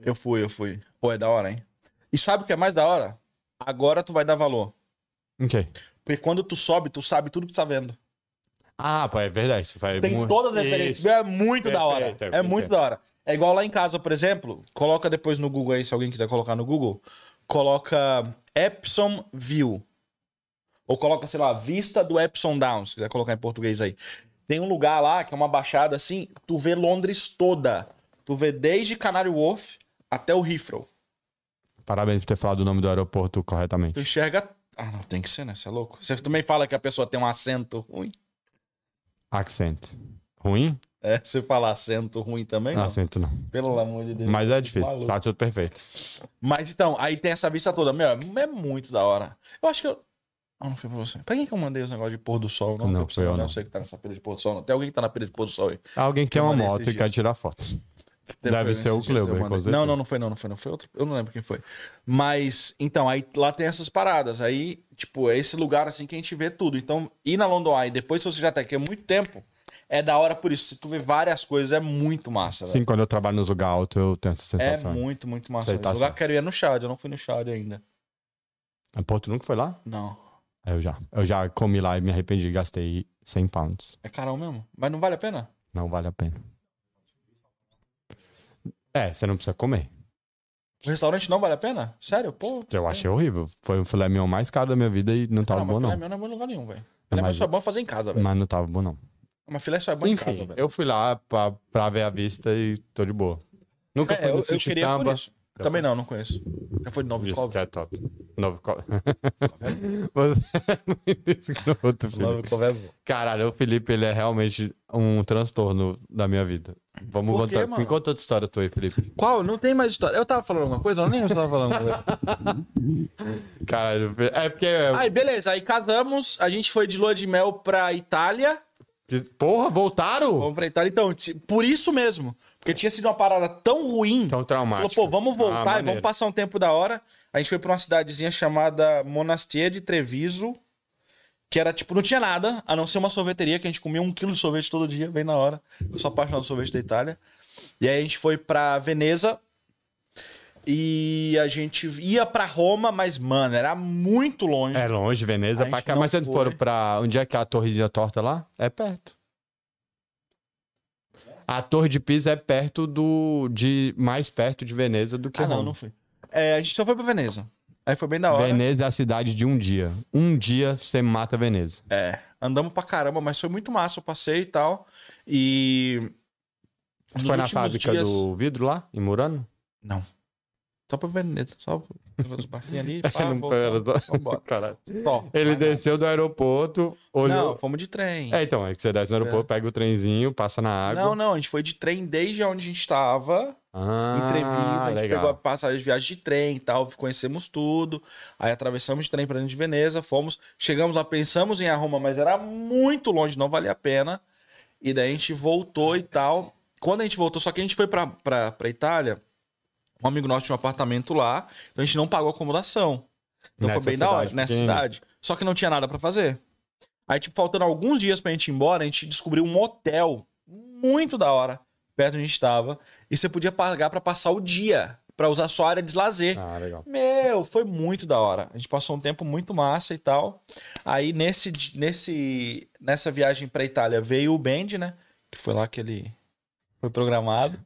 S2: Eu fui, eu fui. Pô, é da hora, hein? E sabe o que é mais da hora? Agora tu vai dar valor.
S1: Ok.
S2: Porque quando tu sobe, tu sabe tudo que tu tá vendo.
S1: Ah, pô, é verdade. Isso faz
S2: Tem
S1: muito-
S2: todas as referências.
S1: Isso.
S2: É muito da hora.
S1: Perfeito,
S2: É muito
S1: perfeito.
S2: da hora. É igual lá em casa, por exemplo. Coloca depois no Google aí, se alguém quiser colocar no Google. Coloca Epsom View. Ou coloca, sei lá, Vista do Epsom Downs, se quiser colocar em português aí. Tem um lugar lá, que é uma baixada assim, tu vê Londres toda. Tu vê desde Canary Wharf até o Heathrow.
S1: Parabéns por ter falado o nome do aeroporto corretamente.
S2: Tu enxerga... Ah, não, tem que ser, né? Você é louco. Você também fala que a pessoa tem um acento ruim.
S1: Accent. Ruim?
S2: É, você fala acento ruim também? Não.
S1: Acento não.
S2: Pelo amor de Deus.
S1: Ah, Mas é difícil.
S2: Maluco.
S1: Tá tudo perfeito.
S2: Mas então, aí tem essa vista toda. Meu, é muito da hora. Eu acho que eu. Ah, não foi pra você. Pra quem que eu mandei os negócios de pôr do sol?
S1: Não,
S2: Não, foi pra você,
S1: foi eu,
S2: não.
S1: não.
S2: sei que tá nessa pilha de pôr do sol. Não. Tem alguém que tá na pilha de pôr do sol aí.
S1: Alguém que tem uma
S2: mandei esses
S1: moto e
S2: dias.
S1: quer tirar fotos.
S2: Tem-
S1: Deve
S2: foi
S1: ser o
S2: nesses dias, eu
S1: Kleber, com
S2: mandei.
S1: certeza.
S2: Não, não, não foi não, não foi não. Foi outro. Eu não lembro quem foi. Mas, então, aí lá tem essas paradas. Aí, tipo, é esse lugar assim que a gente vê tudo. Então, ir na London Eye, depois se você já tá aqui há muito tempo, é da hora por isso. Se tu vê várias coisas, é muito massa, velho.
S1: Sim, quando eu trabalho nos lugares altos, eu tenho essa
S2: É
S1: sensação. aí.
S2: muito, muito massa.
S1: Sei,
S2: velho.
S1: tá
S2: o lugar
S1: certo.
S2: que eu quero ir é no Chad, eu não fui no Chad ainda.
S1: A Porto nunca foi lá? É,
S2: Não.
S1: Eu já. Eu já comi lá e me arrependi. Gastei 100 pounds.
S2: É carão mesmo. Mas não vale a pena?
S1: Não vale a pena. É, você não precisa comer.
S2: O restaurante não vale a pena? Sério? Pô.
S1: Eu achei horrível. Foi o filé mignon mais caro da minha vida e não tava
S2: Caramba,
S1: bom,
S2: filé
S1: não.
S2: mignon não é bom em lugar nenhum, velho.
S1: É,
S2: Filé mignon
S1: mas-
S2: só é bom fazer em casa, velho.
S1: Mas não tava bom, não.
S2: Uma filé só é bom em casa,
S1: Enfim,
S2: velho.
S1: eu fui lá pra, pra ver a vista e tô de boa. Nunca
S2: É,
S1: fui
S2: eu,
S1: no
S2: eu
S1: sushi
S2: queria por
S1: samba.
S2: isso. Também não, não conheço. Já foi de novo Tá de
S1: Isso que
S2: Covel.
S1: é top. Novo co... Você é muito escroto, filho. Caralho, o Felipe, ele é realmente um transtorno da minha vida. Vamos
S2: Por quê,
S1: contar.
S2: mano?
S1: Me conta outra história tua aí, Felipe.
S2: Qual? Não tem mais história. Eu tava falando alguma coisa? Eu nem lembro se eu tava falando. velho.
S1: Caralho, é porque.
S2: aí, beleza. Aí casamos. A gente foi de lua de mel pra Itália.
S1: Porra, voltaram?
S2: Vamos pra Itália. Então, ti- por isso mesmo. Porque tinha sido uma parada tão ruim.
S1: Então,
S2: Falou,
S1: traumático.
S2: pô, vamos
S1: Ah,
S2: voltar e vamos
S1: maneiro.
S2: passar um tempo da hora. A gente foi pra uma cidadezinha chamada Monastir de Treviso, que era tipo, não tinha nada, a não ser uma sorveteria que a gente comia um quilo de sorvete todo dia, bem na hora. Eu sou apaixonado por sorvete da Itália. E aí a gente foi pra Veneza e a gente ia pra Roma, mas, mano, era muito longe.
S1: É longe, Veneza,
S2: A
S1: pra
S2: gente
S1: cá.
S2: não
S1: Mas vocês
S2: foi.
S1: foram pra. Onde é que é a Torrezinha Torta lá? É perto. A Torre de Pisa é perto do. de mais perto de Veneza do que
S2: ah, não,
S1: Roma.
S2: não foi. É, a gente só foi pra Veneza. Aí foi bem da hora.
S1: Veneza é a cidade de um dia. Um dia você mata Veneza.
S2: É, andamos pra caramba, mas foi muito massa o passeio e tal. E. nos
S1: foi na
S2: últimos
S1: fábrica
S2: dias-
S1: do vidro lá, em Murano?
S2: Só pra Veneza, só os barquinhos ali. Pá,
S1: Não,
S2: voltamos,
S1: pera, um só-
S2: vambora.
S1: Caralho.
S2: Só,
S1: Ele
S2: mais nada.
S1: desceu do aeroporto,
S2: Não,
S1: olhou.
S2: fomos de trem.
S1: É, então, é que você desce no aeroporto, pega o trenzinho, passa na água.
S2: Não, não, a gente foi de trem desde onde a gente tava,
S1: Ah,
S2: entrevista, a gente
S1: legal.
S2: pegou a passagem de viagem de trem e tal, conhecemos tudo, aí atravessamos de trem pra dentro de Veneza, fomos, chegamos lá, pensamos em Roma, mas era muito longe, não valia a pena, e daí a gente voltou e tal. Quando a gente voltou, só que a gente foi pra, pra, pra Itália, um amigo nosso tinha um apartamento lá, então a gente não pagou acomodação. Então
S1: Nessa
S2: foi bem da hora,
S1: cidade
S2: nessa
S1: pequena.
S2: cidade. Só que não tinha nada pra fazer. Aí, tipo, faltando alguns dias pra gente ir embora, a gente descobriu um hotel muito da hora, perto onde a gente tava. E você podia pagar pra passar o dia, pra usar sua área de lazer.
S1: Ah, legal.
S2: Meu, foi muito da hora. A gente passou um tempo muito massa e tal. Aí, nesse, di- nesse, nessa viagem pra Itália, veio o Band, né? Que foi lá que ele foi programado.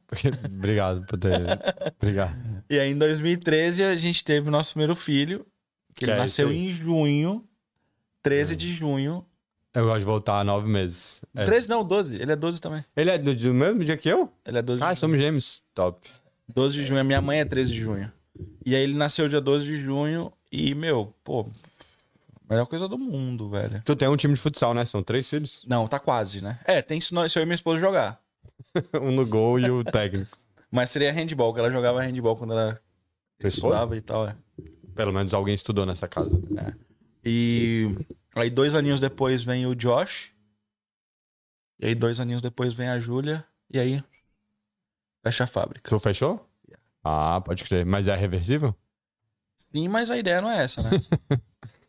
S1: Obrigado por ter. Obrigado.
S2: E aí, em 2013, a gente teve o nosso primeiro filho, que,
S1: Que
S2: ele
S1: é
S2: nasceu
S1: esse aí.
S2: em junho, 13 de junho.
S1: Eu gosto de voltar há nove meses. É.
S2: 13 não, 12. Ele é 12 também.
S1: Ele é do, do mesmo dia que eu?
S2: Ele é 12 de
S1: Ah, somos gêmeos. Top.
S2: 12 de junho, a minha mãe é 13 de junho. E aí ele nasceu dia 12 de junho e, meu, pô, melhor coisa do mundo, velho.
S1: Tu tem um time de futsal, né? São três filhos.
S2: Não, tá quase, né? É, tem se, nós, se eu e minha esposa jogar.
S1: Um no gol e o técnico.
S2: Mas seria handball, que ela jogava handball quando ela
S1: Pessoa?
S2: estudava e tal, é.
S1: Pelo menos alguém estudou nessa casa.
S2: E aí dois aninhos depois vem o Josh. E aí dois aninhos depois vem a Júlia. E aí fecha a fábrica.
S1: Tu fechou? Ah, pode crer. Mas é reversível?
S2: Sim, mas a ideia não é essa, né?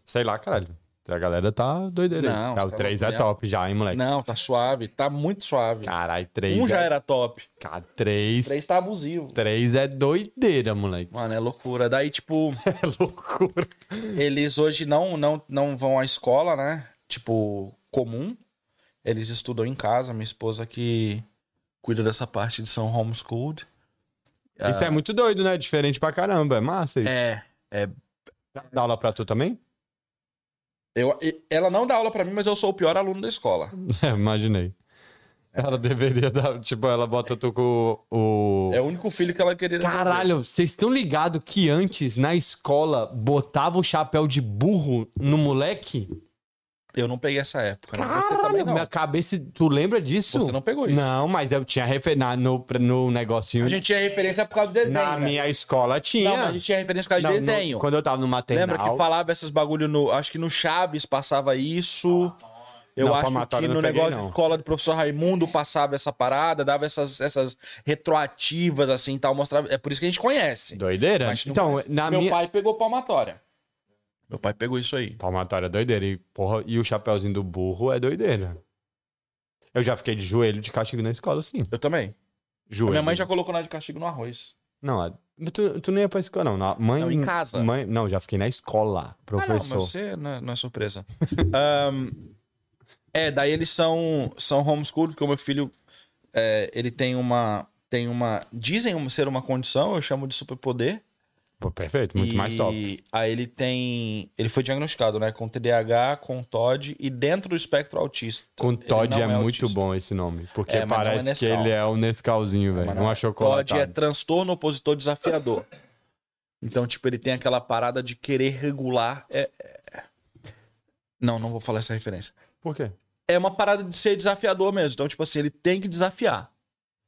S1: Sei lá, caralho. A galera tá doideira. aí.
S2: Não,
S1: Cara, o
S2: tá
S1: 3 é
S2: louco, né?
S1: top já, hein, moleque?
S2: Não, tá suave, tá muito suave.
S1: Caralho, 3
S2: Um já
S1: é...
S2: era top.
S1: Cara, 3...
S2: Três tá abusivo.
S1: 3 é doideira, moleque.
S2: Mano, é loucura. Daí, tipo,
S1: É loucura.
S2: eles hoje não, não, não vão à escola, né? Tipo, comum. Eles estudam em casa. Minha esposa que cuida dessa parte de são homeschooled.
S1: Isso
S2: Ah.
S1: é muito doido, né? Diferente pra caramba. É massa isso.
S2: É.
S1: Dá aula pra tu também?
S2: Eu, e- ela não dá aula pra mim, mas eu sou o pior aluno da escola.
S1: É, imaginei.
S2: É.
S1: Ela deveria dar... Tipo, ela bota tu com o...
S2: É o único filho que ela queria.
S1: Caralho, vocês estão ligados que antes, na escola, botava o chapéu de burro no moleque?
S2: Eu não peguei essa época. Né? Você também
S1: Caralho,
S2: não.
S1: minha cabeça... Tu lembra disso?
S2: Você não pegou isso.
S1: Não, mas eu tinha referência no, no negocinho.
S2: A gente tinha referência por causa do desenho.
S1: na
S2: né?
S1: minha escola tinha.
S2: Não, mas a gente tinha referência por causa
S1: Não,
S2: de
S1: no-
S2: desenho.
S1: quando eu tava no maternal.
S2: Lembra que falava esses bagulho no. Acho que no Chaves passava isso. Eu
S1: Não,
S2: acho que
S1: palmatória eu
S2: no
S1: não peguei,
S2: negócio de
S1: não.
S2: escola do professor Raimundo passava essa parada, dava essas, essas retroativas assim e tal, mostrava. É por isso que a gente conhece.
S1: Doideira?
S2: Mas não
S1: Então,
S2: conhece.
S1: na
S2: Meu
S1: minha.
S2: pai pegou palmatória. Meu pai pegou isso aí.
S1: Palmatória é doideira. E, porra, e o chapéuzinho do burro é doideira. Eu já fiquei de joelho de castigo na escola, sim.
S2: Eu também. A
S1: Joelho.
S2: minha mãe já colocou nós de castigo no arroz.
S1: Não, a- mas tu, tu não ia pra escola, não. Na- Mãe,
S2: Não, em casa.
S1: Mãe... Não, já fiquei na escola,
S2: Ah, não, mas
S1: professor.
S2: você não é, não é surpresa. Ahn, é, daí eles são, são homeschool, porque o meu filho, é, ele tem uma, tem uma... Dizem uma- ser uma condição, eu chamo de superpoder.
S1: Pô, perfeito, muito
S2: e
S1: mais top.
S2: Aí ele tem... Ele foi diagnosticado, né? Com TDAH, com TOD e dentro do espectro autista.
S1: Com
S2: Ele
S1: Todd
S2: não
S1: é, muito
S2: autista.
S1: bom esse nome. Porque
S2: É, mas não é
S1: parece que
S2: Nescau.
S1: ele é o Nescauzinho, velho.
S2: Mas
S1: Um
S2: TOD é
S1: achocolatado.
S2: transtorno opositor desafiador. Então, tipo, ele tem aquela parada de querer regular... é- é- Não, não vou falar essa referência.
S1: Por quê?
S2: é uma parada de ser desafiador mesmo. Então, tipo assim, ele tem que desafiar.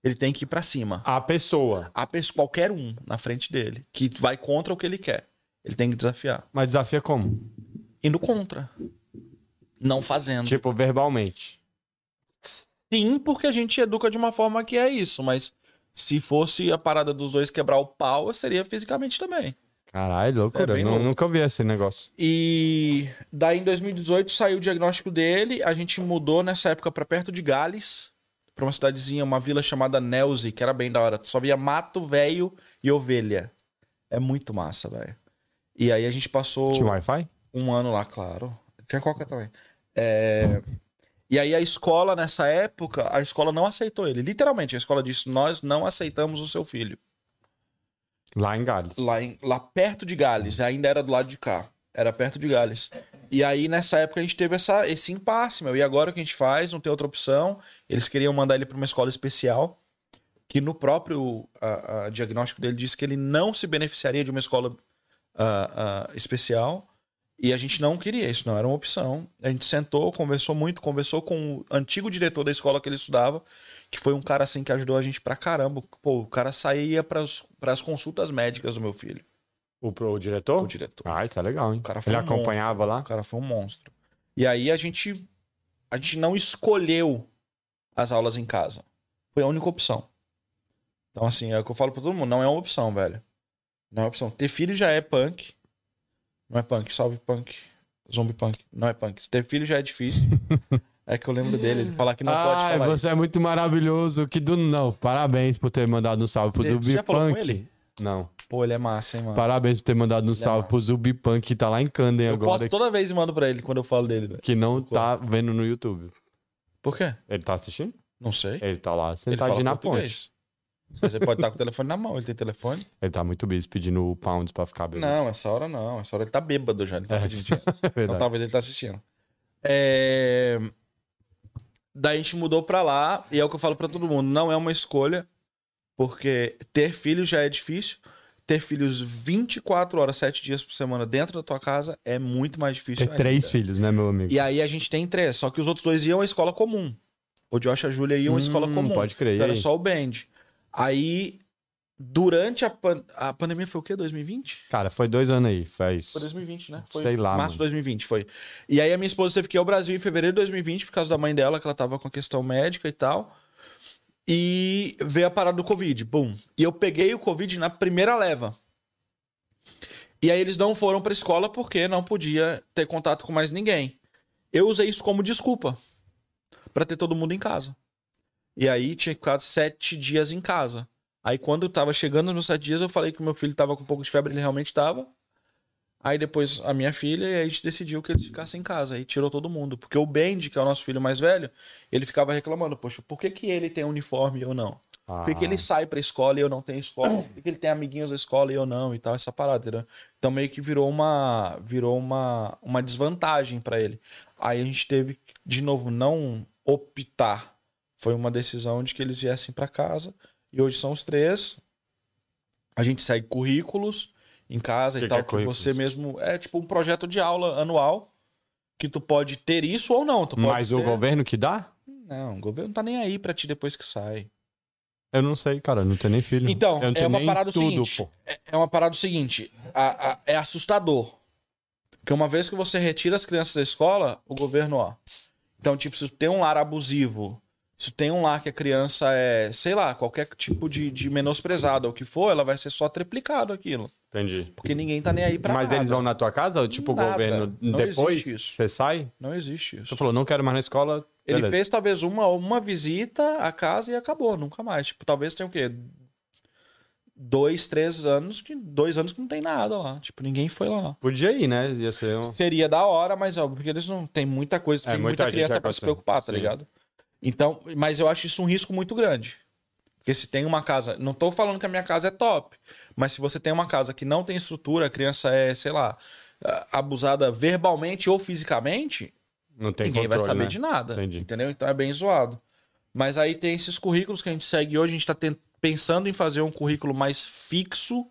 S2: Ele tem que ir pra cima.
S1: A pessoa.
S2: A pessoa, qualquer um na frente dele, que vai contra o que ele quer. Ele tem que desafiar.
S1: Mas desafia como?
S2: Indo contra. Não fazendo.
S1: Tipo, verbalmente.
S2: Sim, porque a gente educa de uma forma que é isso, mas se fosse a parada dos dois quebrar o pau, eu seria fisicamente também.
S1: Caralho, loucura.
S2: É bem
S1: Nu-
S2: louco.
S1: Nunca ouvi esse negócio.
S2: E daí em 2018 saiu o diagnóstico dele, a gente mudou nessa época pra perto de Gales, pra uma cidadezinha, uma vila chamada Nelze, que era bem da hora. Só via mato, velho e ovelha. É muito massa, velho. E aí a gente passou
S1: Tinha Wi-Fi?
S2: um ano lá, claro. Tinha coca também. É, E aí a escola, nessa época, a escola não aceitou ele. Literalmente, a escola disse, nós não aceitamos o seu filho
S1: Lá em Gales.
S2: lá, em- lá perto de Gales, ainda era do lado de cá, era perto de Gales. E aí, nessa época, a gente teve essa, esse impasse, meu. E agora o que a gente faz? Não tem outra opção. Eles queriam mandar ele para uma escola especial, que no próprio ah, ah, diagnóstico dele disse que ele não se beneficiaria de uma escola ah, ah, especial. E a gente não queria, isso não era uma opção. A gente sentou, conversou muito, conversou com o antigo diretor da escola que ele estudava, que foi um cara assim que ajudou a gente pra caramba. Pô, o cara saía pras, pras consultas médicas do meu filho,
S1: O, pro- o diretor?
S2: o diretor.
S1: Ah, isso é legal, hein?
S2: O cara foi
S1: Ele
S2: um monstro.
S1: acompanhava
S2: O
S1: lá?
S2: cara foi um monstro. E aí a gente a gente não escolheu as aulas em casa. Foi a única opção. Então assim, é o que eu falo pra todo mundo, não é uma opção, velho. Não é uma opção. Ter filho já é punk. Não é punk, salve punk. Zombie punk, não é punk. Ter filho já é difícil. é que eu lembro dele, ele falar que não pode
S1: Ai,
S2: falar
S1: você é
S2: isso.
S1: muito maravilhoso. Que do não. Parabéns por ter mandado um salve pro
S2: Você- você já falou com ele?
S1: Zubipunk. Não.
S2: Pô, ele é massa, hein, mano.
S1: Parabéns por ter mandado um salve
S2: massa.
S1: pro Zubipunk, que tá lá em Candem
S2: eu
S1: agora,
S2: corto toda vez e mando pra ele quando eu falo dele, velho.
S1: que não tá vendo no YouTube.
S2: Por quê?
S1: Ele tá assistindo?
S2: Não sei.
S1: Ele tá lá
S2: Ele fala
S1: sentadinho na ponte.
S2: português. Mas Você pode estar com o telefone na mão, ele tem telefone.
S1: Ele tá muito busy pedindo pounds pra ficar bêbado.
S2: Não, essa hora não. Essa hora ele tá bêbado já. Ele tá
S1: É,
S2: pedindo dinheiro.
S1: É
S2: Então
S1: verdade.
S2: talvez ele tá assistindo. É... Daí a gente mudou pra lá, e é o que eu falo pra todo mundo: não é uma escolha, porque ter filhos já é difícil. Ter filhos 24 horas, 7 dias por semana dentro da tua casa é muito mais difícil.
S1: Tem três
S2: ainda.
S1: filhos, né, meu amigo?
S2: E aí a gente tem três, só que os outros dois iam à escola comum. O Josh e a Júlia iam à escola
S1: Hum,
S2: comum.
S1: Pode crer.
S2: Então era
S1: E aí?
S2: só o band. Aí, durante a, pan- a pandemia, foi o quê? 2020?
S1: Cara, foi dois anos aí, faz.
S2: Foi 2020, né? Foi
S1: Sei lá,
S2: março de
S1: mano.
S2: 2020, foi. E aí a minha esposa teve que ir ao Brasil em fevereiro de 2020 por causa da mãe dela, que ela tava com questão médica e tal. E veio a parada do Covid, bum. E eu peguei o Covid na primeira leva. E aí eles não foram pra escola porque não podia ter contato com mais ninguém. Eu usei isso como desculpa pra ter todo mundo em casa. E aí tinha ficado sete dias em casa. Aí quando tava chegando nos sete dias, eu falei que meu filho tava com um pouco de febre, ele realmente tava. Aí depois a minha filha, e aí a gente decidiu que eles ficassem em casa. Aí tirou todo mundo. Porque o Bendy, que é o nosso filho mais velho, ele ficava reclamando: Poxa, por que, que ele tem uniforme e eu não?
S1: Ah.
S2: Por que, que ele sai pra escola e eu não tenho escola? Por que, que ele tem amiguinhos da escola e eu não? E tal, essa parada, né? Então meio que virou uma virou uma, uma desvantagem pra ele. Aí a gente teve que, de novo, não optar. Foi uma decisão de que eles viessem pra casa. E hoje são os três. A gente segue currículos em casa
S1: Que
S2: e
S1: que
S2: tal,
S1: é
S2: que
S1: currículos?
S2: você mesmo. É tipo um projeto de aula anual que tu pode ter isso ou não. Tu pode
S1: Mas o
S2: ser-
S1: governo que dá?
S2: Não, o governo não tá nem aí pra ti depois que sai.
S1: Eu não sei, cara. eu Não tenho nem filho.
S2: Então,
S1: Eu não
S2: é
S1: tenho
S2: uma
S1: nem
S2: parada o
S1: tudo,
S2: seguinte.
S1: pô.
S2: é uma parada o seguinte: a- a- é assustador. Porque uma vez que você retira as crianças da escola, o governo, ó. Então, tipo, se tem um lar abusivo, se tem um lar que a criança é, sei lá, qualquer tipo de, de menosprezado ou o que for, ela vai ser só triplicado aquilo.
S1: Entendi.
S2: Porque ninguém tá nem aí pra
S1: Mas
S2: nada.
S1: eles vão na tua casa? Ou, tipo,
S2: Nada.
S1: o governo
S2: Não
S1: depois
S2: existe isso.
S1: você sai?
S2: Não existe isso.
S1: Você falou, não quero mais na escola.
S2: Ele
S1: beleza.
S2: fez talvez uma, uma visita à casa e acabou, nunca mais. Tipo, talvez tenha o quê? Dois, três anos, que dois anos que não tem nada lá. Tipo, ninguém foi lá.
S1: Podia ir, né? Ia ser um...
S2: Seria da hora, mas óbvio que eles não tem muita coisa,
S1: É,
S2: tem
S1: muita
S2: muita,
S1: gente
S2: criança
S1: já
S2: pra se
S1: aconteceu,
S2: preocupar,
S1: sim.
S2: tá ligado? Então, mas eu acho isso um risco muito grande. Porque se tem uma casa, não tô falando que a minha casa é top, mas se você tem uma casa que não tem estrutura, a criança é, sei lá, ah, abusada verbalmente ou fisicamente,
S1: Não tem
S2: ninguém vai
S1: controle,
S2: saber
S1: né?
S2: de nada.
S1: Entendi.
S2: Entendeu? Então é bem zoado. Mas aí tem esses currículos que a gente segue hoje, a gente tá ten- pensando em fazer um currículo mais fixo,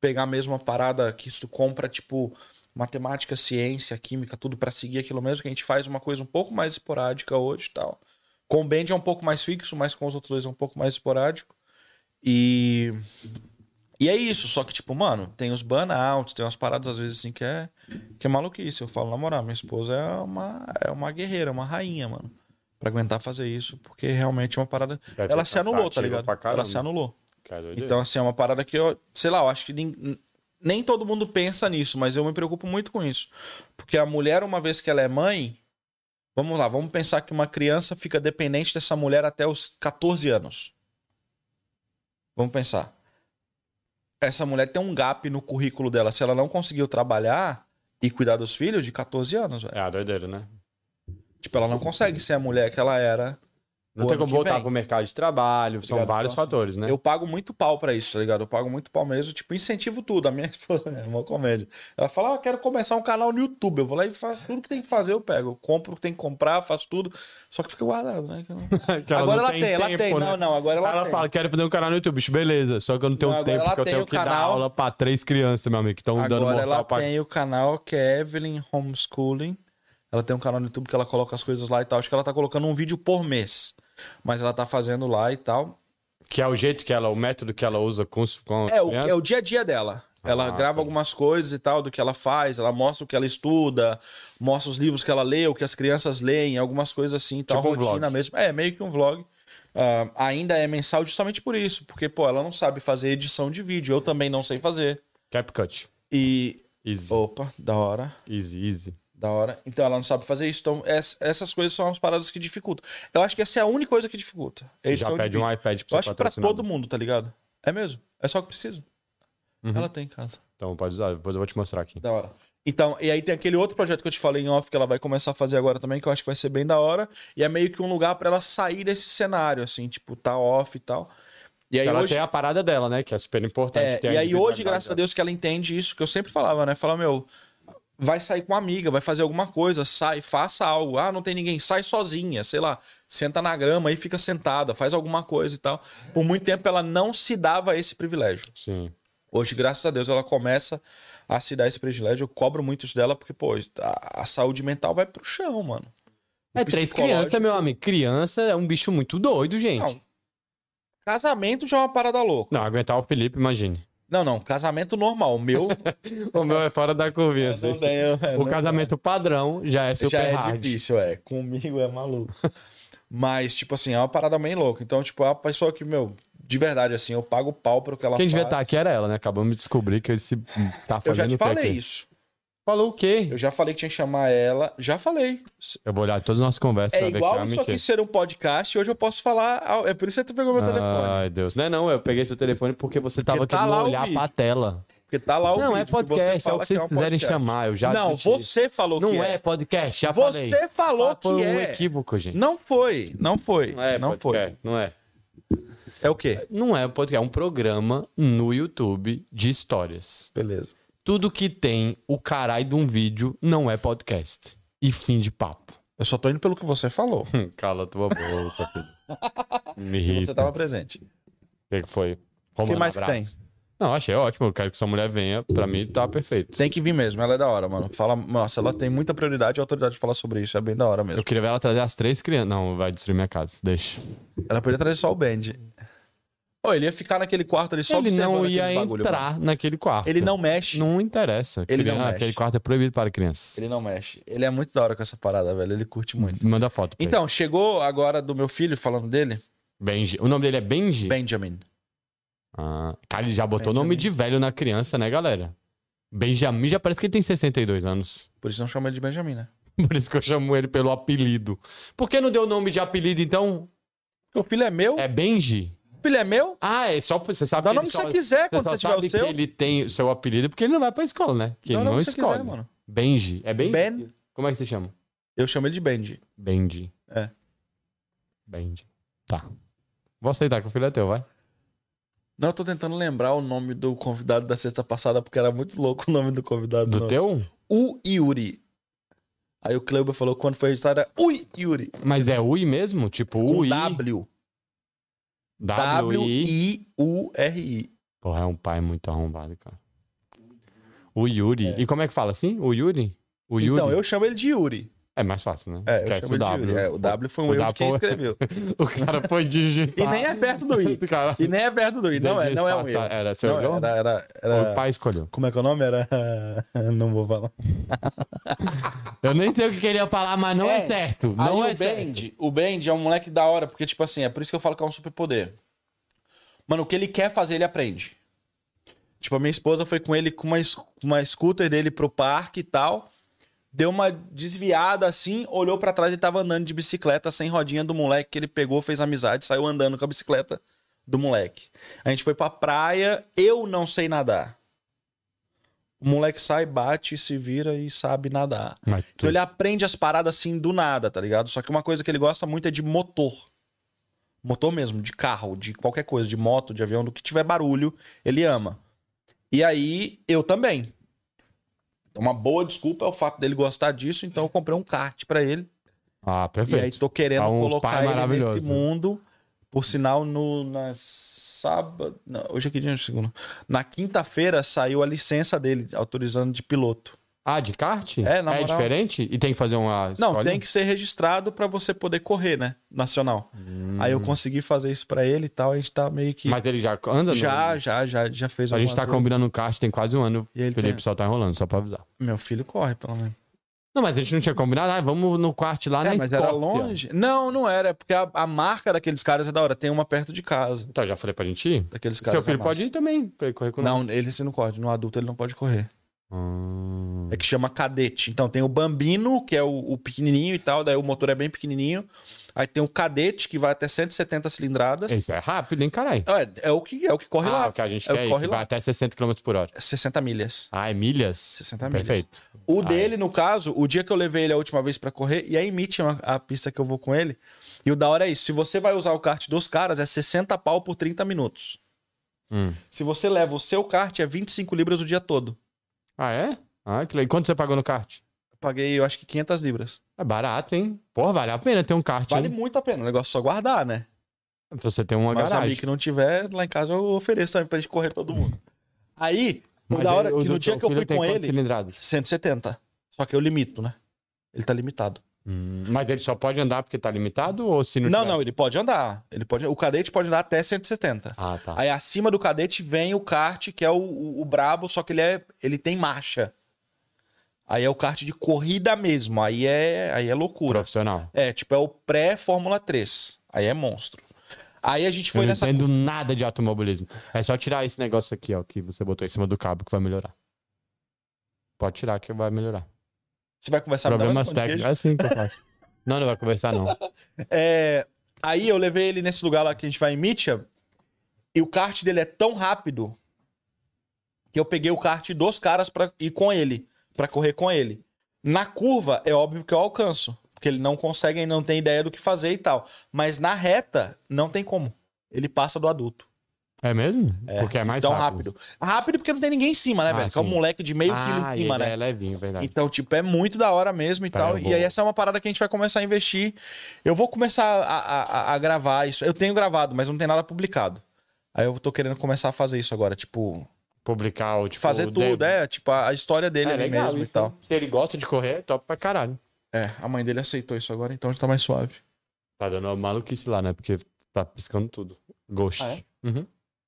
S2: pegar mesmo uma parada que isso compra, tipo, matemática, ciência, química, tudo pra seguir aquilo mesmo, que a gente faz uma coisa um pouco mais esporádica hoje e tal. Com o Bend é um pouco mais fixo, mas com os outros dois é um pouco mais esporádico. E. E é isso, só que, tipo, mano, tem os burnouts, tem umas paradas, às vezes, assim, que é, que é maluquice. Eu falo, na moral, minha esposa é uma, é uma guerreira, uma rainha, mano. Pra aguentar fazer isso, porque realmente é uma parada.
S1: Deve
S2: ela
S1: ser
S2: se anulou, tá
S1: cansativo
S2: ligado?
S1: pra caramba.
S2: Ela se anulou.
S1: Cara, doideira.
S2: Então, assim, é uma parada que eu, sei lá, eu acho que nem, nem todo mundo pensa nisso, mas eu me preocupo muito com isso. Porque a mulher, uma vez que ela é mãe, vamos lá, vamos pensar que uma criança fica dependente dessa mulher até os 14 anos. Vamos pensar. Essa mulher tem um gap no currículo dela. Se ela não conseguiu trabalhar e cuidar dos filhos de 14 anos, velho.
S1: É a doideira, né?
S2: Tipo, ela não consegue ser a mulher que ela era
S1: Não
S2: O
S1: tem
S2: ano
S1: como
S2: que
S1: voltar
S2: vem.
S1: pro mercado de trabalho. São
S2: Obrigado,
S1: vários
S2: próximo.
S1: fatores, né?
S2: assim. Eu pago muito pau pra isso, tá ligado? Eu pago muito pau mesmo, tipo, incentivo tudo. A minha esposa é uma comédia. Ela fala, ah, eu quero começar um canal no YouTube. Eu vou lá e faço tudo que tem que fazer, eu pego. Eu compro o que tem que comprar, faço tudo. Só que fica guardado, né? Que eu não-
S1: Que ela
S2: agora
S1: não
S2: ela tem, ela
S1: tempo,
S2: tem.
S1: né?
S2: Não, não, agora ela,
S1: Ela
S2: tem.
S1: fala, quero fazer um canal no YouTube. Bicho, beleza. Só que eu não tenho
S2: Não, agora
S1: tempo,
S2: ela
S1: porque eu
S2: tem
S1: tenho
S2: o
S1: que dar
S2: canal.
S1: aula pra três crianças, meu amigo, que
S2: é um
S1: estão dando
S2: Agora ela
S1: mortal pra...
S2: tem o canal que é Evelyn Homeschooling. Ela tem um canal no YouTube que ela coloca as coisas lá e tal. Acho que ela tá colocando um vídeo por mês. Mas ela tá fazendo lá e tal.
S1: Que é o jeito que ela, o método que ela usa com, os- com a
S2: É o,
S1: criança.
S2: é o dia a dia dela. Ela
S1: Ah,
S2: grava
S1: tá.
S2: algumas coisas e tal do que ela faz, ela mostra o que ela estuda, mostra os livros que ela lê, o que as crianças leem, algumas coisas assim, tal,
S1: Tipo um
S2: rotina
S1: vlog.
S2: mesmo. É, meio que um vlog. Ah, ainda é mensal justamente por isso, porque, pô, ela não sabe fazer edição de vídeo, eu também não sei fazer.
S1: CapCut.
S2: E.
S1: Easy,
S2: Opa, da hora.
S1: easy, easy.
S2: Da hora. Então ela não sabe fazer isso. Então, ess- essas coisas são as paradas que dificultam. Eu acho que essa é a única coisa que dificulta. é
S1: Já
S2: Edição de
S1: pede
S2: vídeo.
S1: um iPad
S2: Eu
S1: pra
S2: acho
S1: você
S2: que pra
S1: patrocinar.
S2: todo mundo, tá ligado? É mesmo. É só o que precisa.
S1: Uhum.
S2: Ela tem em casa.
S1: Então pode usar, depois eu vou te mostrar aqui.
S2: Da hora. Então, e aí tem aquele outro projeto que eu te falei em off que ela vai começar a fazer agora também, que eu acho que vai ser bem da hora. E é meio que um lugar pra ela sair desse cenário, assim, tipo, tá off e tal. E aí
S1: ela
S2: hoje,
S1: tem a parada dela, né? Que é super importante.
S2: é,
S1: tem a
S2: e aí hoje,
S1: individualidade né?
S2: graças a
S1: dela.
S2: Deus, que ela entende isso, que eu sempre falava, né? Fala, meu, vai sair com uma amiga, vai fazer alguma coisa, sai, faça algo. Ah, não tem ninguém, sai sozinha, sei lá, senta na grama e fica sentada, faz alguma coisa e tal. Por muito tempo ela não se dava esse privilégio.
S1: Sim.
S2: Hoje, graças a Deus, ela começa a se dar esse privilégio. Eu cobro muito isso dela, porque, pô, a, a saúde mental vai pro chão, mano. O
S1: É três
S2: psicológico-
S1: crianças, meu amigo. Criança é um bicho muito doido, gente. Não,
S2: Não. Casamento já é uma parada louca.
S1: aguentar o Felipe, imagine.
S2: Não, não, casamento normal. O meu.
S1: O meu é fora da curvinha, assim.
S2: não tem, é,
S1: O
S2: não-
S1: casamento padrão já é super
S2: já é
S1: hard.
S2: difícil, é. Comigo é maluco. Mas, tipo assim, é uma parada bem louca. Então, tipo, é uma pessoa que, meu, de verdade, assim, eu pago pau pro que ela
S1: Quem
S2: faz.
S1: devia estar aqui era ela, né? Acabamos de descobrir que esse tá fazendo
S2: Eu já
S1: o
S2: te
S1: quê
S2: falei
S1: aqui?
S2: isso.
S1: Falou o quê?
S2: Eu já falei que tinha que chamar ela. Já falei.
S1: Eu vou olhar todas as nossas conversas
S2: É
S1: pra ver
S2: igual
S1: quem
S2: isso
S1: me
S2: aqui
S1: quer. Ah,
S2: ser um podcast. Hoje eu posso falar. ao- É por isso que tu pegou meu telefone.
S1: Ai, Deus. Não é não, eu peguei seu telefone porque você tava
S2: tá
S1: querendo
S2: lá o
S1: olhar
S2: vídeo.
S1: pra tela.
S2: Porque tá lá o
S1: não, é
S2: vídeo que você
S1: podcast, é o
S2: fala
S1: que vocês
S2: um
S1: quiserem
S2: podcast.
S1: chamar. Eu já
S2: Não,
S1: admiti.
S2: você falou que
S1: Não
S2: é.
S1: é podcast, já falei.
S2: Você falou
S1: Foi
S2: que
S1: um
S2: é.
S1: equívoco, gente.
S2: Não foi. Não foi. Não, foi.
S1: podcast, Não é.
S2: É o quê?
S1: Não é um podcast, é um programa no YouTube de histórias.
S2: Beleza.
S1: Tudo que tem o caralho de um vídeo não é podcast. E fim de papo.
S2: Eu só tô indo pelo que você falou.
S1: Hum, Cala tua boca, filho. Me
S2: que Você
S1: irrita.
S2: tava presente.
S1: O que que foi?
S2: O que
S1: Romano,
S2: mais que tem?
S1: abraço. Não, achei ótimo. Eu quero que sua mulher venha. Pra mim, tá perfeito.
S2: Tem que vir mesmo, ela é da hora, mano. Fala, nossa, ela tem muita prioridade e autoridade de falar sobre isso, é bem da hora mesmo.
S1: Eu queria ver ela trazer as três crianças. Não, vai destruir minha casa. Deixa.
S2: Ela podia trazer só o Band. Ô, ele ia ficar naquele quarto ali só
S1: ele
S2: observando
S1: não ia
S2: aqueles bagulho, mano.
S1: entrar naquele quarto.
S2: Ele não mexe.
S1: Não interessa.
S2: Ele não
S1: Criança-
S2: mexe.
S1: Aquele quarto é proibido para crianças.
S2: Ele não mexe. Ele é muito da hora com essa parada, velho. Ele curte muito.
S1: Manda foto. pra
S2: Então, chegou agora do meu filho, falando dele,
S1: ele. Benji. O nome dele é Benji?
S2: Benjamin.
S1: Ah, cara, ele já botou nome de velho na criança, né, galera? Benjamin já parece que ele tem 62 anos.
S2: Por isso não chama ele de Benjamin, né?
S1: Por isso que eu chamo ele pelo apelido. Por que não deu nome de apelido, então?
S2: Porque o filho é meu?
S1: É Benji?
S2: O filho é meu?
S1: Ah, é só. Você sabe
S2: Dá o
S1: que
S2: nome
S1: ele
S2: que
S1: só-
S2: você quiser
S1: Você
S2: quando
S1: só
S2: você tiver
S1: sabe
S2: o
S1: que
S2: seu.
S1: ele tem o seu apelido porque ele não vai pra escola, né? Que
S2: Dá o
S1: ele
S2: nome
S1: não
S2: que você
S1: escolhe.
S2: quiser, mano.
S1: Benji. É Benji?
S2: Ben.
S1: Como é que você chama?
S2: Eu chamo ele de Benji.
S1: Benji.
S2: É.
S1: Benji. Tá. Vou aceitar que o filho é teu, vai.
S2: Não, eu tô tentando lembrar o nome do convidado da sexta passada, porque era muito louco o nome do convidado.
S1: Do
S2: nosso.
S1: teu?
S2: O Yuri. Aí o Cleuber falou quando foi registrado era Ui Yuri.
S1: Mas é UI mesmo? Tipo
S2: Com
S1: UI.
S2: W.
S1: WI.
S2: W-I-U-R-I.
S1: Porra, é um pai muito arrombado, cara. O Yuri. E como é que fala assim? O Yuri? O Yuri?
S2: Então, eu chamo ele de Yuri.
S1: É mais fácil, né?
S2: É, eu
S1: Esquece
S2: chamo
S1: o
S2: ele de
S1: W.
S2: Yuri. É, o W foi um
S1: O
S2: erro
S1: W
S2: de quem
S1: foi-
S2: escreveu.
S1: O cara foi digitar.
S2: E nem é perto do I.
S1: Cara,
S2: E nem é perto do I. Não é, não é um erro.
S1: Era seu
S2: Não,
S1: erro?
S2: era, era,
S1: O
S2: era...
S1: pai escolheu.
S2: Como é que é o nome? Era... Não vou falar.
S1: Eu nem sei o que queria falar, mas não é,
S2: É.
S1: certo. Não
S2: Aí
S1: é
S2: o
S1: certo.
S2: Bend, o Bend é um moleque da hora, porque, tipo assim, é por isso que eu falo que é um superpoder. Mano, o que ele quer fazer, ele aprende. Tipo, a minha esposa foi com ele com uma, es- com uma scooter dele pro parque e tal. Deu uma desviada assim, olhou pra trás e tava andando de bicicleta sem rodinha do moleque que ele pegou, fez amizade, saiu andando com a bicicleta do moleque. A gente foi pra praia, eu não sei nadar. O moleque sai, bate, se vira e sabe nadar.
S1: Mas tu...
S2: Então ele aprende as paradas assim do nada, tá ligado? Só que uma coisa que ele gosta muito é de motor. Motor mesmo, de carro, de qualquer coisa, de moto, de avião, do que tiver barulho, ele ama. E aí, eu também. Então, Uma boa desculpa é o fato dele gostar disso, então eu comprei um kart pra ele.
S1: Ah,
S2: E aí
S1: perfeito.
S2: tô querendo
S1: Tá um pai
S2: colocar ele
S1: maravilhoso.
S2: nesse mundo, por sinal, no, na sábado... não, hoje é que dia? Segunda. Na quinta-feira saiu a licença dele, autorizando de piloto.
S1: Ah, de kart?
S2: É, na moral.
S1: diferente? E tem que fazer uma
S2: Não,
S1: escolinha?
S2: tem que ser registrado pra você poder correr, né? Nacional. Aí eu consegui fazer isso pra ele e tal. A gente tá meio que.
S1: Hum. Mas ele já anda? no-
S2: já, já, já, já fez
S1: A gente
S2: algumas
S1: tá
S2: vezes.
S1: combinando o kart tem quase um ano.
S2: E ele
S1: O Felipe
S2: tem-
S1: só tá enrolando, só pra avisar.
S2: Meu filho corre, pelo menos.
S1: Não, mas a gente não tinha combinado. Ah, vamos no kart lá
S2: é,
S1: na
S2: mas era
S1: Escócia.
S2: longe. Não, não era. É porque a, a marca daqueles caras é da hora. Tem uma perto de casa.
S1: Então, já falei pra gente ir.
S2: Daqueles caras.
S1: Seu filho
S2: é
S1: pode
S2: massa.
S1: ir também, pra ele correr com nós.
S2: Não, ele se não corre. No adulto ele não pode correr.
S1: Hum.
S2: É que chama cadete. Então tem o bambino, que é o, o pequenininho e tal. Daí o motor é bem pequenininho. Aí tem o cadete, que vai até 170 cilindradas.
S1: Isso é rápido, hein, caralho?
S2: É, é o que, é o que corre
S1: Ah,
S2: lá.
S1: o que a gente
S2: É o
S1: quer
S2: que
S1: ir,
S2: corre
S1: que
S2: lá.
S1: vai até 60 km por hora.
S2: 60 milhas.
S1: Ah, é milhas?
S2: 60 milhas.
S1: Perfeito.
S2: O
S1: Ai.
S2: dele, no caso, o dia que eu levei ele a última vez pra correr, e aí emite uma- a pista que eu vou com ele. E o da hora é isso: se você vai usar o kart dos caras, é 60 pau por 30 minutos.
S1: Hum.
S2: Se você leva o seu kart, é 25 libras o dia todo.
S1: Ah, é? Ah, que legal. Quanto você pagou no kart?
S2: Eu paguei, eu acho que 500 libras.
S1: É barato, hein? Porra, vale a pena ter um kart,
S2: Vale
S1: hein?
S2: muito a pena. O negócio é só guardar, né?
S1: Se você tem uma
S2: Mas os
S1: garagem.
S2: amigos que não tiver, lá em casa eu ofereço também pra gente correr todo mundo. Aí, o
S1: Mas
S2: da
S1: aí,
S2: hora é
S1: o
S2: que
S1: do
S2: no dia
S1: teu
S2: que eu
S1: filho
S2: fui
S1: tem
S2: com
S1: quantas
S2: ele,
S1: cilindradas?
S2: 170. Só que eu limito, né? Ele tá limitado.
S1: Hum, Mas ele só pode andar porque tá limitado ou se não
S2: Não,
S1: tiver?
S2: não, ele pode andar. Ele pode, o cadete pode andar até 170.
S1: Ah, tá.
S2: Aí acima do cadete vem o kart, que é o, o, o brabo, só que ele, é, ele tem marcha. Aí é o kart de corrida mesmo. Aí é, aí é loucura.
S1: Profissional.
S2: É, tipo, é o pré-Fórmula 3. Aí é monstro. Aí a gente
S1: Eu
S2: foi
S1: não
S2: nessa.
S1: entendo nada de automobilismo. É só tirar esse negócio aqui, ó, que você botou em cima do cabo que vai melhorar. Pode tirar que vai melhorar.
S2: Você vai conversar com
S1: Problemas técnicos. É assim que eu faço. não, não vai conversar, não.
S2: É, aí eu levei ele nesse lugar lá que a gente vai em Mitya. E o kart dele é tão rápido que eu peguei o kart dos caras pra ir com ele, pra correr com ele. Na curva, é óbvio que eu alcanço. Porque ele não consegue, ele não tem ideia do que fazer e tal. Mas na reta, não tem como. Ele passa do adulto.
S1: É mesmo? Porque é mais
S2: Tão
S1: rápido.
S2: um rápido. Rápido porque não tem ninguém em cima, né,
S1: Ah,
S2: velho? Porque é um
S1: sim.
S2: moleque de meio quilo
S1: ah,
S2: em
S1: e
S2: cima,
S1: ele
S2: né?
S1: é levinho, verdade.
S2: Então, tipo, é muito da hora mesmo e
S1: Cara,
S2: tal.
S1: eu
S2: E
S1: vou-
S2: aí essa é uma parada que a gente vai começar a investir. Eu vou começar a, a- a- a gravar isso. Eu tenho gravado, mas não tem nada publicado. Aí eu tô querendo começar a fazer isso agora, tipo,
S1: Publicar o tipo.
S2: fazer
S1: o
S2: tudo,
S1: David.
S2: é, tipo, a, a história dele ali
S1: legal
S2: mesmo e
S1: isso,
S2: tal.
S1: né? Se ele gosta de correr, é top pra caralho.
S2: É, a mãe dele aceitou isso agora, então já tá mais suave.
S1: Tá dando uma maluquice lá, né? Porque tá piscando tudo. Ghost.
S2: Ah, é?
S1: Uhum.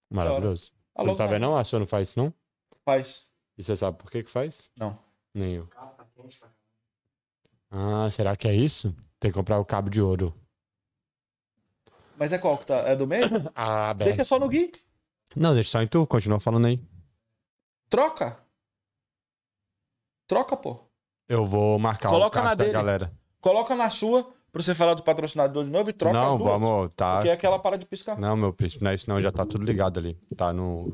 S1: Maravilhoso. Tu
S2: Alô,
S1: não tá vendo, não? A sua não faz isso, não?
S2: Faz.
S1: E você sabe por que que faz?
S2: Não.
S1: Nem eu.
S3: Cara, tá quente, cara.
S1: Ah, será que é isso? Tem que comprar o cabo de ouro.
S2: Mas é qual que tá? É do meio?
S1: Ah, bem.
S2: Deixa só no Gui.
S1: Não, deixa só em tu. Continua falando aí.
S2: Troca. Troca, pô.
S1: Eu vou marcar
S2: Coloca
S1: o
S2: na
S1: cabo da
S2: dele.
S1: galera.
S2: Coloca na sua, pra você falar do patrocinador de novo e troca
S1: não,
S2: as duas.
S1: vamos, tá.
S2: Porque é que ela para de piscar.
S1: Não, meu príncipe, não é isso não, já tá tudo ligado ali. Tá no.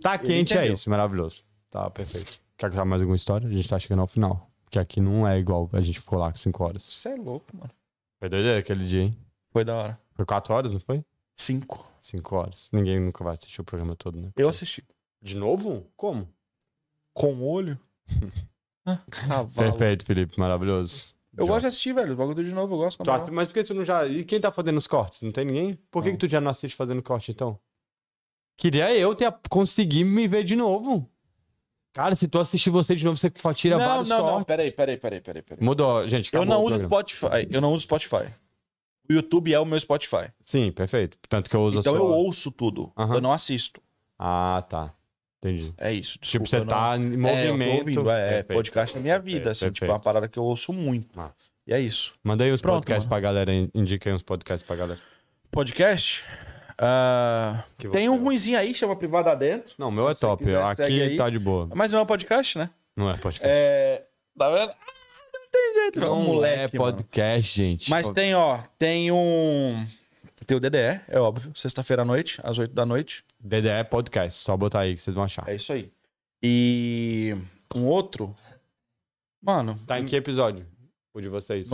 S1: Tá
S2: Ele
S1: quente, é
S2: entendeu.
S1: isso, maravilhoso. Tá perfeito. Quer contar mais alguma história? A gente tá chegando ao final. Porque aqui não é igual a gente ficou lá com 5 horas.
S2: Você é louco, mano.
S1: Foi doideira aquele dia, hein?
S2: Foi da hora.
S1: Foi 4 horas, não foi?
S2: Cinco.
S1: 5 horas. Ninguém nunca vai assistir o programa todo, né?
S2: Eu assisti.
S1: De novo? Como?
S2: Com o olho? Ah, Cavalo.
S1: Perfeito, Felipe, maravilhoso.
S2: Eu
S1: Já.
S2: gosto de assistir, velho. O bagulho de novo eu gosto. na
S1: Tu
S2: moral.
S1: acha- mas por que tu não já. E quem tá fazendo os cortes? Não tem ninguém? Por que,
S2: Não.
S1: que tu já não assiste fazendo corte, então? Queria eu ter conseguido me ver de novo. Cara, se tu assistir você de novo, você fa- tira
S2: Não,
S1: vários
S2: não,
S1: cortes.
S2: não. Peraí, peraí, peraí, peraí. peraí.
S1: Mudou, gente.
S2: Eu
S1: acabou
S2: não
S1: o
S2: uso
S1: programa.
S2: Spotify. Eu não uso Spotify. O YouTube é o meu Spotify.
S1: Sim, perfeito. Tanto que eu uso a
S2: então
S1: sua-
S2: eu ouço tudo.
S1: Aham.
S2: Eu não assisto.
S1: Ah, tá. Entendi.
S2: É isso.
S1: Tipo,
S2: Desculpa,
S1: você
S2: eu não-
S1: tá em
S2: É, eu
S1: movimento.
S2: tô ouvindo. É,
S1: Perfeito.
S2: podcast é minha vida.
S1: Perfeito,
S2: assim, tipo, é
S1: perfeito.
S2: uma parada que eu ouço muito.
S1: Massa.
S2: E é isso.
S1: Manda aí uns
S2: Pronto,
S1: podcasts pra galera. in- Indica aí uns podcasts pra galera.
S2: Podcast? Ah,
S1: Que
S2: tem
S1: você-
S2: um ruinzinho aí, chama Privada Dentro.
S1: Não, o meu é
S2: Se
S1: top.
S2: quiser,
S1: Aqui
S2: segue aí.
S1: tá de boa.
S2: Mas não é um podcast, né?
S1: Não é podcast.
S2: É. Tá vendo? Ah, não tem jeito,
S1: Não
S2: não, um moleque.
S1: é
S2: mano.
S1: podcast, gente.
S2: Mas tem, ó, tem um. Tem o DDE, é óbvio. Sexta-feira à noite, às 8 da noite.
S1: DDE Podcast. Só botar aí que vocês vão achar.
S2: É isso aí. E um outro. Mano,
S1: Tá em que episódio? O de vocês.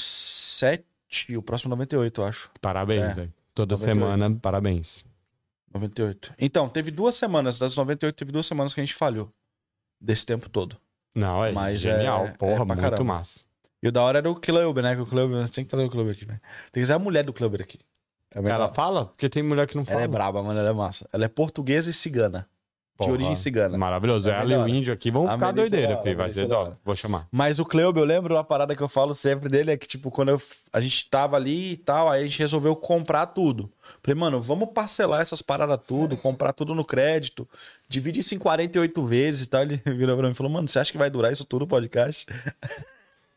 S2: 97. O próximo 98, eu acho.
S1: Parabéns,
S2: É.
S1: velho. Toda
S2: 98.
S1: semana, parabéns.
S2: 98. Então, teve duas semanas. Das 98, teve duas semanas que a gente falhou. Desse tempo todo.
S1: Não, é
S2: Mas é-
S1: genial.
S2: é
S1: porra,
S2: pra
S1: muito
S2: caramba.
S1: massa.
S2: E o da hora era o Clube, né? Que o Clube. Tem que trazer o Clube aqui, né? Tem que trazer a mulher do Clube aqui. É a melhor.
S1: Ela fala? Porque tem mulher que não fala.
S2: Ela é braba, mano. Ela é massa. Ela é portuguesa e cigana.
S1: Porra.
S2: De origem cigana.
S1: Maravilhoso.
S2: É
S1: Ela e
S2: melhor,
S1: o
S2: né?
S1: índio aqui vão
S2: A
S1: ficar
S2: Melissa da
S1: doideira,
S2: hora,
S1: filho.
S2: a
S1: Vai ser
S2: Melissa é da
S1: dó. Vou chamar.
S2: Mas o Cleuber, eu lembro uma parada que eu falo sempre dele, é que, tipo, quando eu, f- a gente tava ali e tal, aí a gente resolveu comprar tudo. Falei, mano, vamos parcelar essas paradas tudo, comprar tudo no crédito, divide isso em 48 vezes e tal. Ele virou pra mim e falou, mano, você acha que vai durar isso tudo o podcast?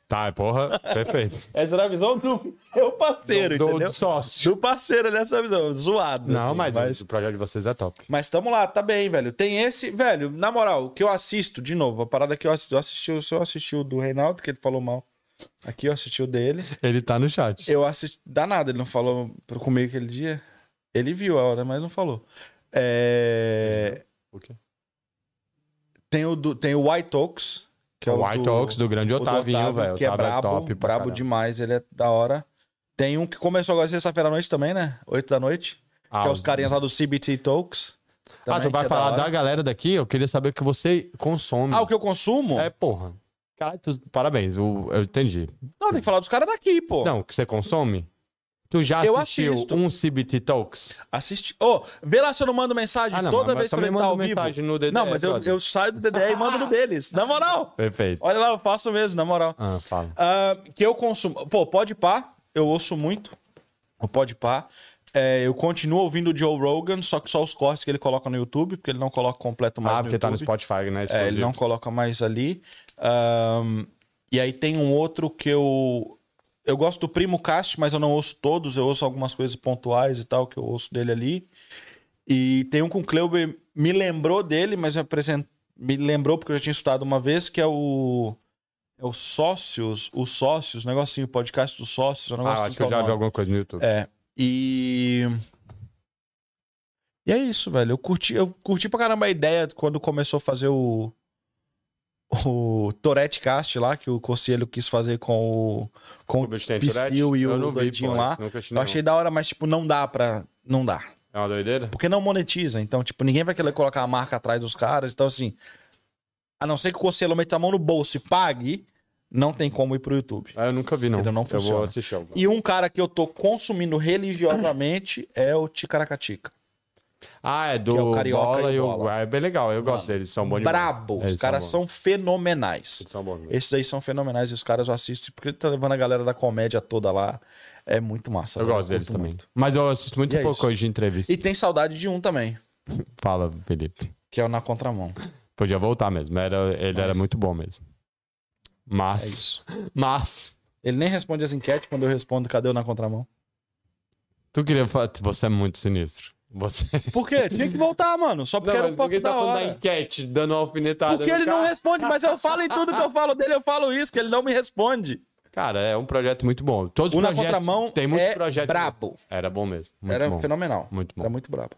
S1: Tá, porra, perfeito.
S2: Essa era a visão do meu parceiro,
S1: do,
S2: entendeu?
S1: do sócio.
S2: Do parceiro, ele é essa visão, zoado.
S1: Não,
S2: assim,
S1: mas, o projeto de vocês é top.
S2: Mas tamo lá, tá bem, velho. Tem esse, velho, na moral, o que eu assisto, de novo, a parada que eu assisti, eu assisti, o- só assisti o do Reinaldo, que ele falou mal. Aqui eu assisti o dele.
S1: Ele tá no chat.
S2: Eu assisti. Danado, ele não falou pra- comigo aquele dia. Ele viu a hora, mas não falou. É,
S1: O quê?
S2: Tem, o do- tem o White Talks. Que é o
S1: White Ox, do grande
S2: o do
S1: Otavinho, velho.
S2: Que é
S1: Otávio
S2: brabo,
S1: top pra
S2: brabo
S1: caralho.
S2: demais, ele é da hora. Tem um que começou agora sexta-feira à noite também, né? Oito da noite.
S1: Ah,
S2: que é os carinhas lá do CBT Talks.
S1: Ah,
S2: também,
S1: tu vai
S2: que é
S1: falar da,
S2: hora.
S1: galera daqui? Eu queria saber o que você consome.
S2: Ah, o que eu consumo?
S1: É, porra. Caralho, tu- parabéns, eu, eu entendi.
S2: Não, tem que falar dos caras daqui, pô.
S1: Não, o que você consome? Tu já
S2: Eu
S1: assistiu
S2: assisto.
S1: um CBT Talks?
S2: Assiste. Ô, vê lá se eu não mando mensagem
S1: Ah, não,
S2: toda
S1: mas
S2: vez que
S1: também
S2: ele tá
S1: manda
S2: ao vivo.
S1: mensagem no DDE,
S2: não, mas eu,
S1: brother.
S2: eu saio do DDE e mando no deles. Na moral.
S1: Perfeito.
S2: Olha lá, eu faço mesmo, na moral.
S1: Ah, fala.
S2: Ah, que eu consumo. Pô, pode pá, eu ouço muito. O pode pá. É, eu continuo ouvindo o Joe Rogan, só que só os cortes que ele coloca no YouTube, porque ele não coloca completo mais.
S1: Ah,
S2: no
S1: porque tá no
S2: YouTube.
S1: Spotify, né?
S2: É, ele
S1: exclusivo.
S2: não coloca mais ali. Ahn, e aí tem um outro que eu. Eu gosto do Primo Cast, mas eu não ouço todos. Eu ouço algumas coisas pontuais e tal que eu ouço dele ali. E tem um com o Kleuber, me lembrou dele, mas me, apresen- me lembrou porque eu já tinha estudado uma vez, que é o. É o Sócios, os Sócios, um negocinho, podcast dos Sócios. um assim Eu não
S1: Ah,
S2: gosto
S1: eu acho que eu já vi alguma coisa no YouTube.
S2: É. E. E é isso, velho. Eu curti, eu curti pra caramba a ideia quando começou a fazer o. O Tourette Cast lá, que o Conselho quis fazer com o. Com o
S1: Clube de Tem
S2: Psyll
S1: Tourette?
S2: É um e o
S1: Eu não vi,
S2: Doidinho
S1: pô,
S2: lá.
S1: esse nunca assisti
S2: Eu achei da hora, mas, tipo, não dá pra. Não dá.
S1: nenhum. É uma doideira?
S2: Porque não monetiza. Então, tipo, ninguém vai querer colocar a marca atrás dos caras. Então, assim. A não ser que o Conselho meta a mão no bolso e pague, não tem como ir pro YouTube.
S1: Ah, eu nunca vi, não.
S2: Ele não
S1: eu vou
S2: funciona.
S1: assistir. alguma.
S2: E um cara que eu tô consumindo religiosamente é o Ticaracatica.
S1: Ah, é do
S2: Que é o Carioca
S1: Bola
S2: e
S1: e o...
S2: Bola.
S1: Ah, é bem legal, eu gosto deles, são bons demais. É
S2: Brabo.
S1: Eles
S2: Os caras
S1: bons.
S2: são fenomenais.
S1: Eles são bons mesmo.
S2: Esses aí são fenomenais e os caras eu assisto porque tá levando a galera da comédia toda lá. É muito massa.
S1: Eu
S2: velho,
S1: gosto deles
S2: curto
S1: também.
S2: muito.
S1: Mas eu assisto muito
S2: E é
S1: pouco
S2: isso.
S1: hoje de entrevista.
S2: E tem saudade de um também,
S1: Fala, Felipe.
S2: que é o Na Contramão.
S1: Podia voltar mesmo, era, ele era
S2: Mas-
S1: muito bom mesmo.
S2: É
S1: Mas,
S2: isso.
S1: mas,
S2: Ele nem responde as enquetes quando eu respondo, cadê o Na Contramão?
S1: tu queria falar, você é muito sinistro. Você...
S2: Por quê? Tinha que voltar, mano. Só porque
S1: Não,
S2: era um
S1: mas por que
S2: pouco
S1: tá
S2: da
S1: falando da
S2: hora.
S1: enquete, dando uma alfinetada
S2: Porque
S1: no
S2: ele não
S1: cara?
S2: responde, mas eu falo em tudo que eu falo dele, eu falo isso, que ele não me responde.
S1: Cara, é um projeto muito bom. Todos
S2: O
S1: os
S2: Na
S1: projetos...
S2: Contramão
S1: Tem muito
S2: é
S1: projeto...
S2: brabo.
S1: Era bom mesmo, muito
S2: Era
S1: bom.
S2: fenomenal.
S1: Muito bom.
S2: Era muito brabo.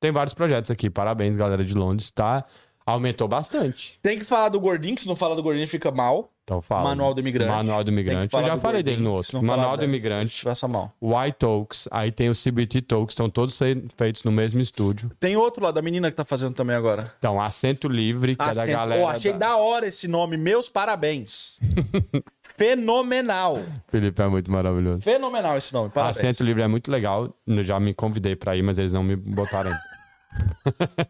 S1: Tem vários projetos aqui, parabéns, galera de Londres, tá? Aumentou bastante.
S2: Tem que falar do gordinho, que se não falar do gordinho fica mal.
S1: Então fala.
S2: Manual do Imigrante.
S1: Manual do
S2: Tem que
S1: Imigrante. Eu
S2: falar
S1: já
S2: do
S1: falei
S2: gordinho,
S1: dele no
S2: se não
S1: outro.
S2: falar
S1: Manual do
S2: dele.
S1: Imigrante,
S2: Tivesse mal.
S1: White Talks, aí tem o CBT Talks, estão todos se- feitos no mesmo estúdio.
S2: Tem outro lá da menina que tá fazendo também agora.
S1: Então, Assento Livre, que é da
S2: Assento.
S1: galera.
S2: Pô, achei da... hora esse nome. Meus parabéns. Fenomenal.
S1: Felipe é muito maravilhoso.
S2: Fenomenal esse nome. Parabéns.
S1: Assento Livre é muito legal. Eu já me convidei pra ir, mas eles não me botaram ainda.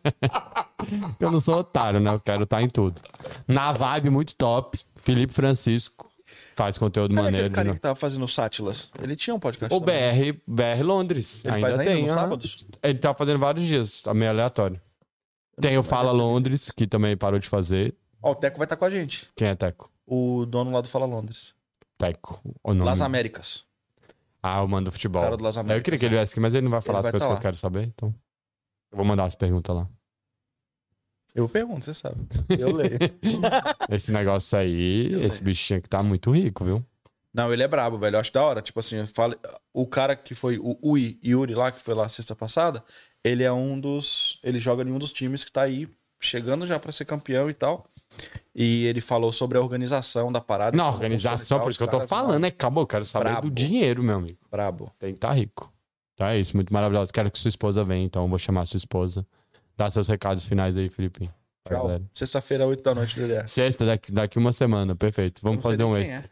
S1: Eu não sou otário, né? Eu quero estar em tudo. Na vibe, muito top. Felipe Francisco faz conteúdo
S2: Cadê
S1: maneiro.
S2: aquele
S1: de
S2: carinha
S1: novo.
S2: que tava fazendo o Sátilas? Ele tinha um podcast
S1: O
S2: também.
S1: BR, BR Londres.
S2: Ele
S1: ainda
S2: faz ainda
S1: tem. ah.
S2: nos
S1: aham.
S2: sábados?
S1: Ele tá fazendo vários dias, meio aleatório. Tem o Fala Londres, que também parou de fazer.
S2: Ó, o Teco vai estar com a gente.
S1: Quem é Teco?
S2: O dono lá do Fala Londres.
S1: Teco. O nome.
S2: Las Américas.
S1: Ah, o mano do futebol.
S2: O cara do Las
S1: Eu queria
S2: Américas.
S1: que ele viesse aqui, mas ele não vai falar
S2: Ele
S1: as
S2: vai
S1: coisas
S2: tá
S1: que
S2: lá.
S1: eu quero saber, então. Eu vou mandar as perguntas lá.
S2: Eu pergunto, você sabe. Eu leio.
S1: Esse negócio aí, esse bichinho aqui tá muito rico, viu?
S2: Não, ele é brabo, velho. Eu acho da hora. Tipo assim, eu falo- o cara que foi o Ui Yuri lá, que foi lá sexta passada, ele é um dos. Ele joga em um dos times que tá aí chegando já pra ser campeão e tal. E ele falou sobre a organização da parada.
S1: Não,
S2: como funciona
S1: organização,
S2: e tal.
S1: por isso que eu
S2: Os
S1: tô
S2: caras,
S1: falando,
S2: mano,
S1: é acabou. Eu quero saber do
S2: Brabo.
S1: dinheiro, meu amigo.
S2: Brabo.
S1: Tem que estar tá rico. Então é isso, muito maravilhoso. Quero que sua esposa venha, então eu vou chamar sua esposa. Dá seus recados finais aí, Felipe. pra
S2: Tchau.
S1: galera.
S2: Sexta-feira, 8 da noite, DDS.
S1: Sexta, daqui, daqui uma semana, perfeito. Vamos fazer um extra.
S2: É.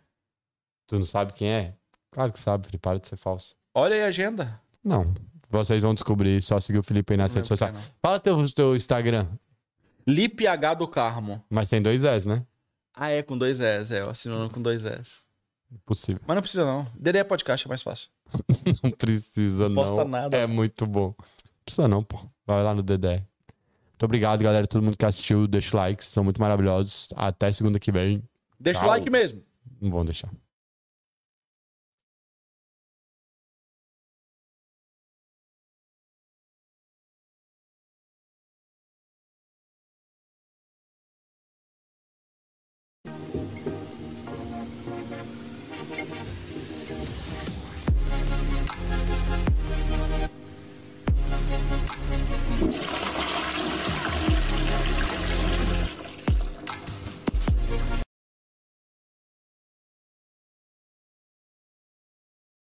S1: Tu não sabe quem é? Claro que sabe, Felipe. Para de ser falso.
S2: Olha aí a agenda.
S1: Não. Vocês vão descobrir, só seguir o Felipe aí nas
S2: Não
S1: redes
S2: lembro quem é,
S1: sociais.
S2: não.
S1: Fala teu, teu Instagram.
S2: Lipe H do Carmo.
S1: Mas tem dois S, né?
S2: Ah, é com dois S, é. Eu assino com dois S.
S1: Impossível.
S2: Mas não precisa, não. DDE é podcast, é mais fácil.
S1: Não precisa, não.
S2: posta nada.
S1: É muito bom. Não precisa, não, pô. Vai lá no Dedé. Muito obrigado, galera. Todo mundo que assistiu, deixa o like. Vocês são muito maravilhosos. Até segunda que vem.
S2: Deixa o
S1: Tchau.
S2: like mesmo.
S1: Não vão deixar.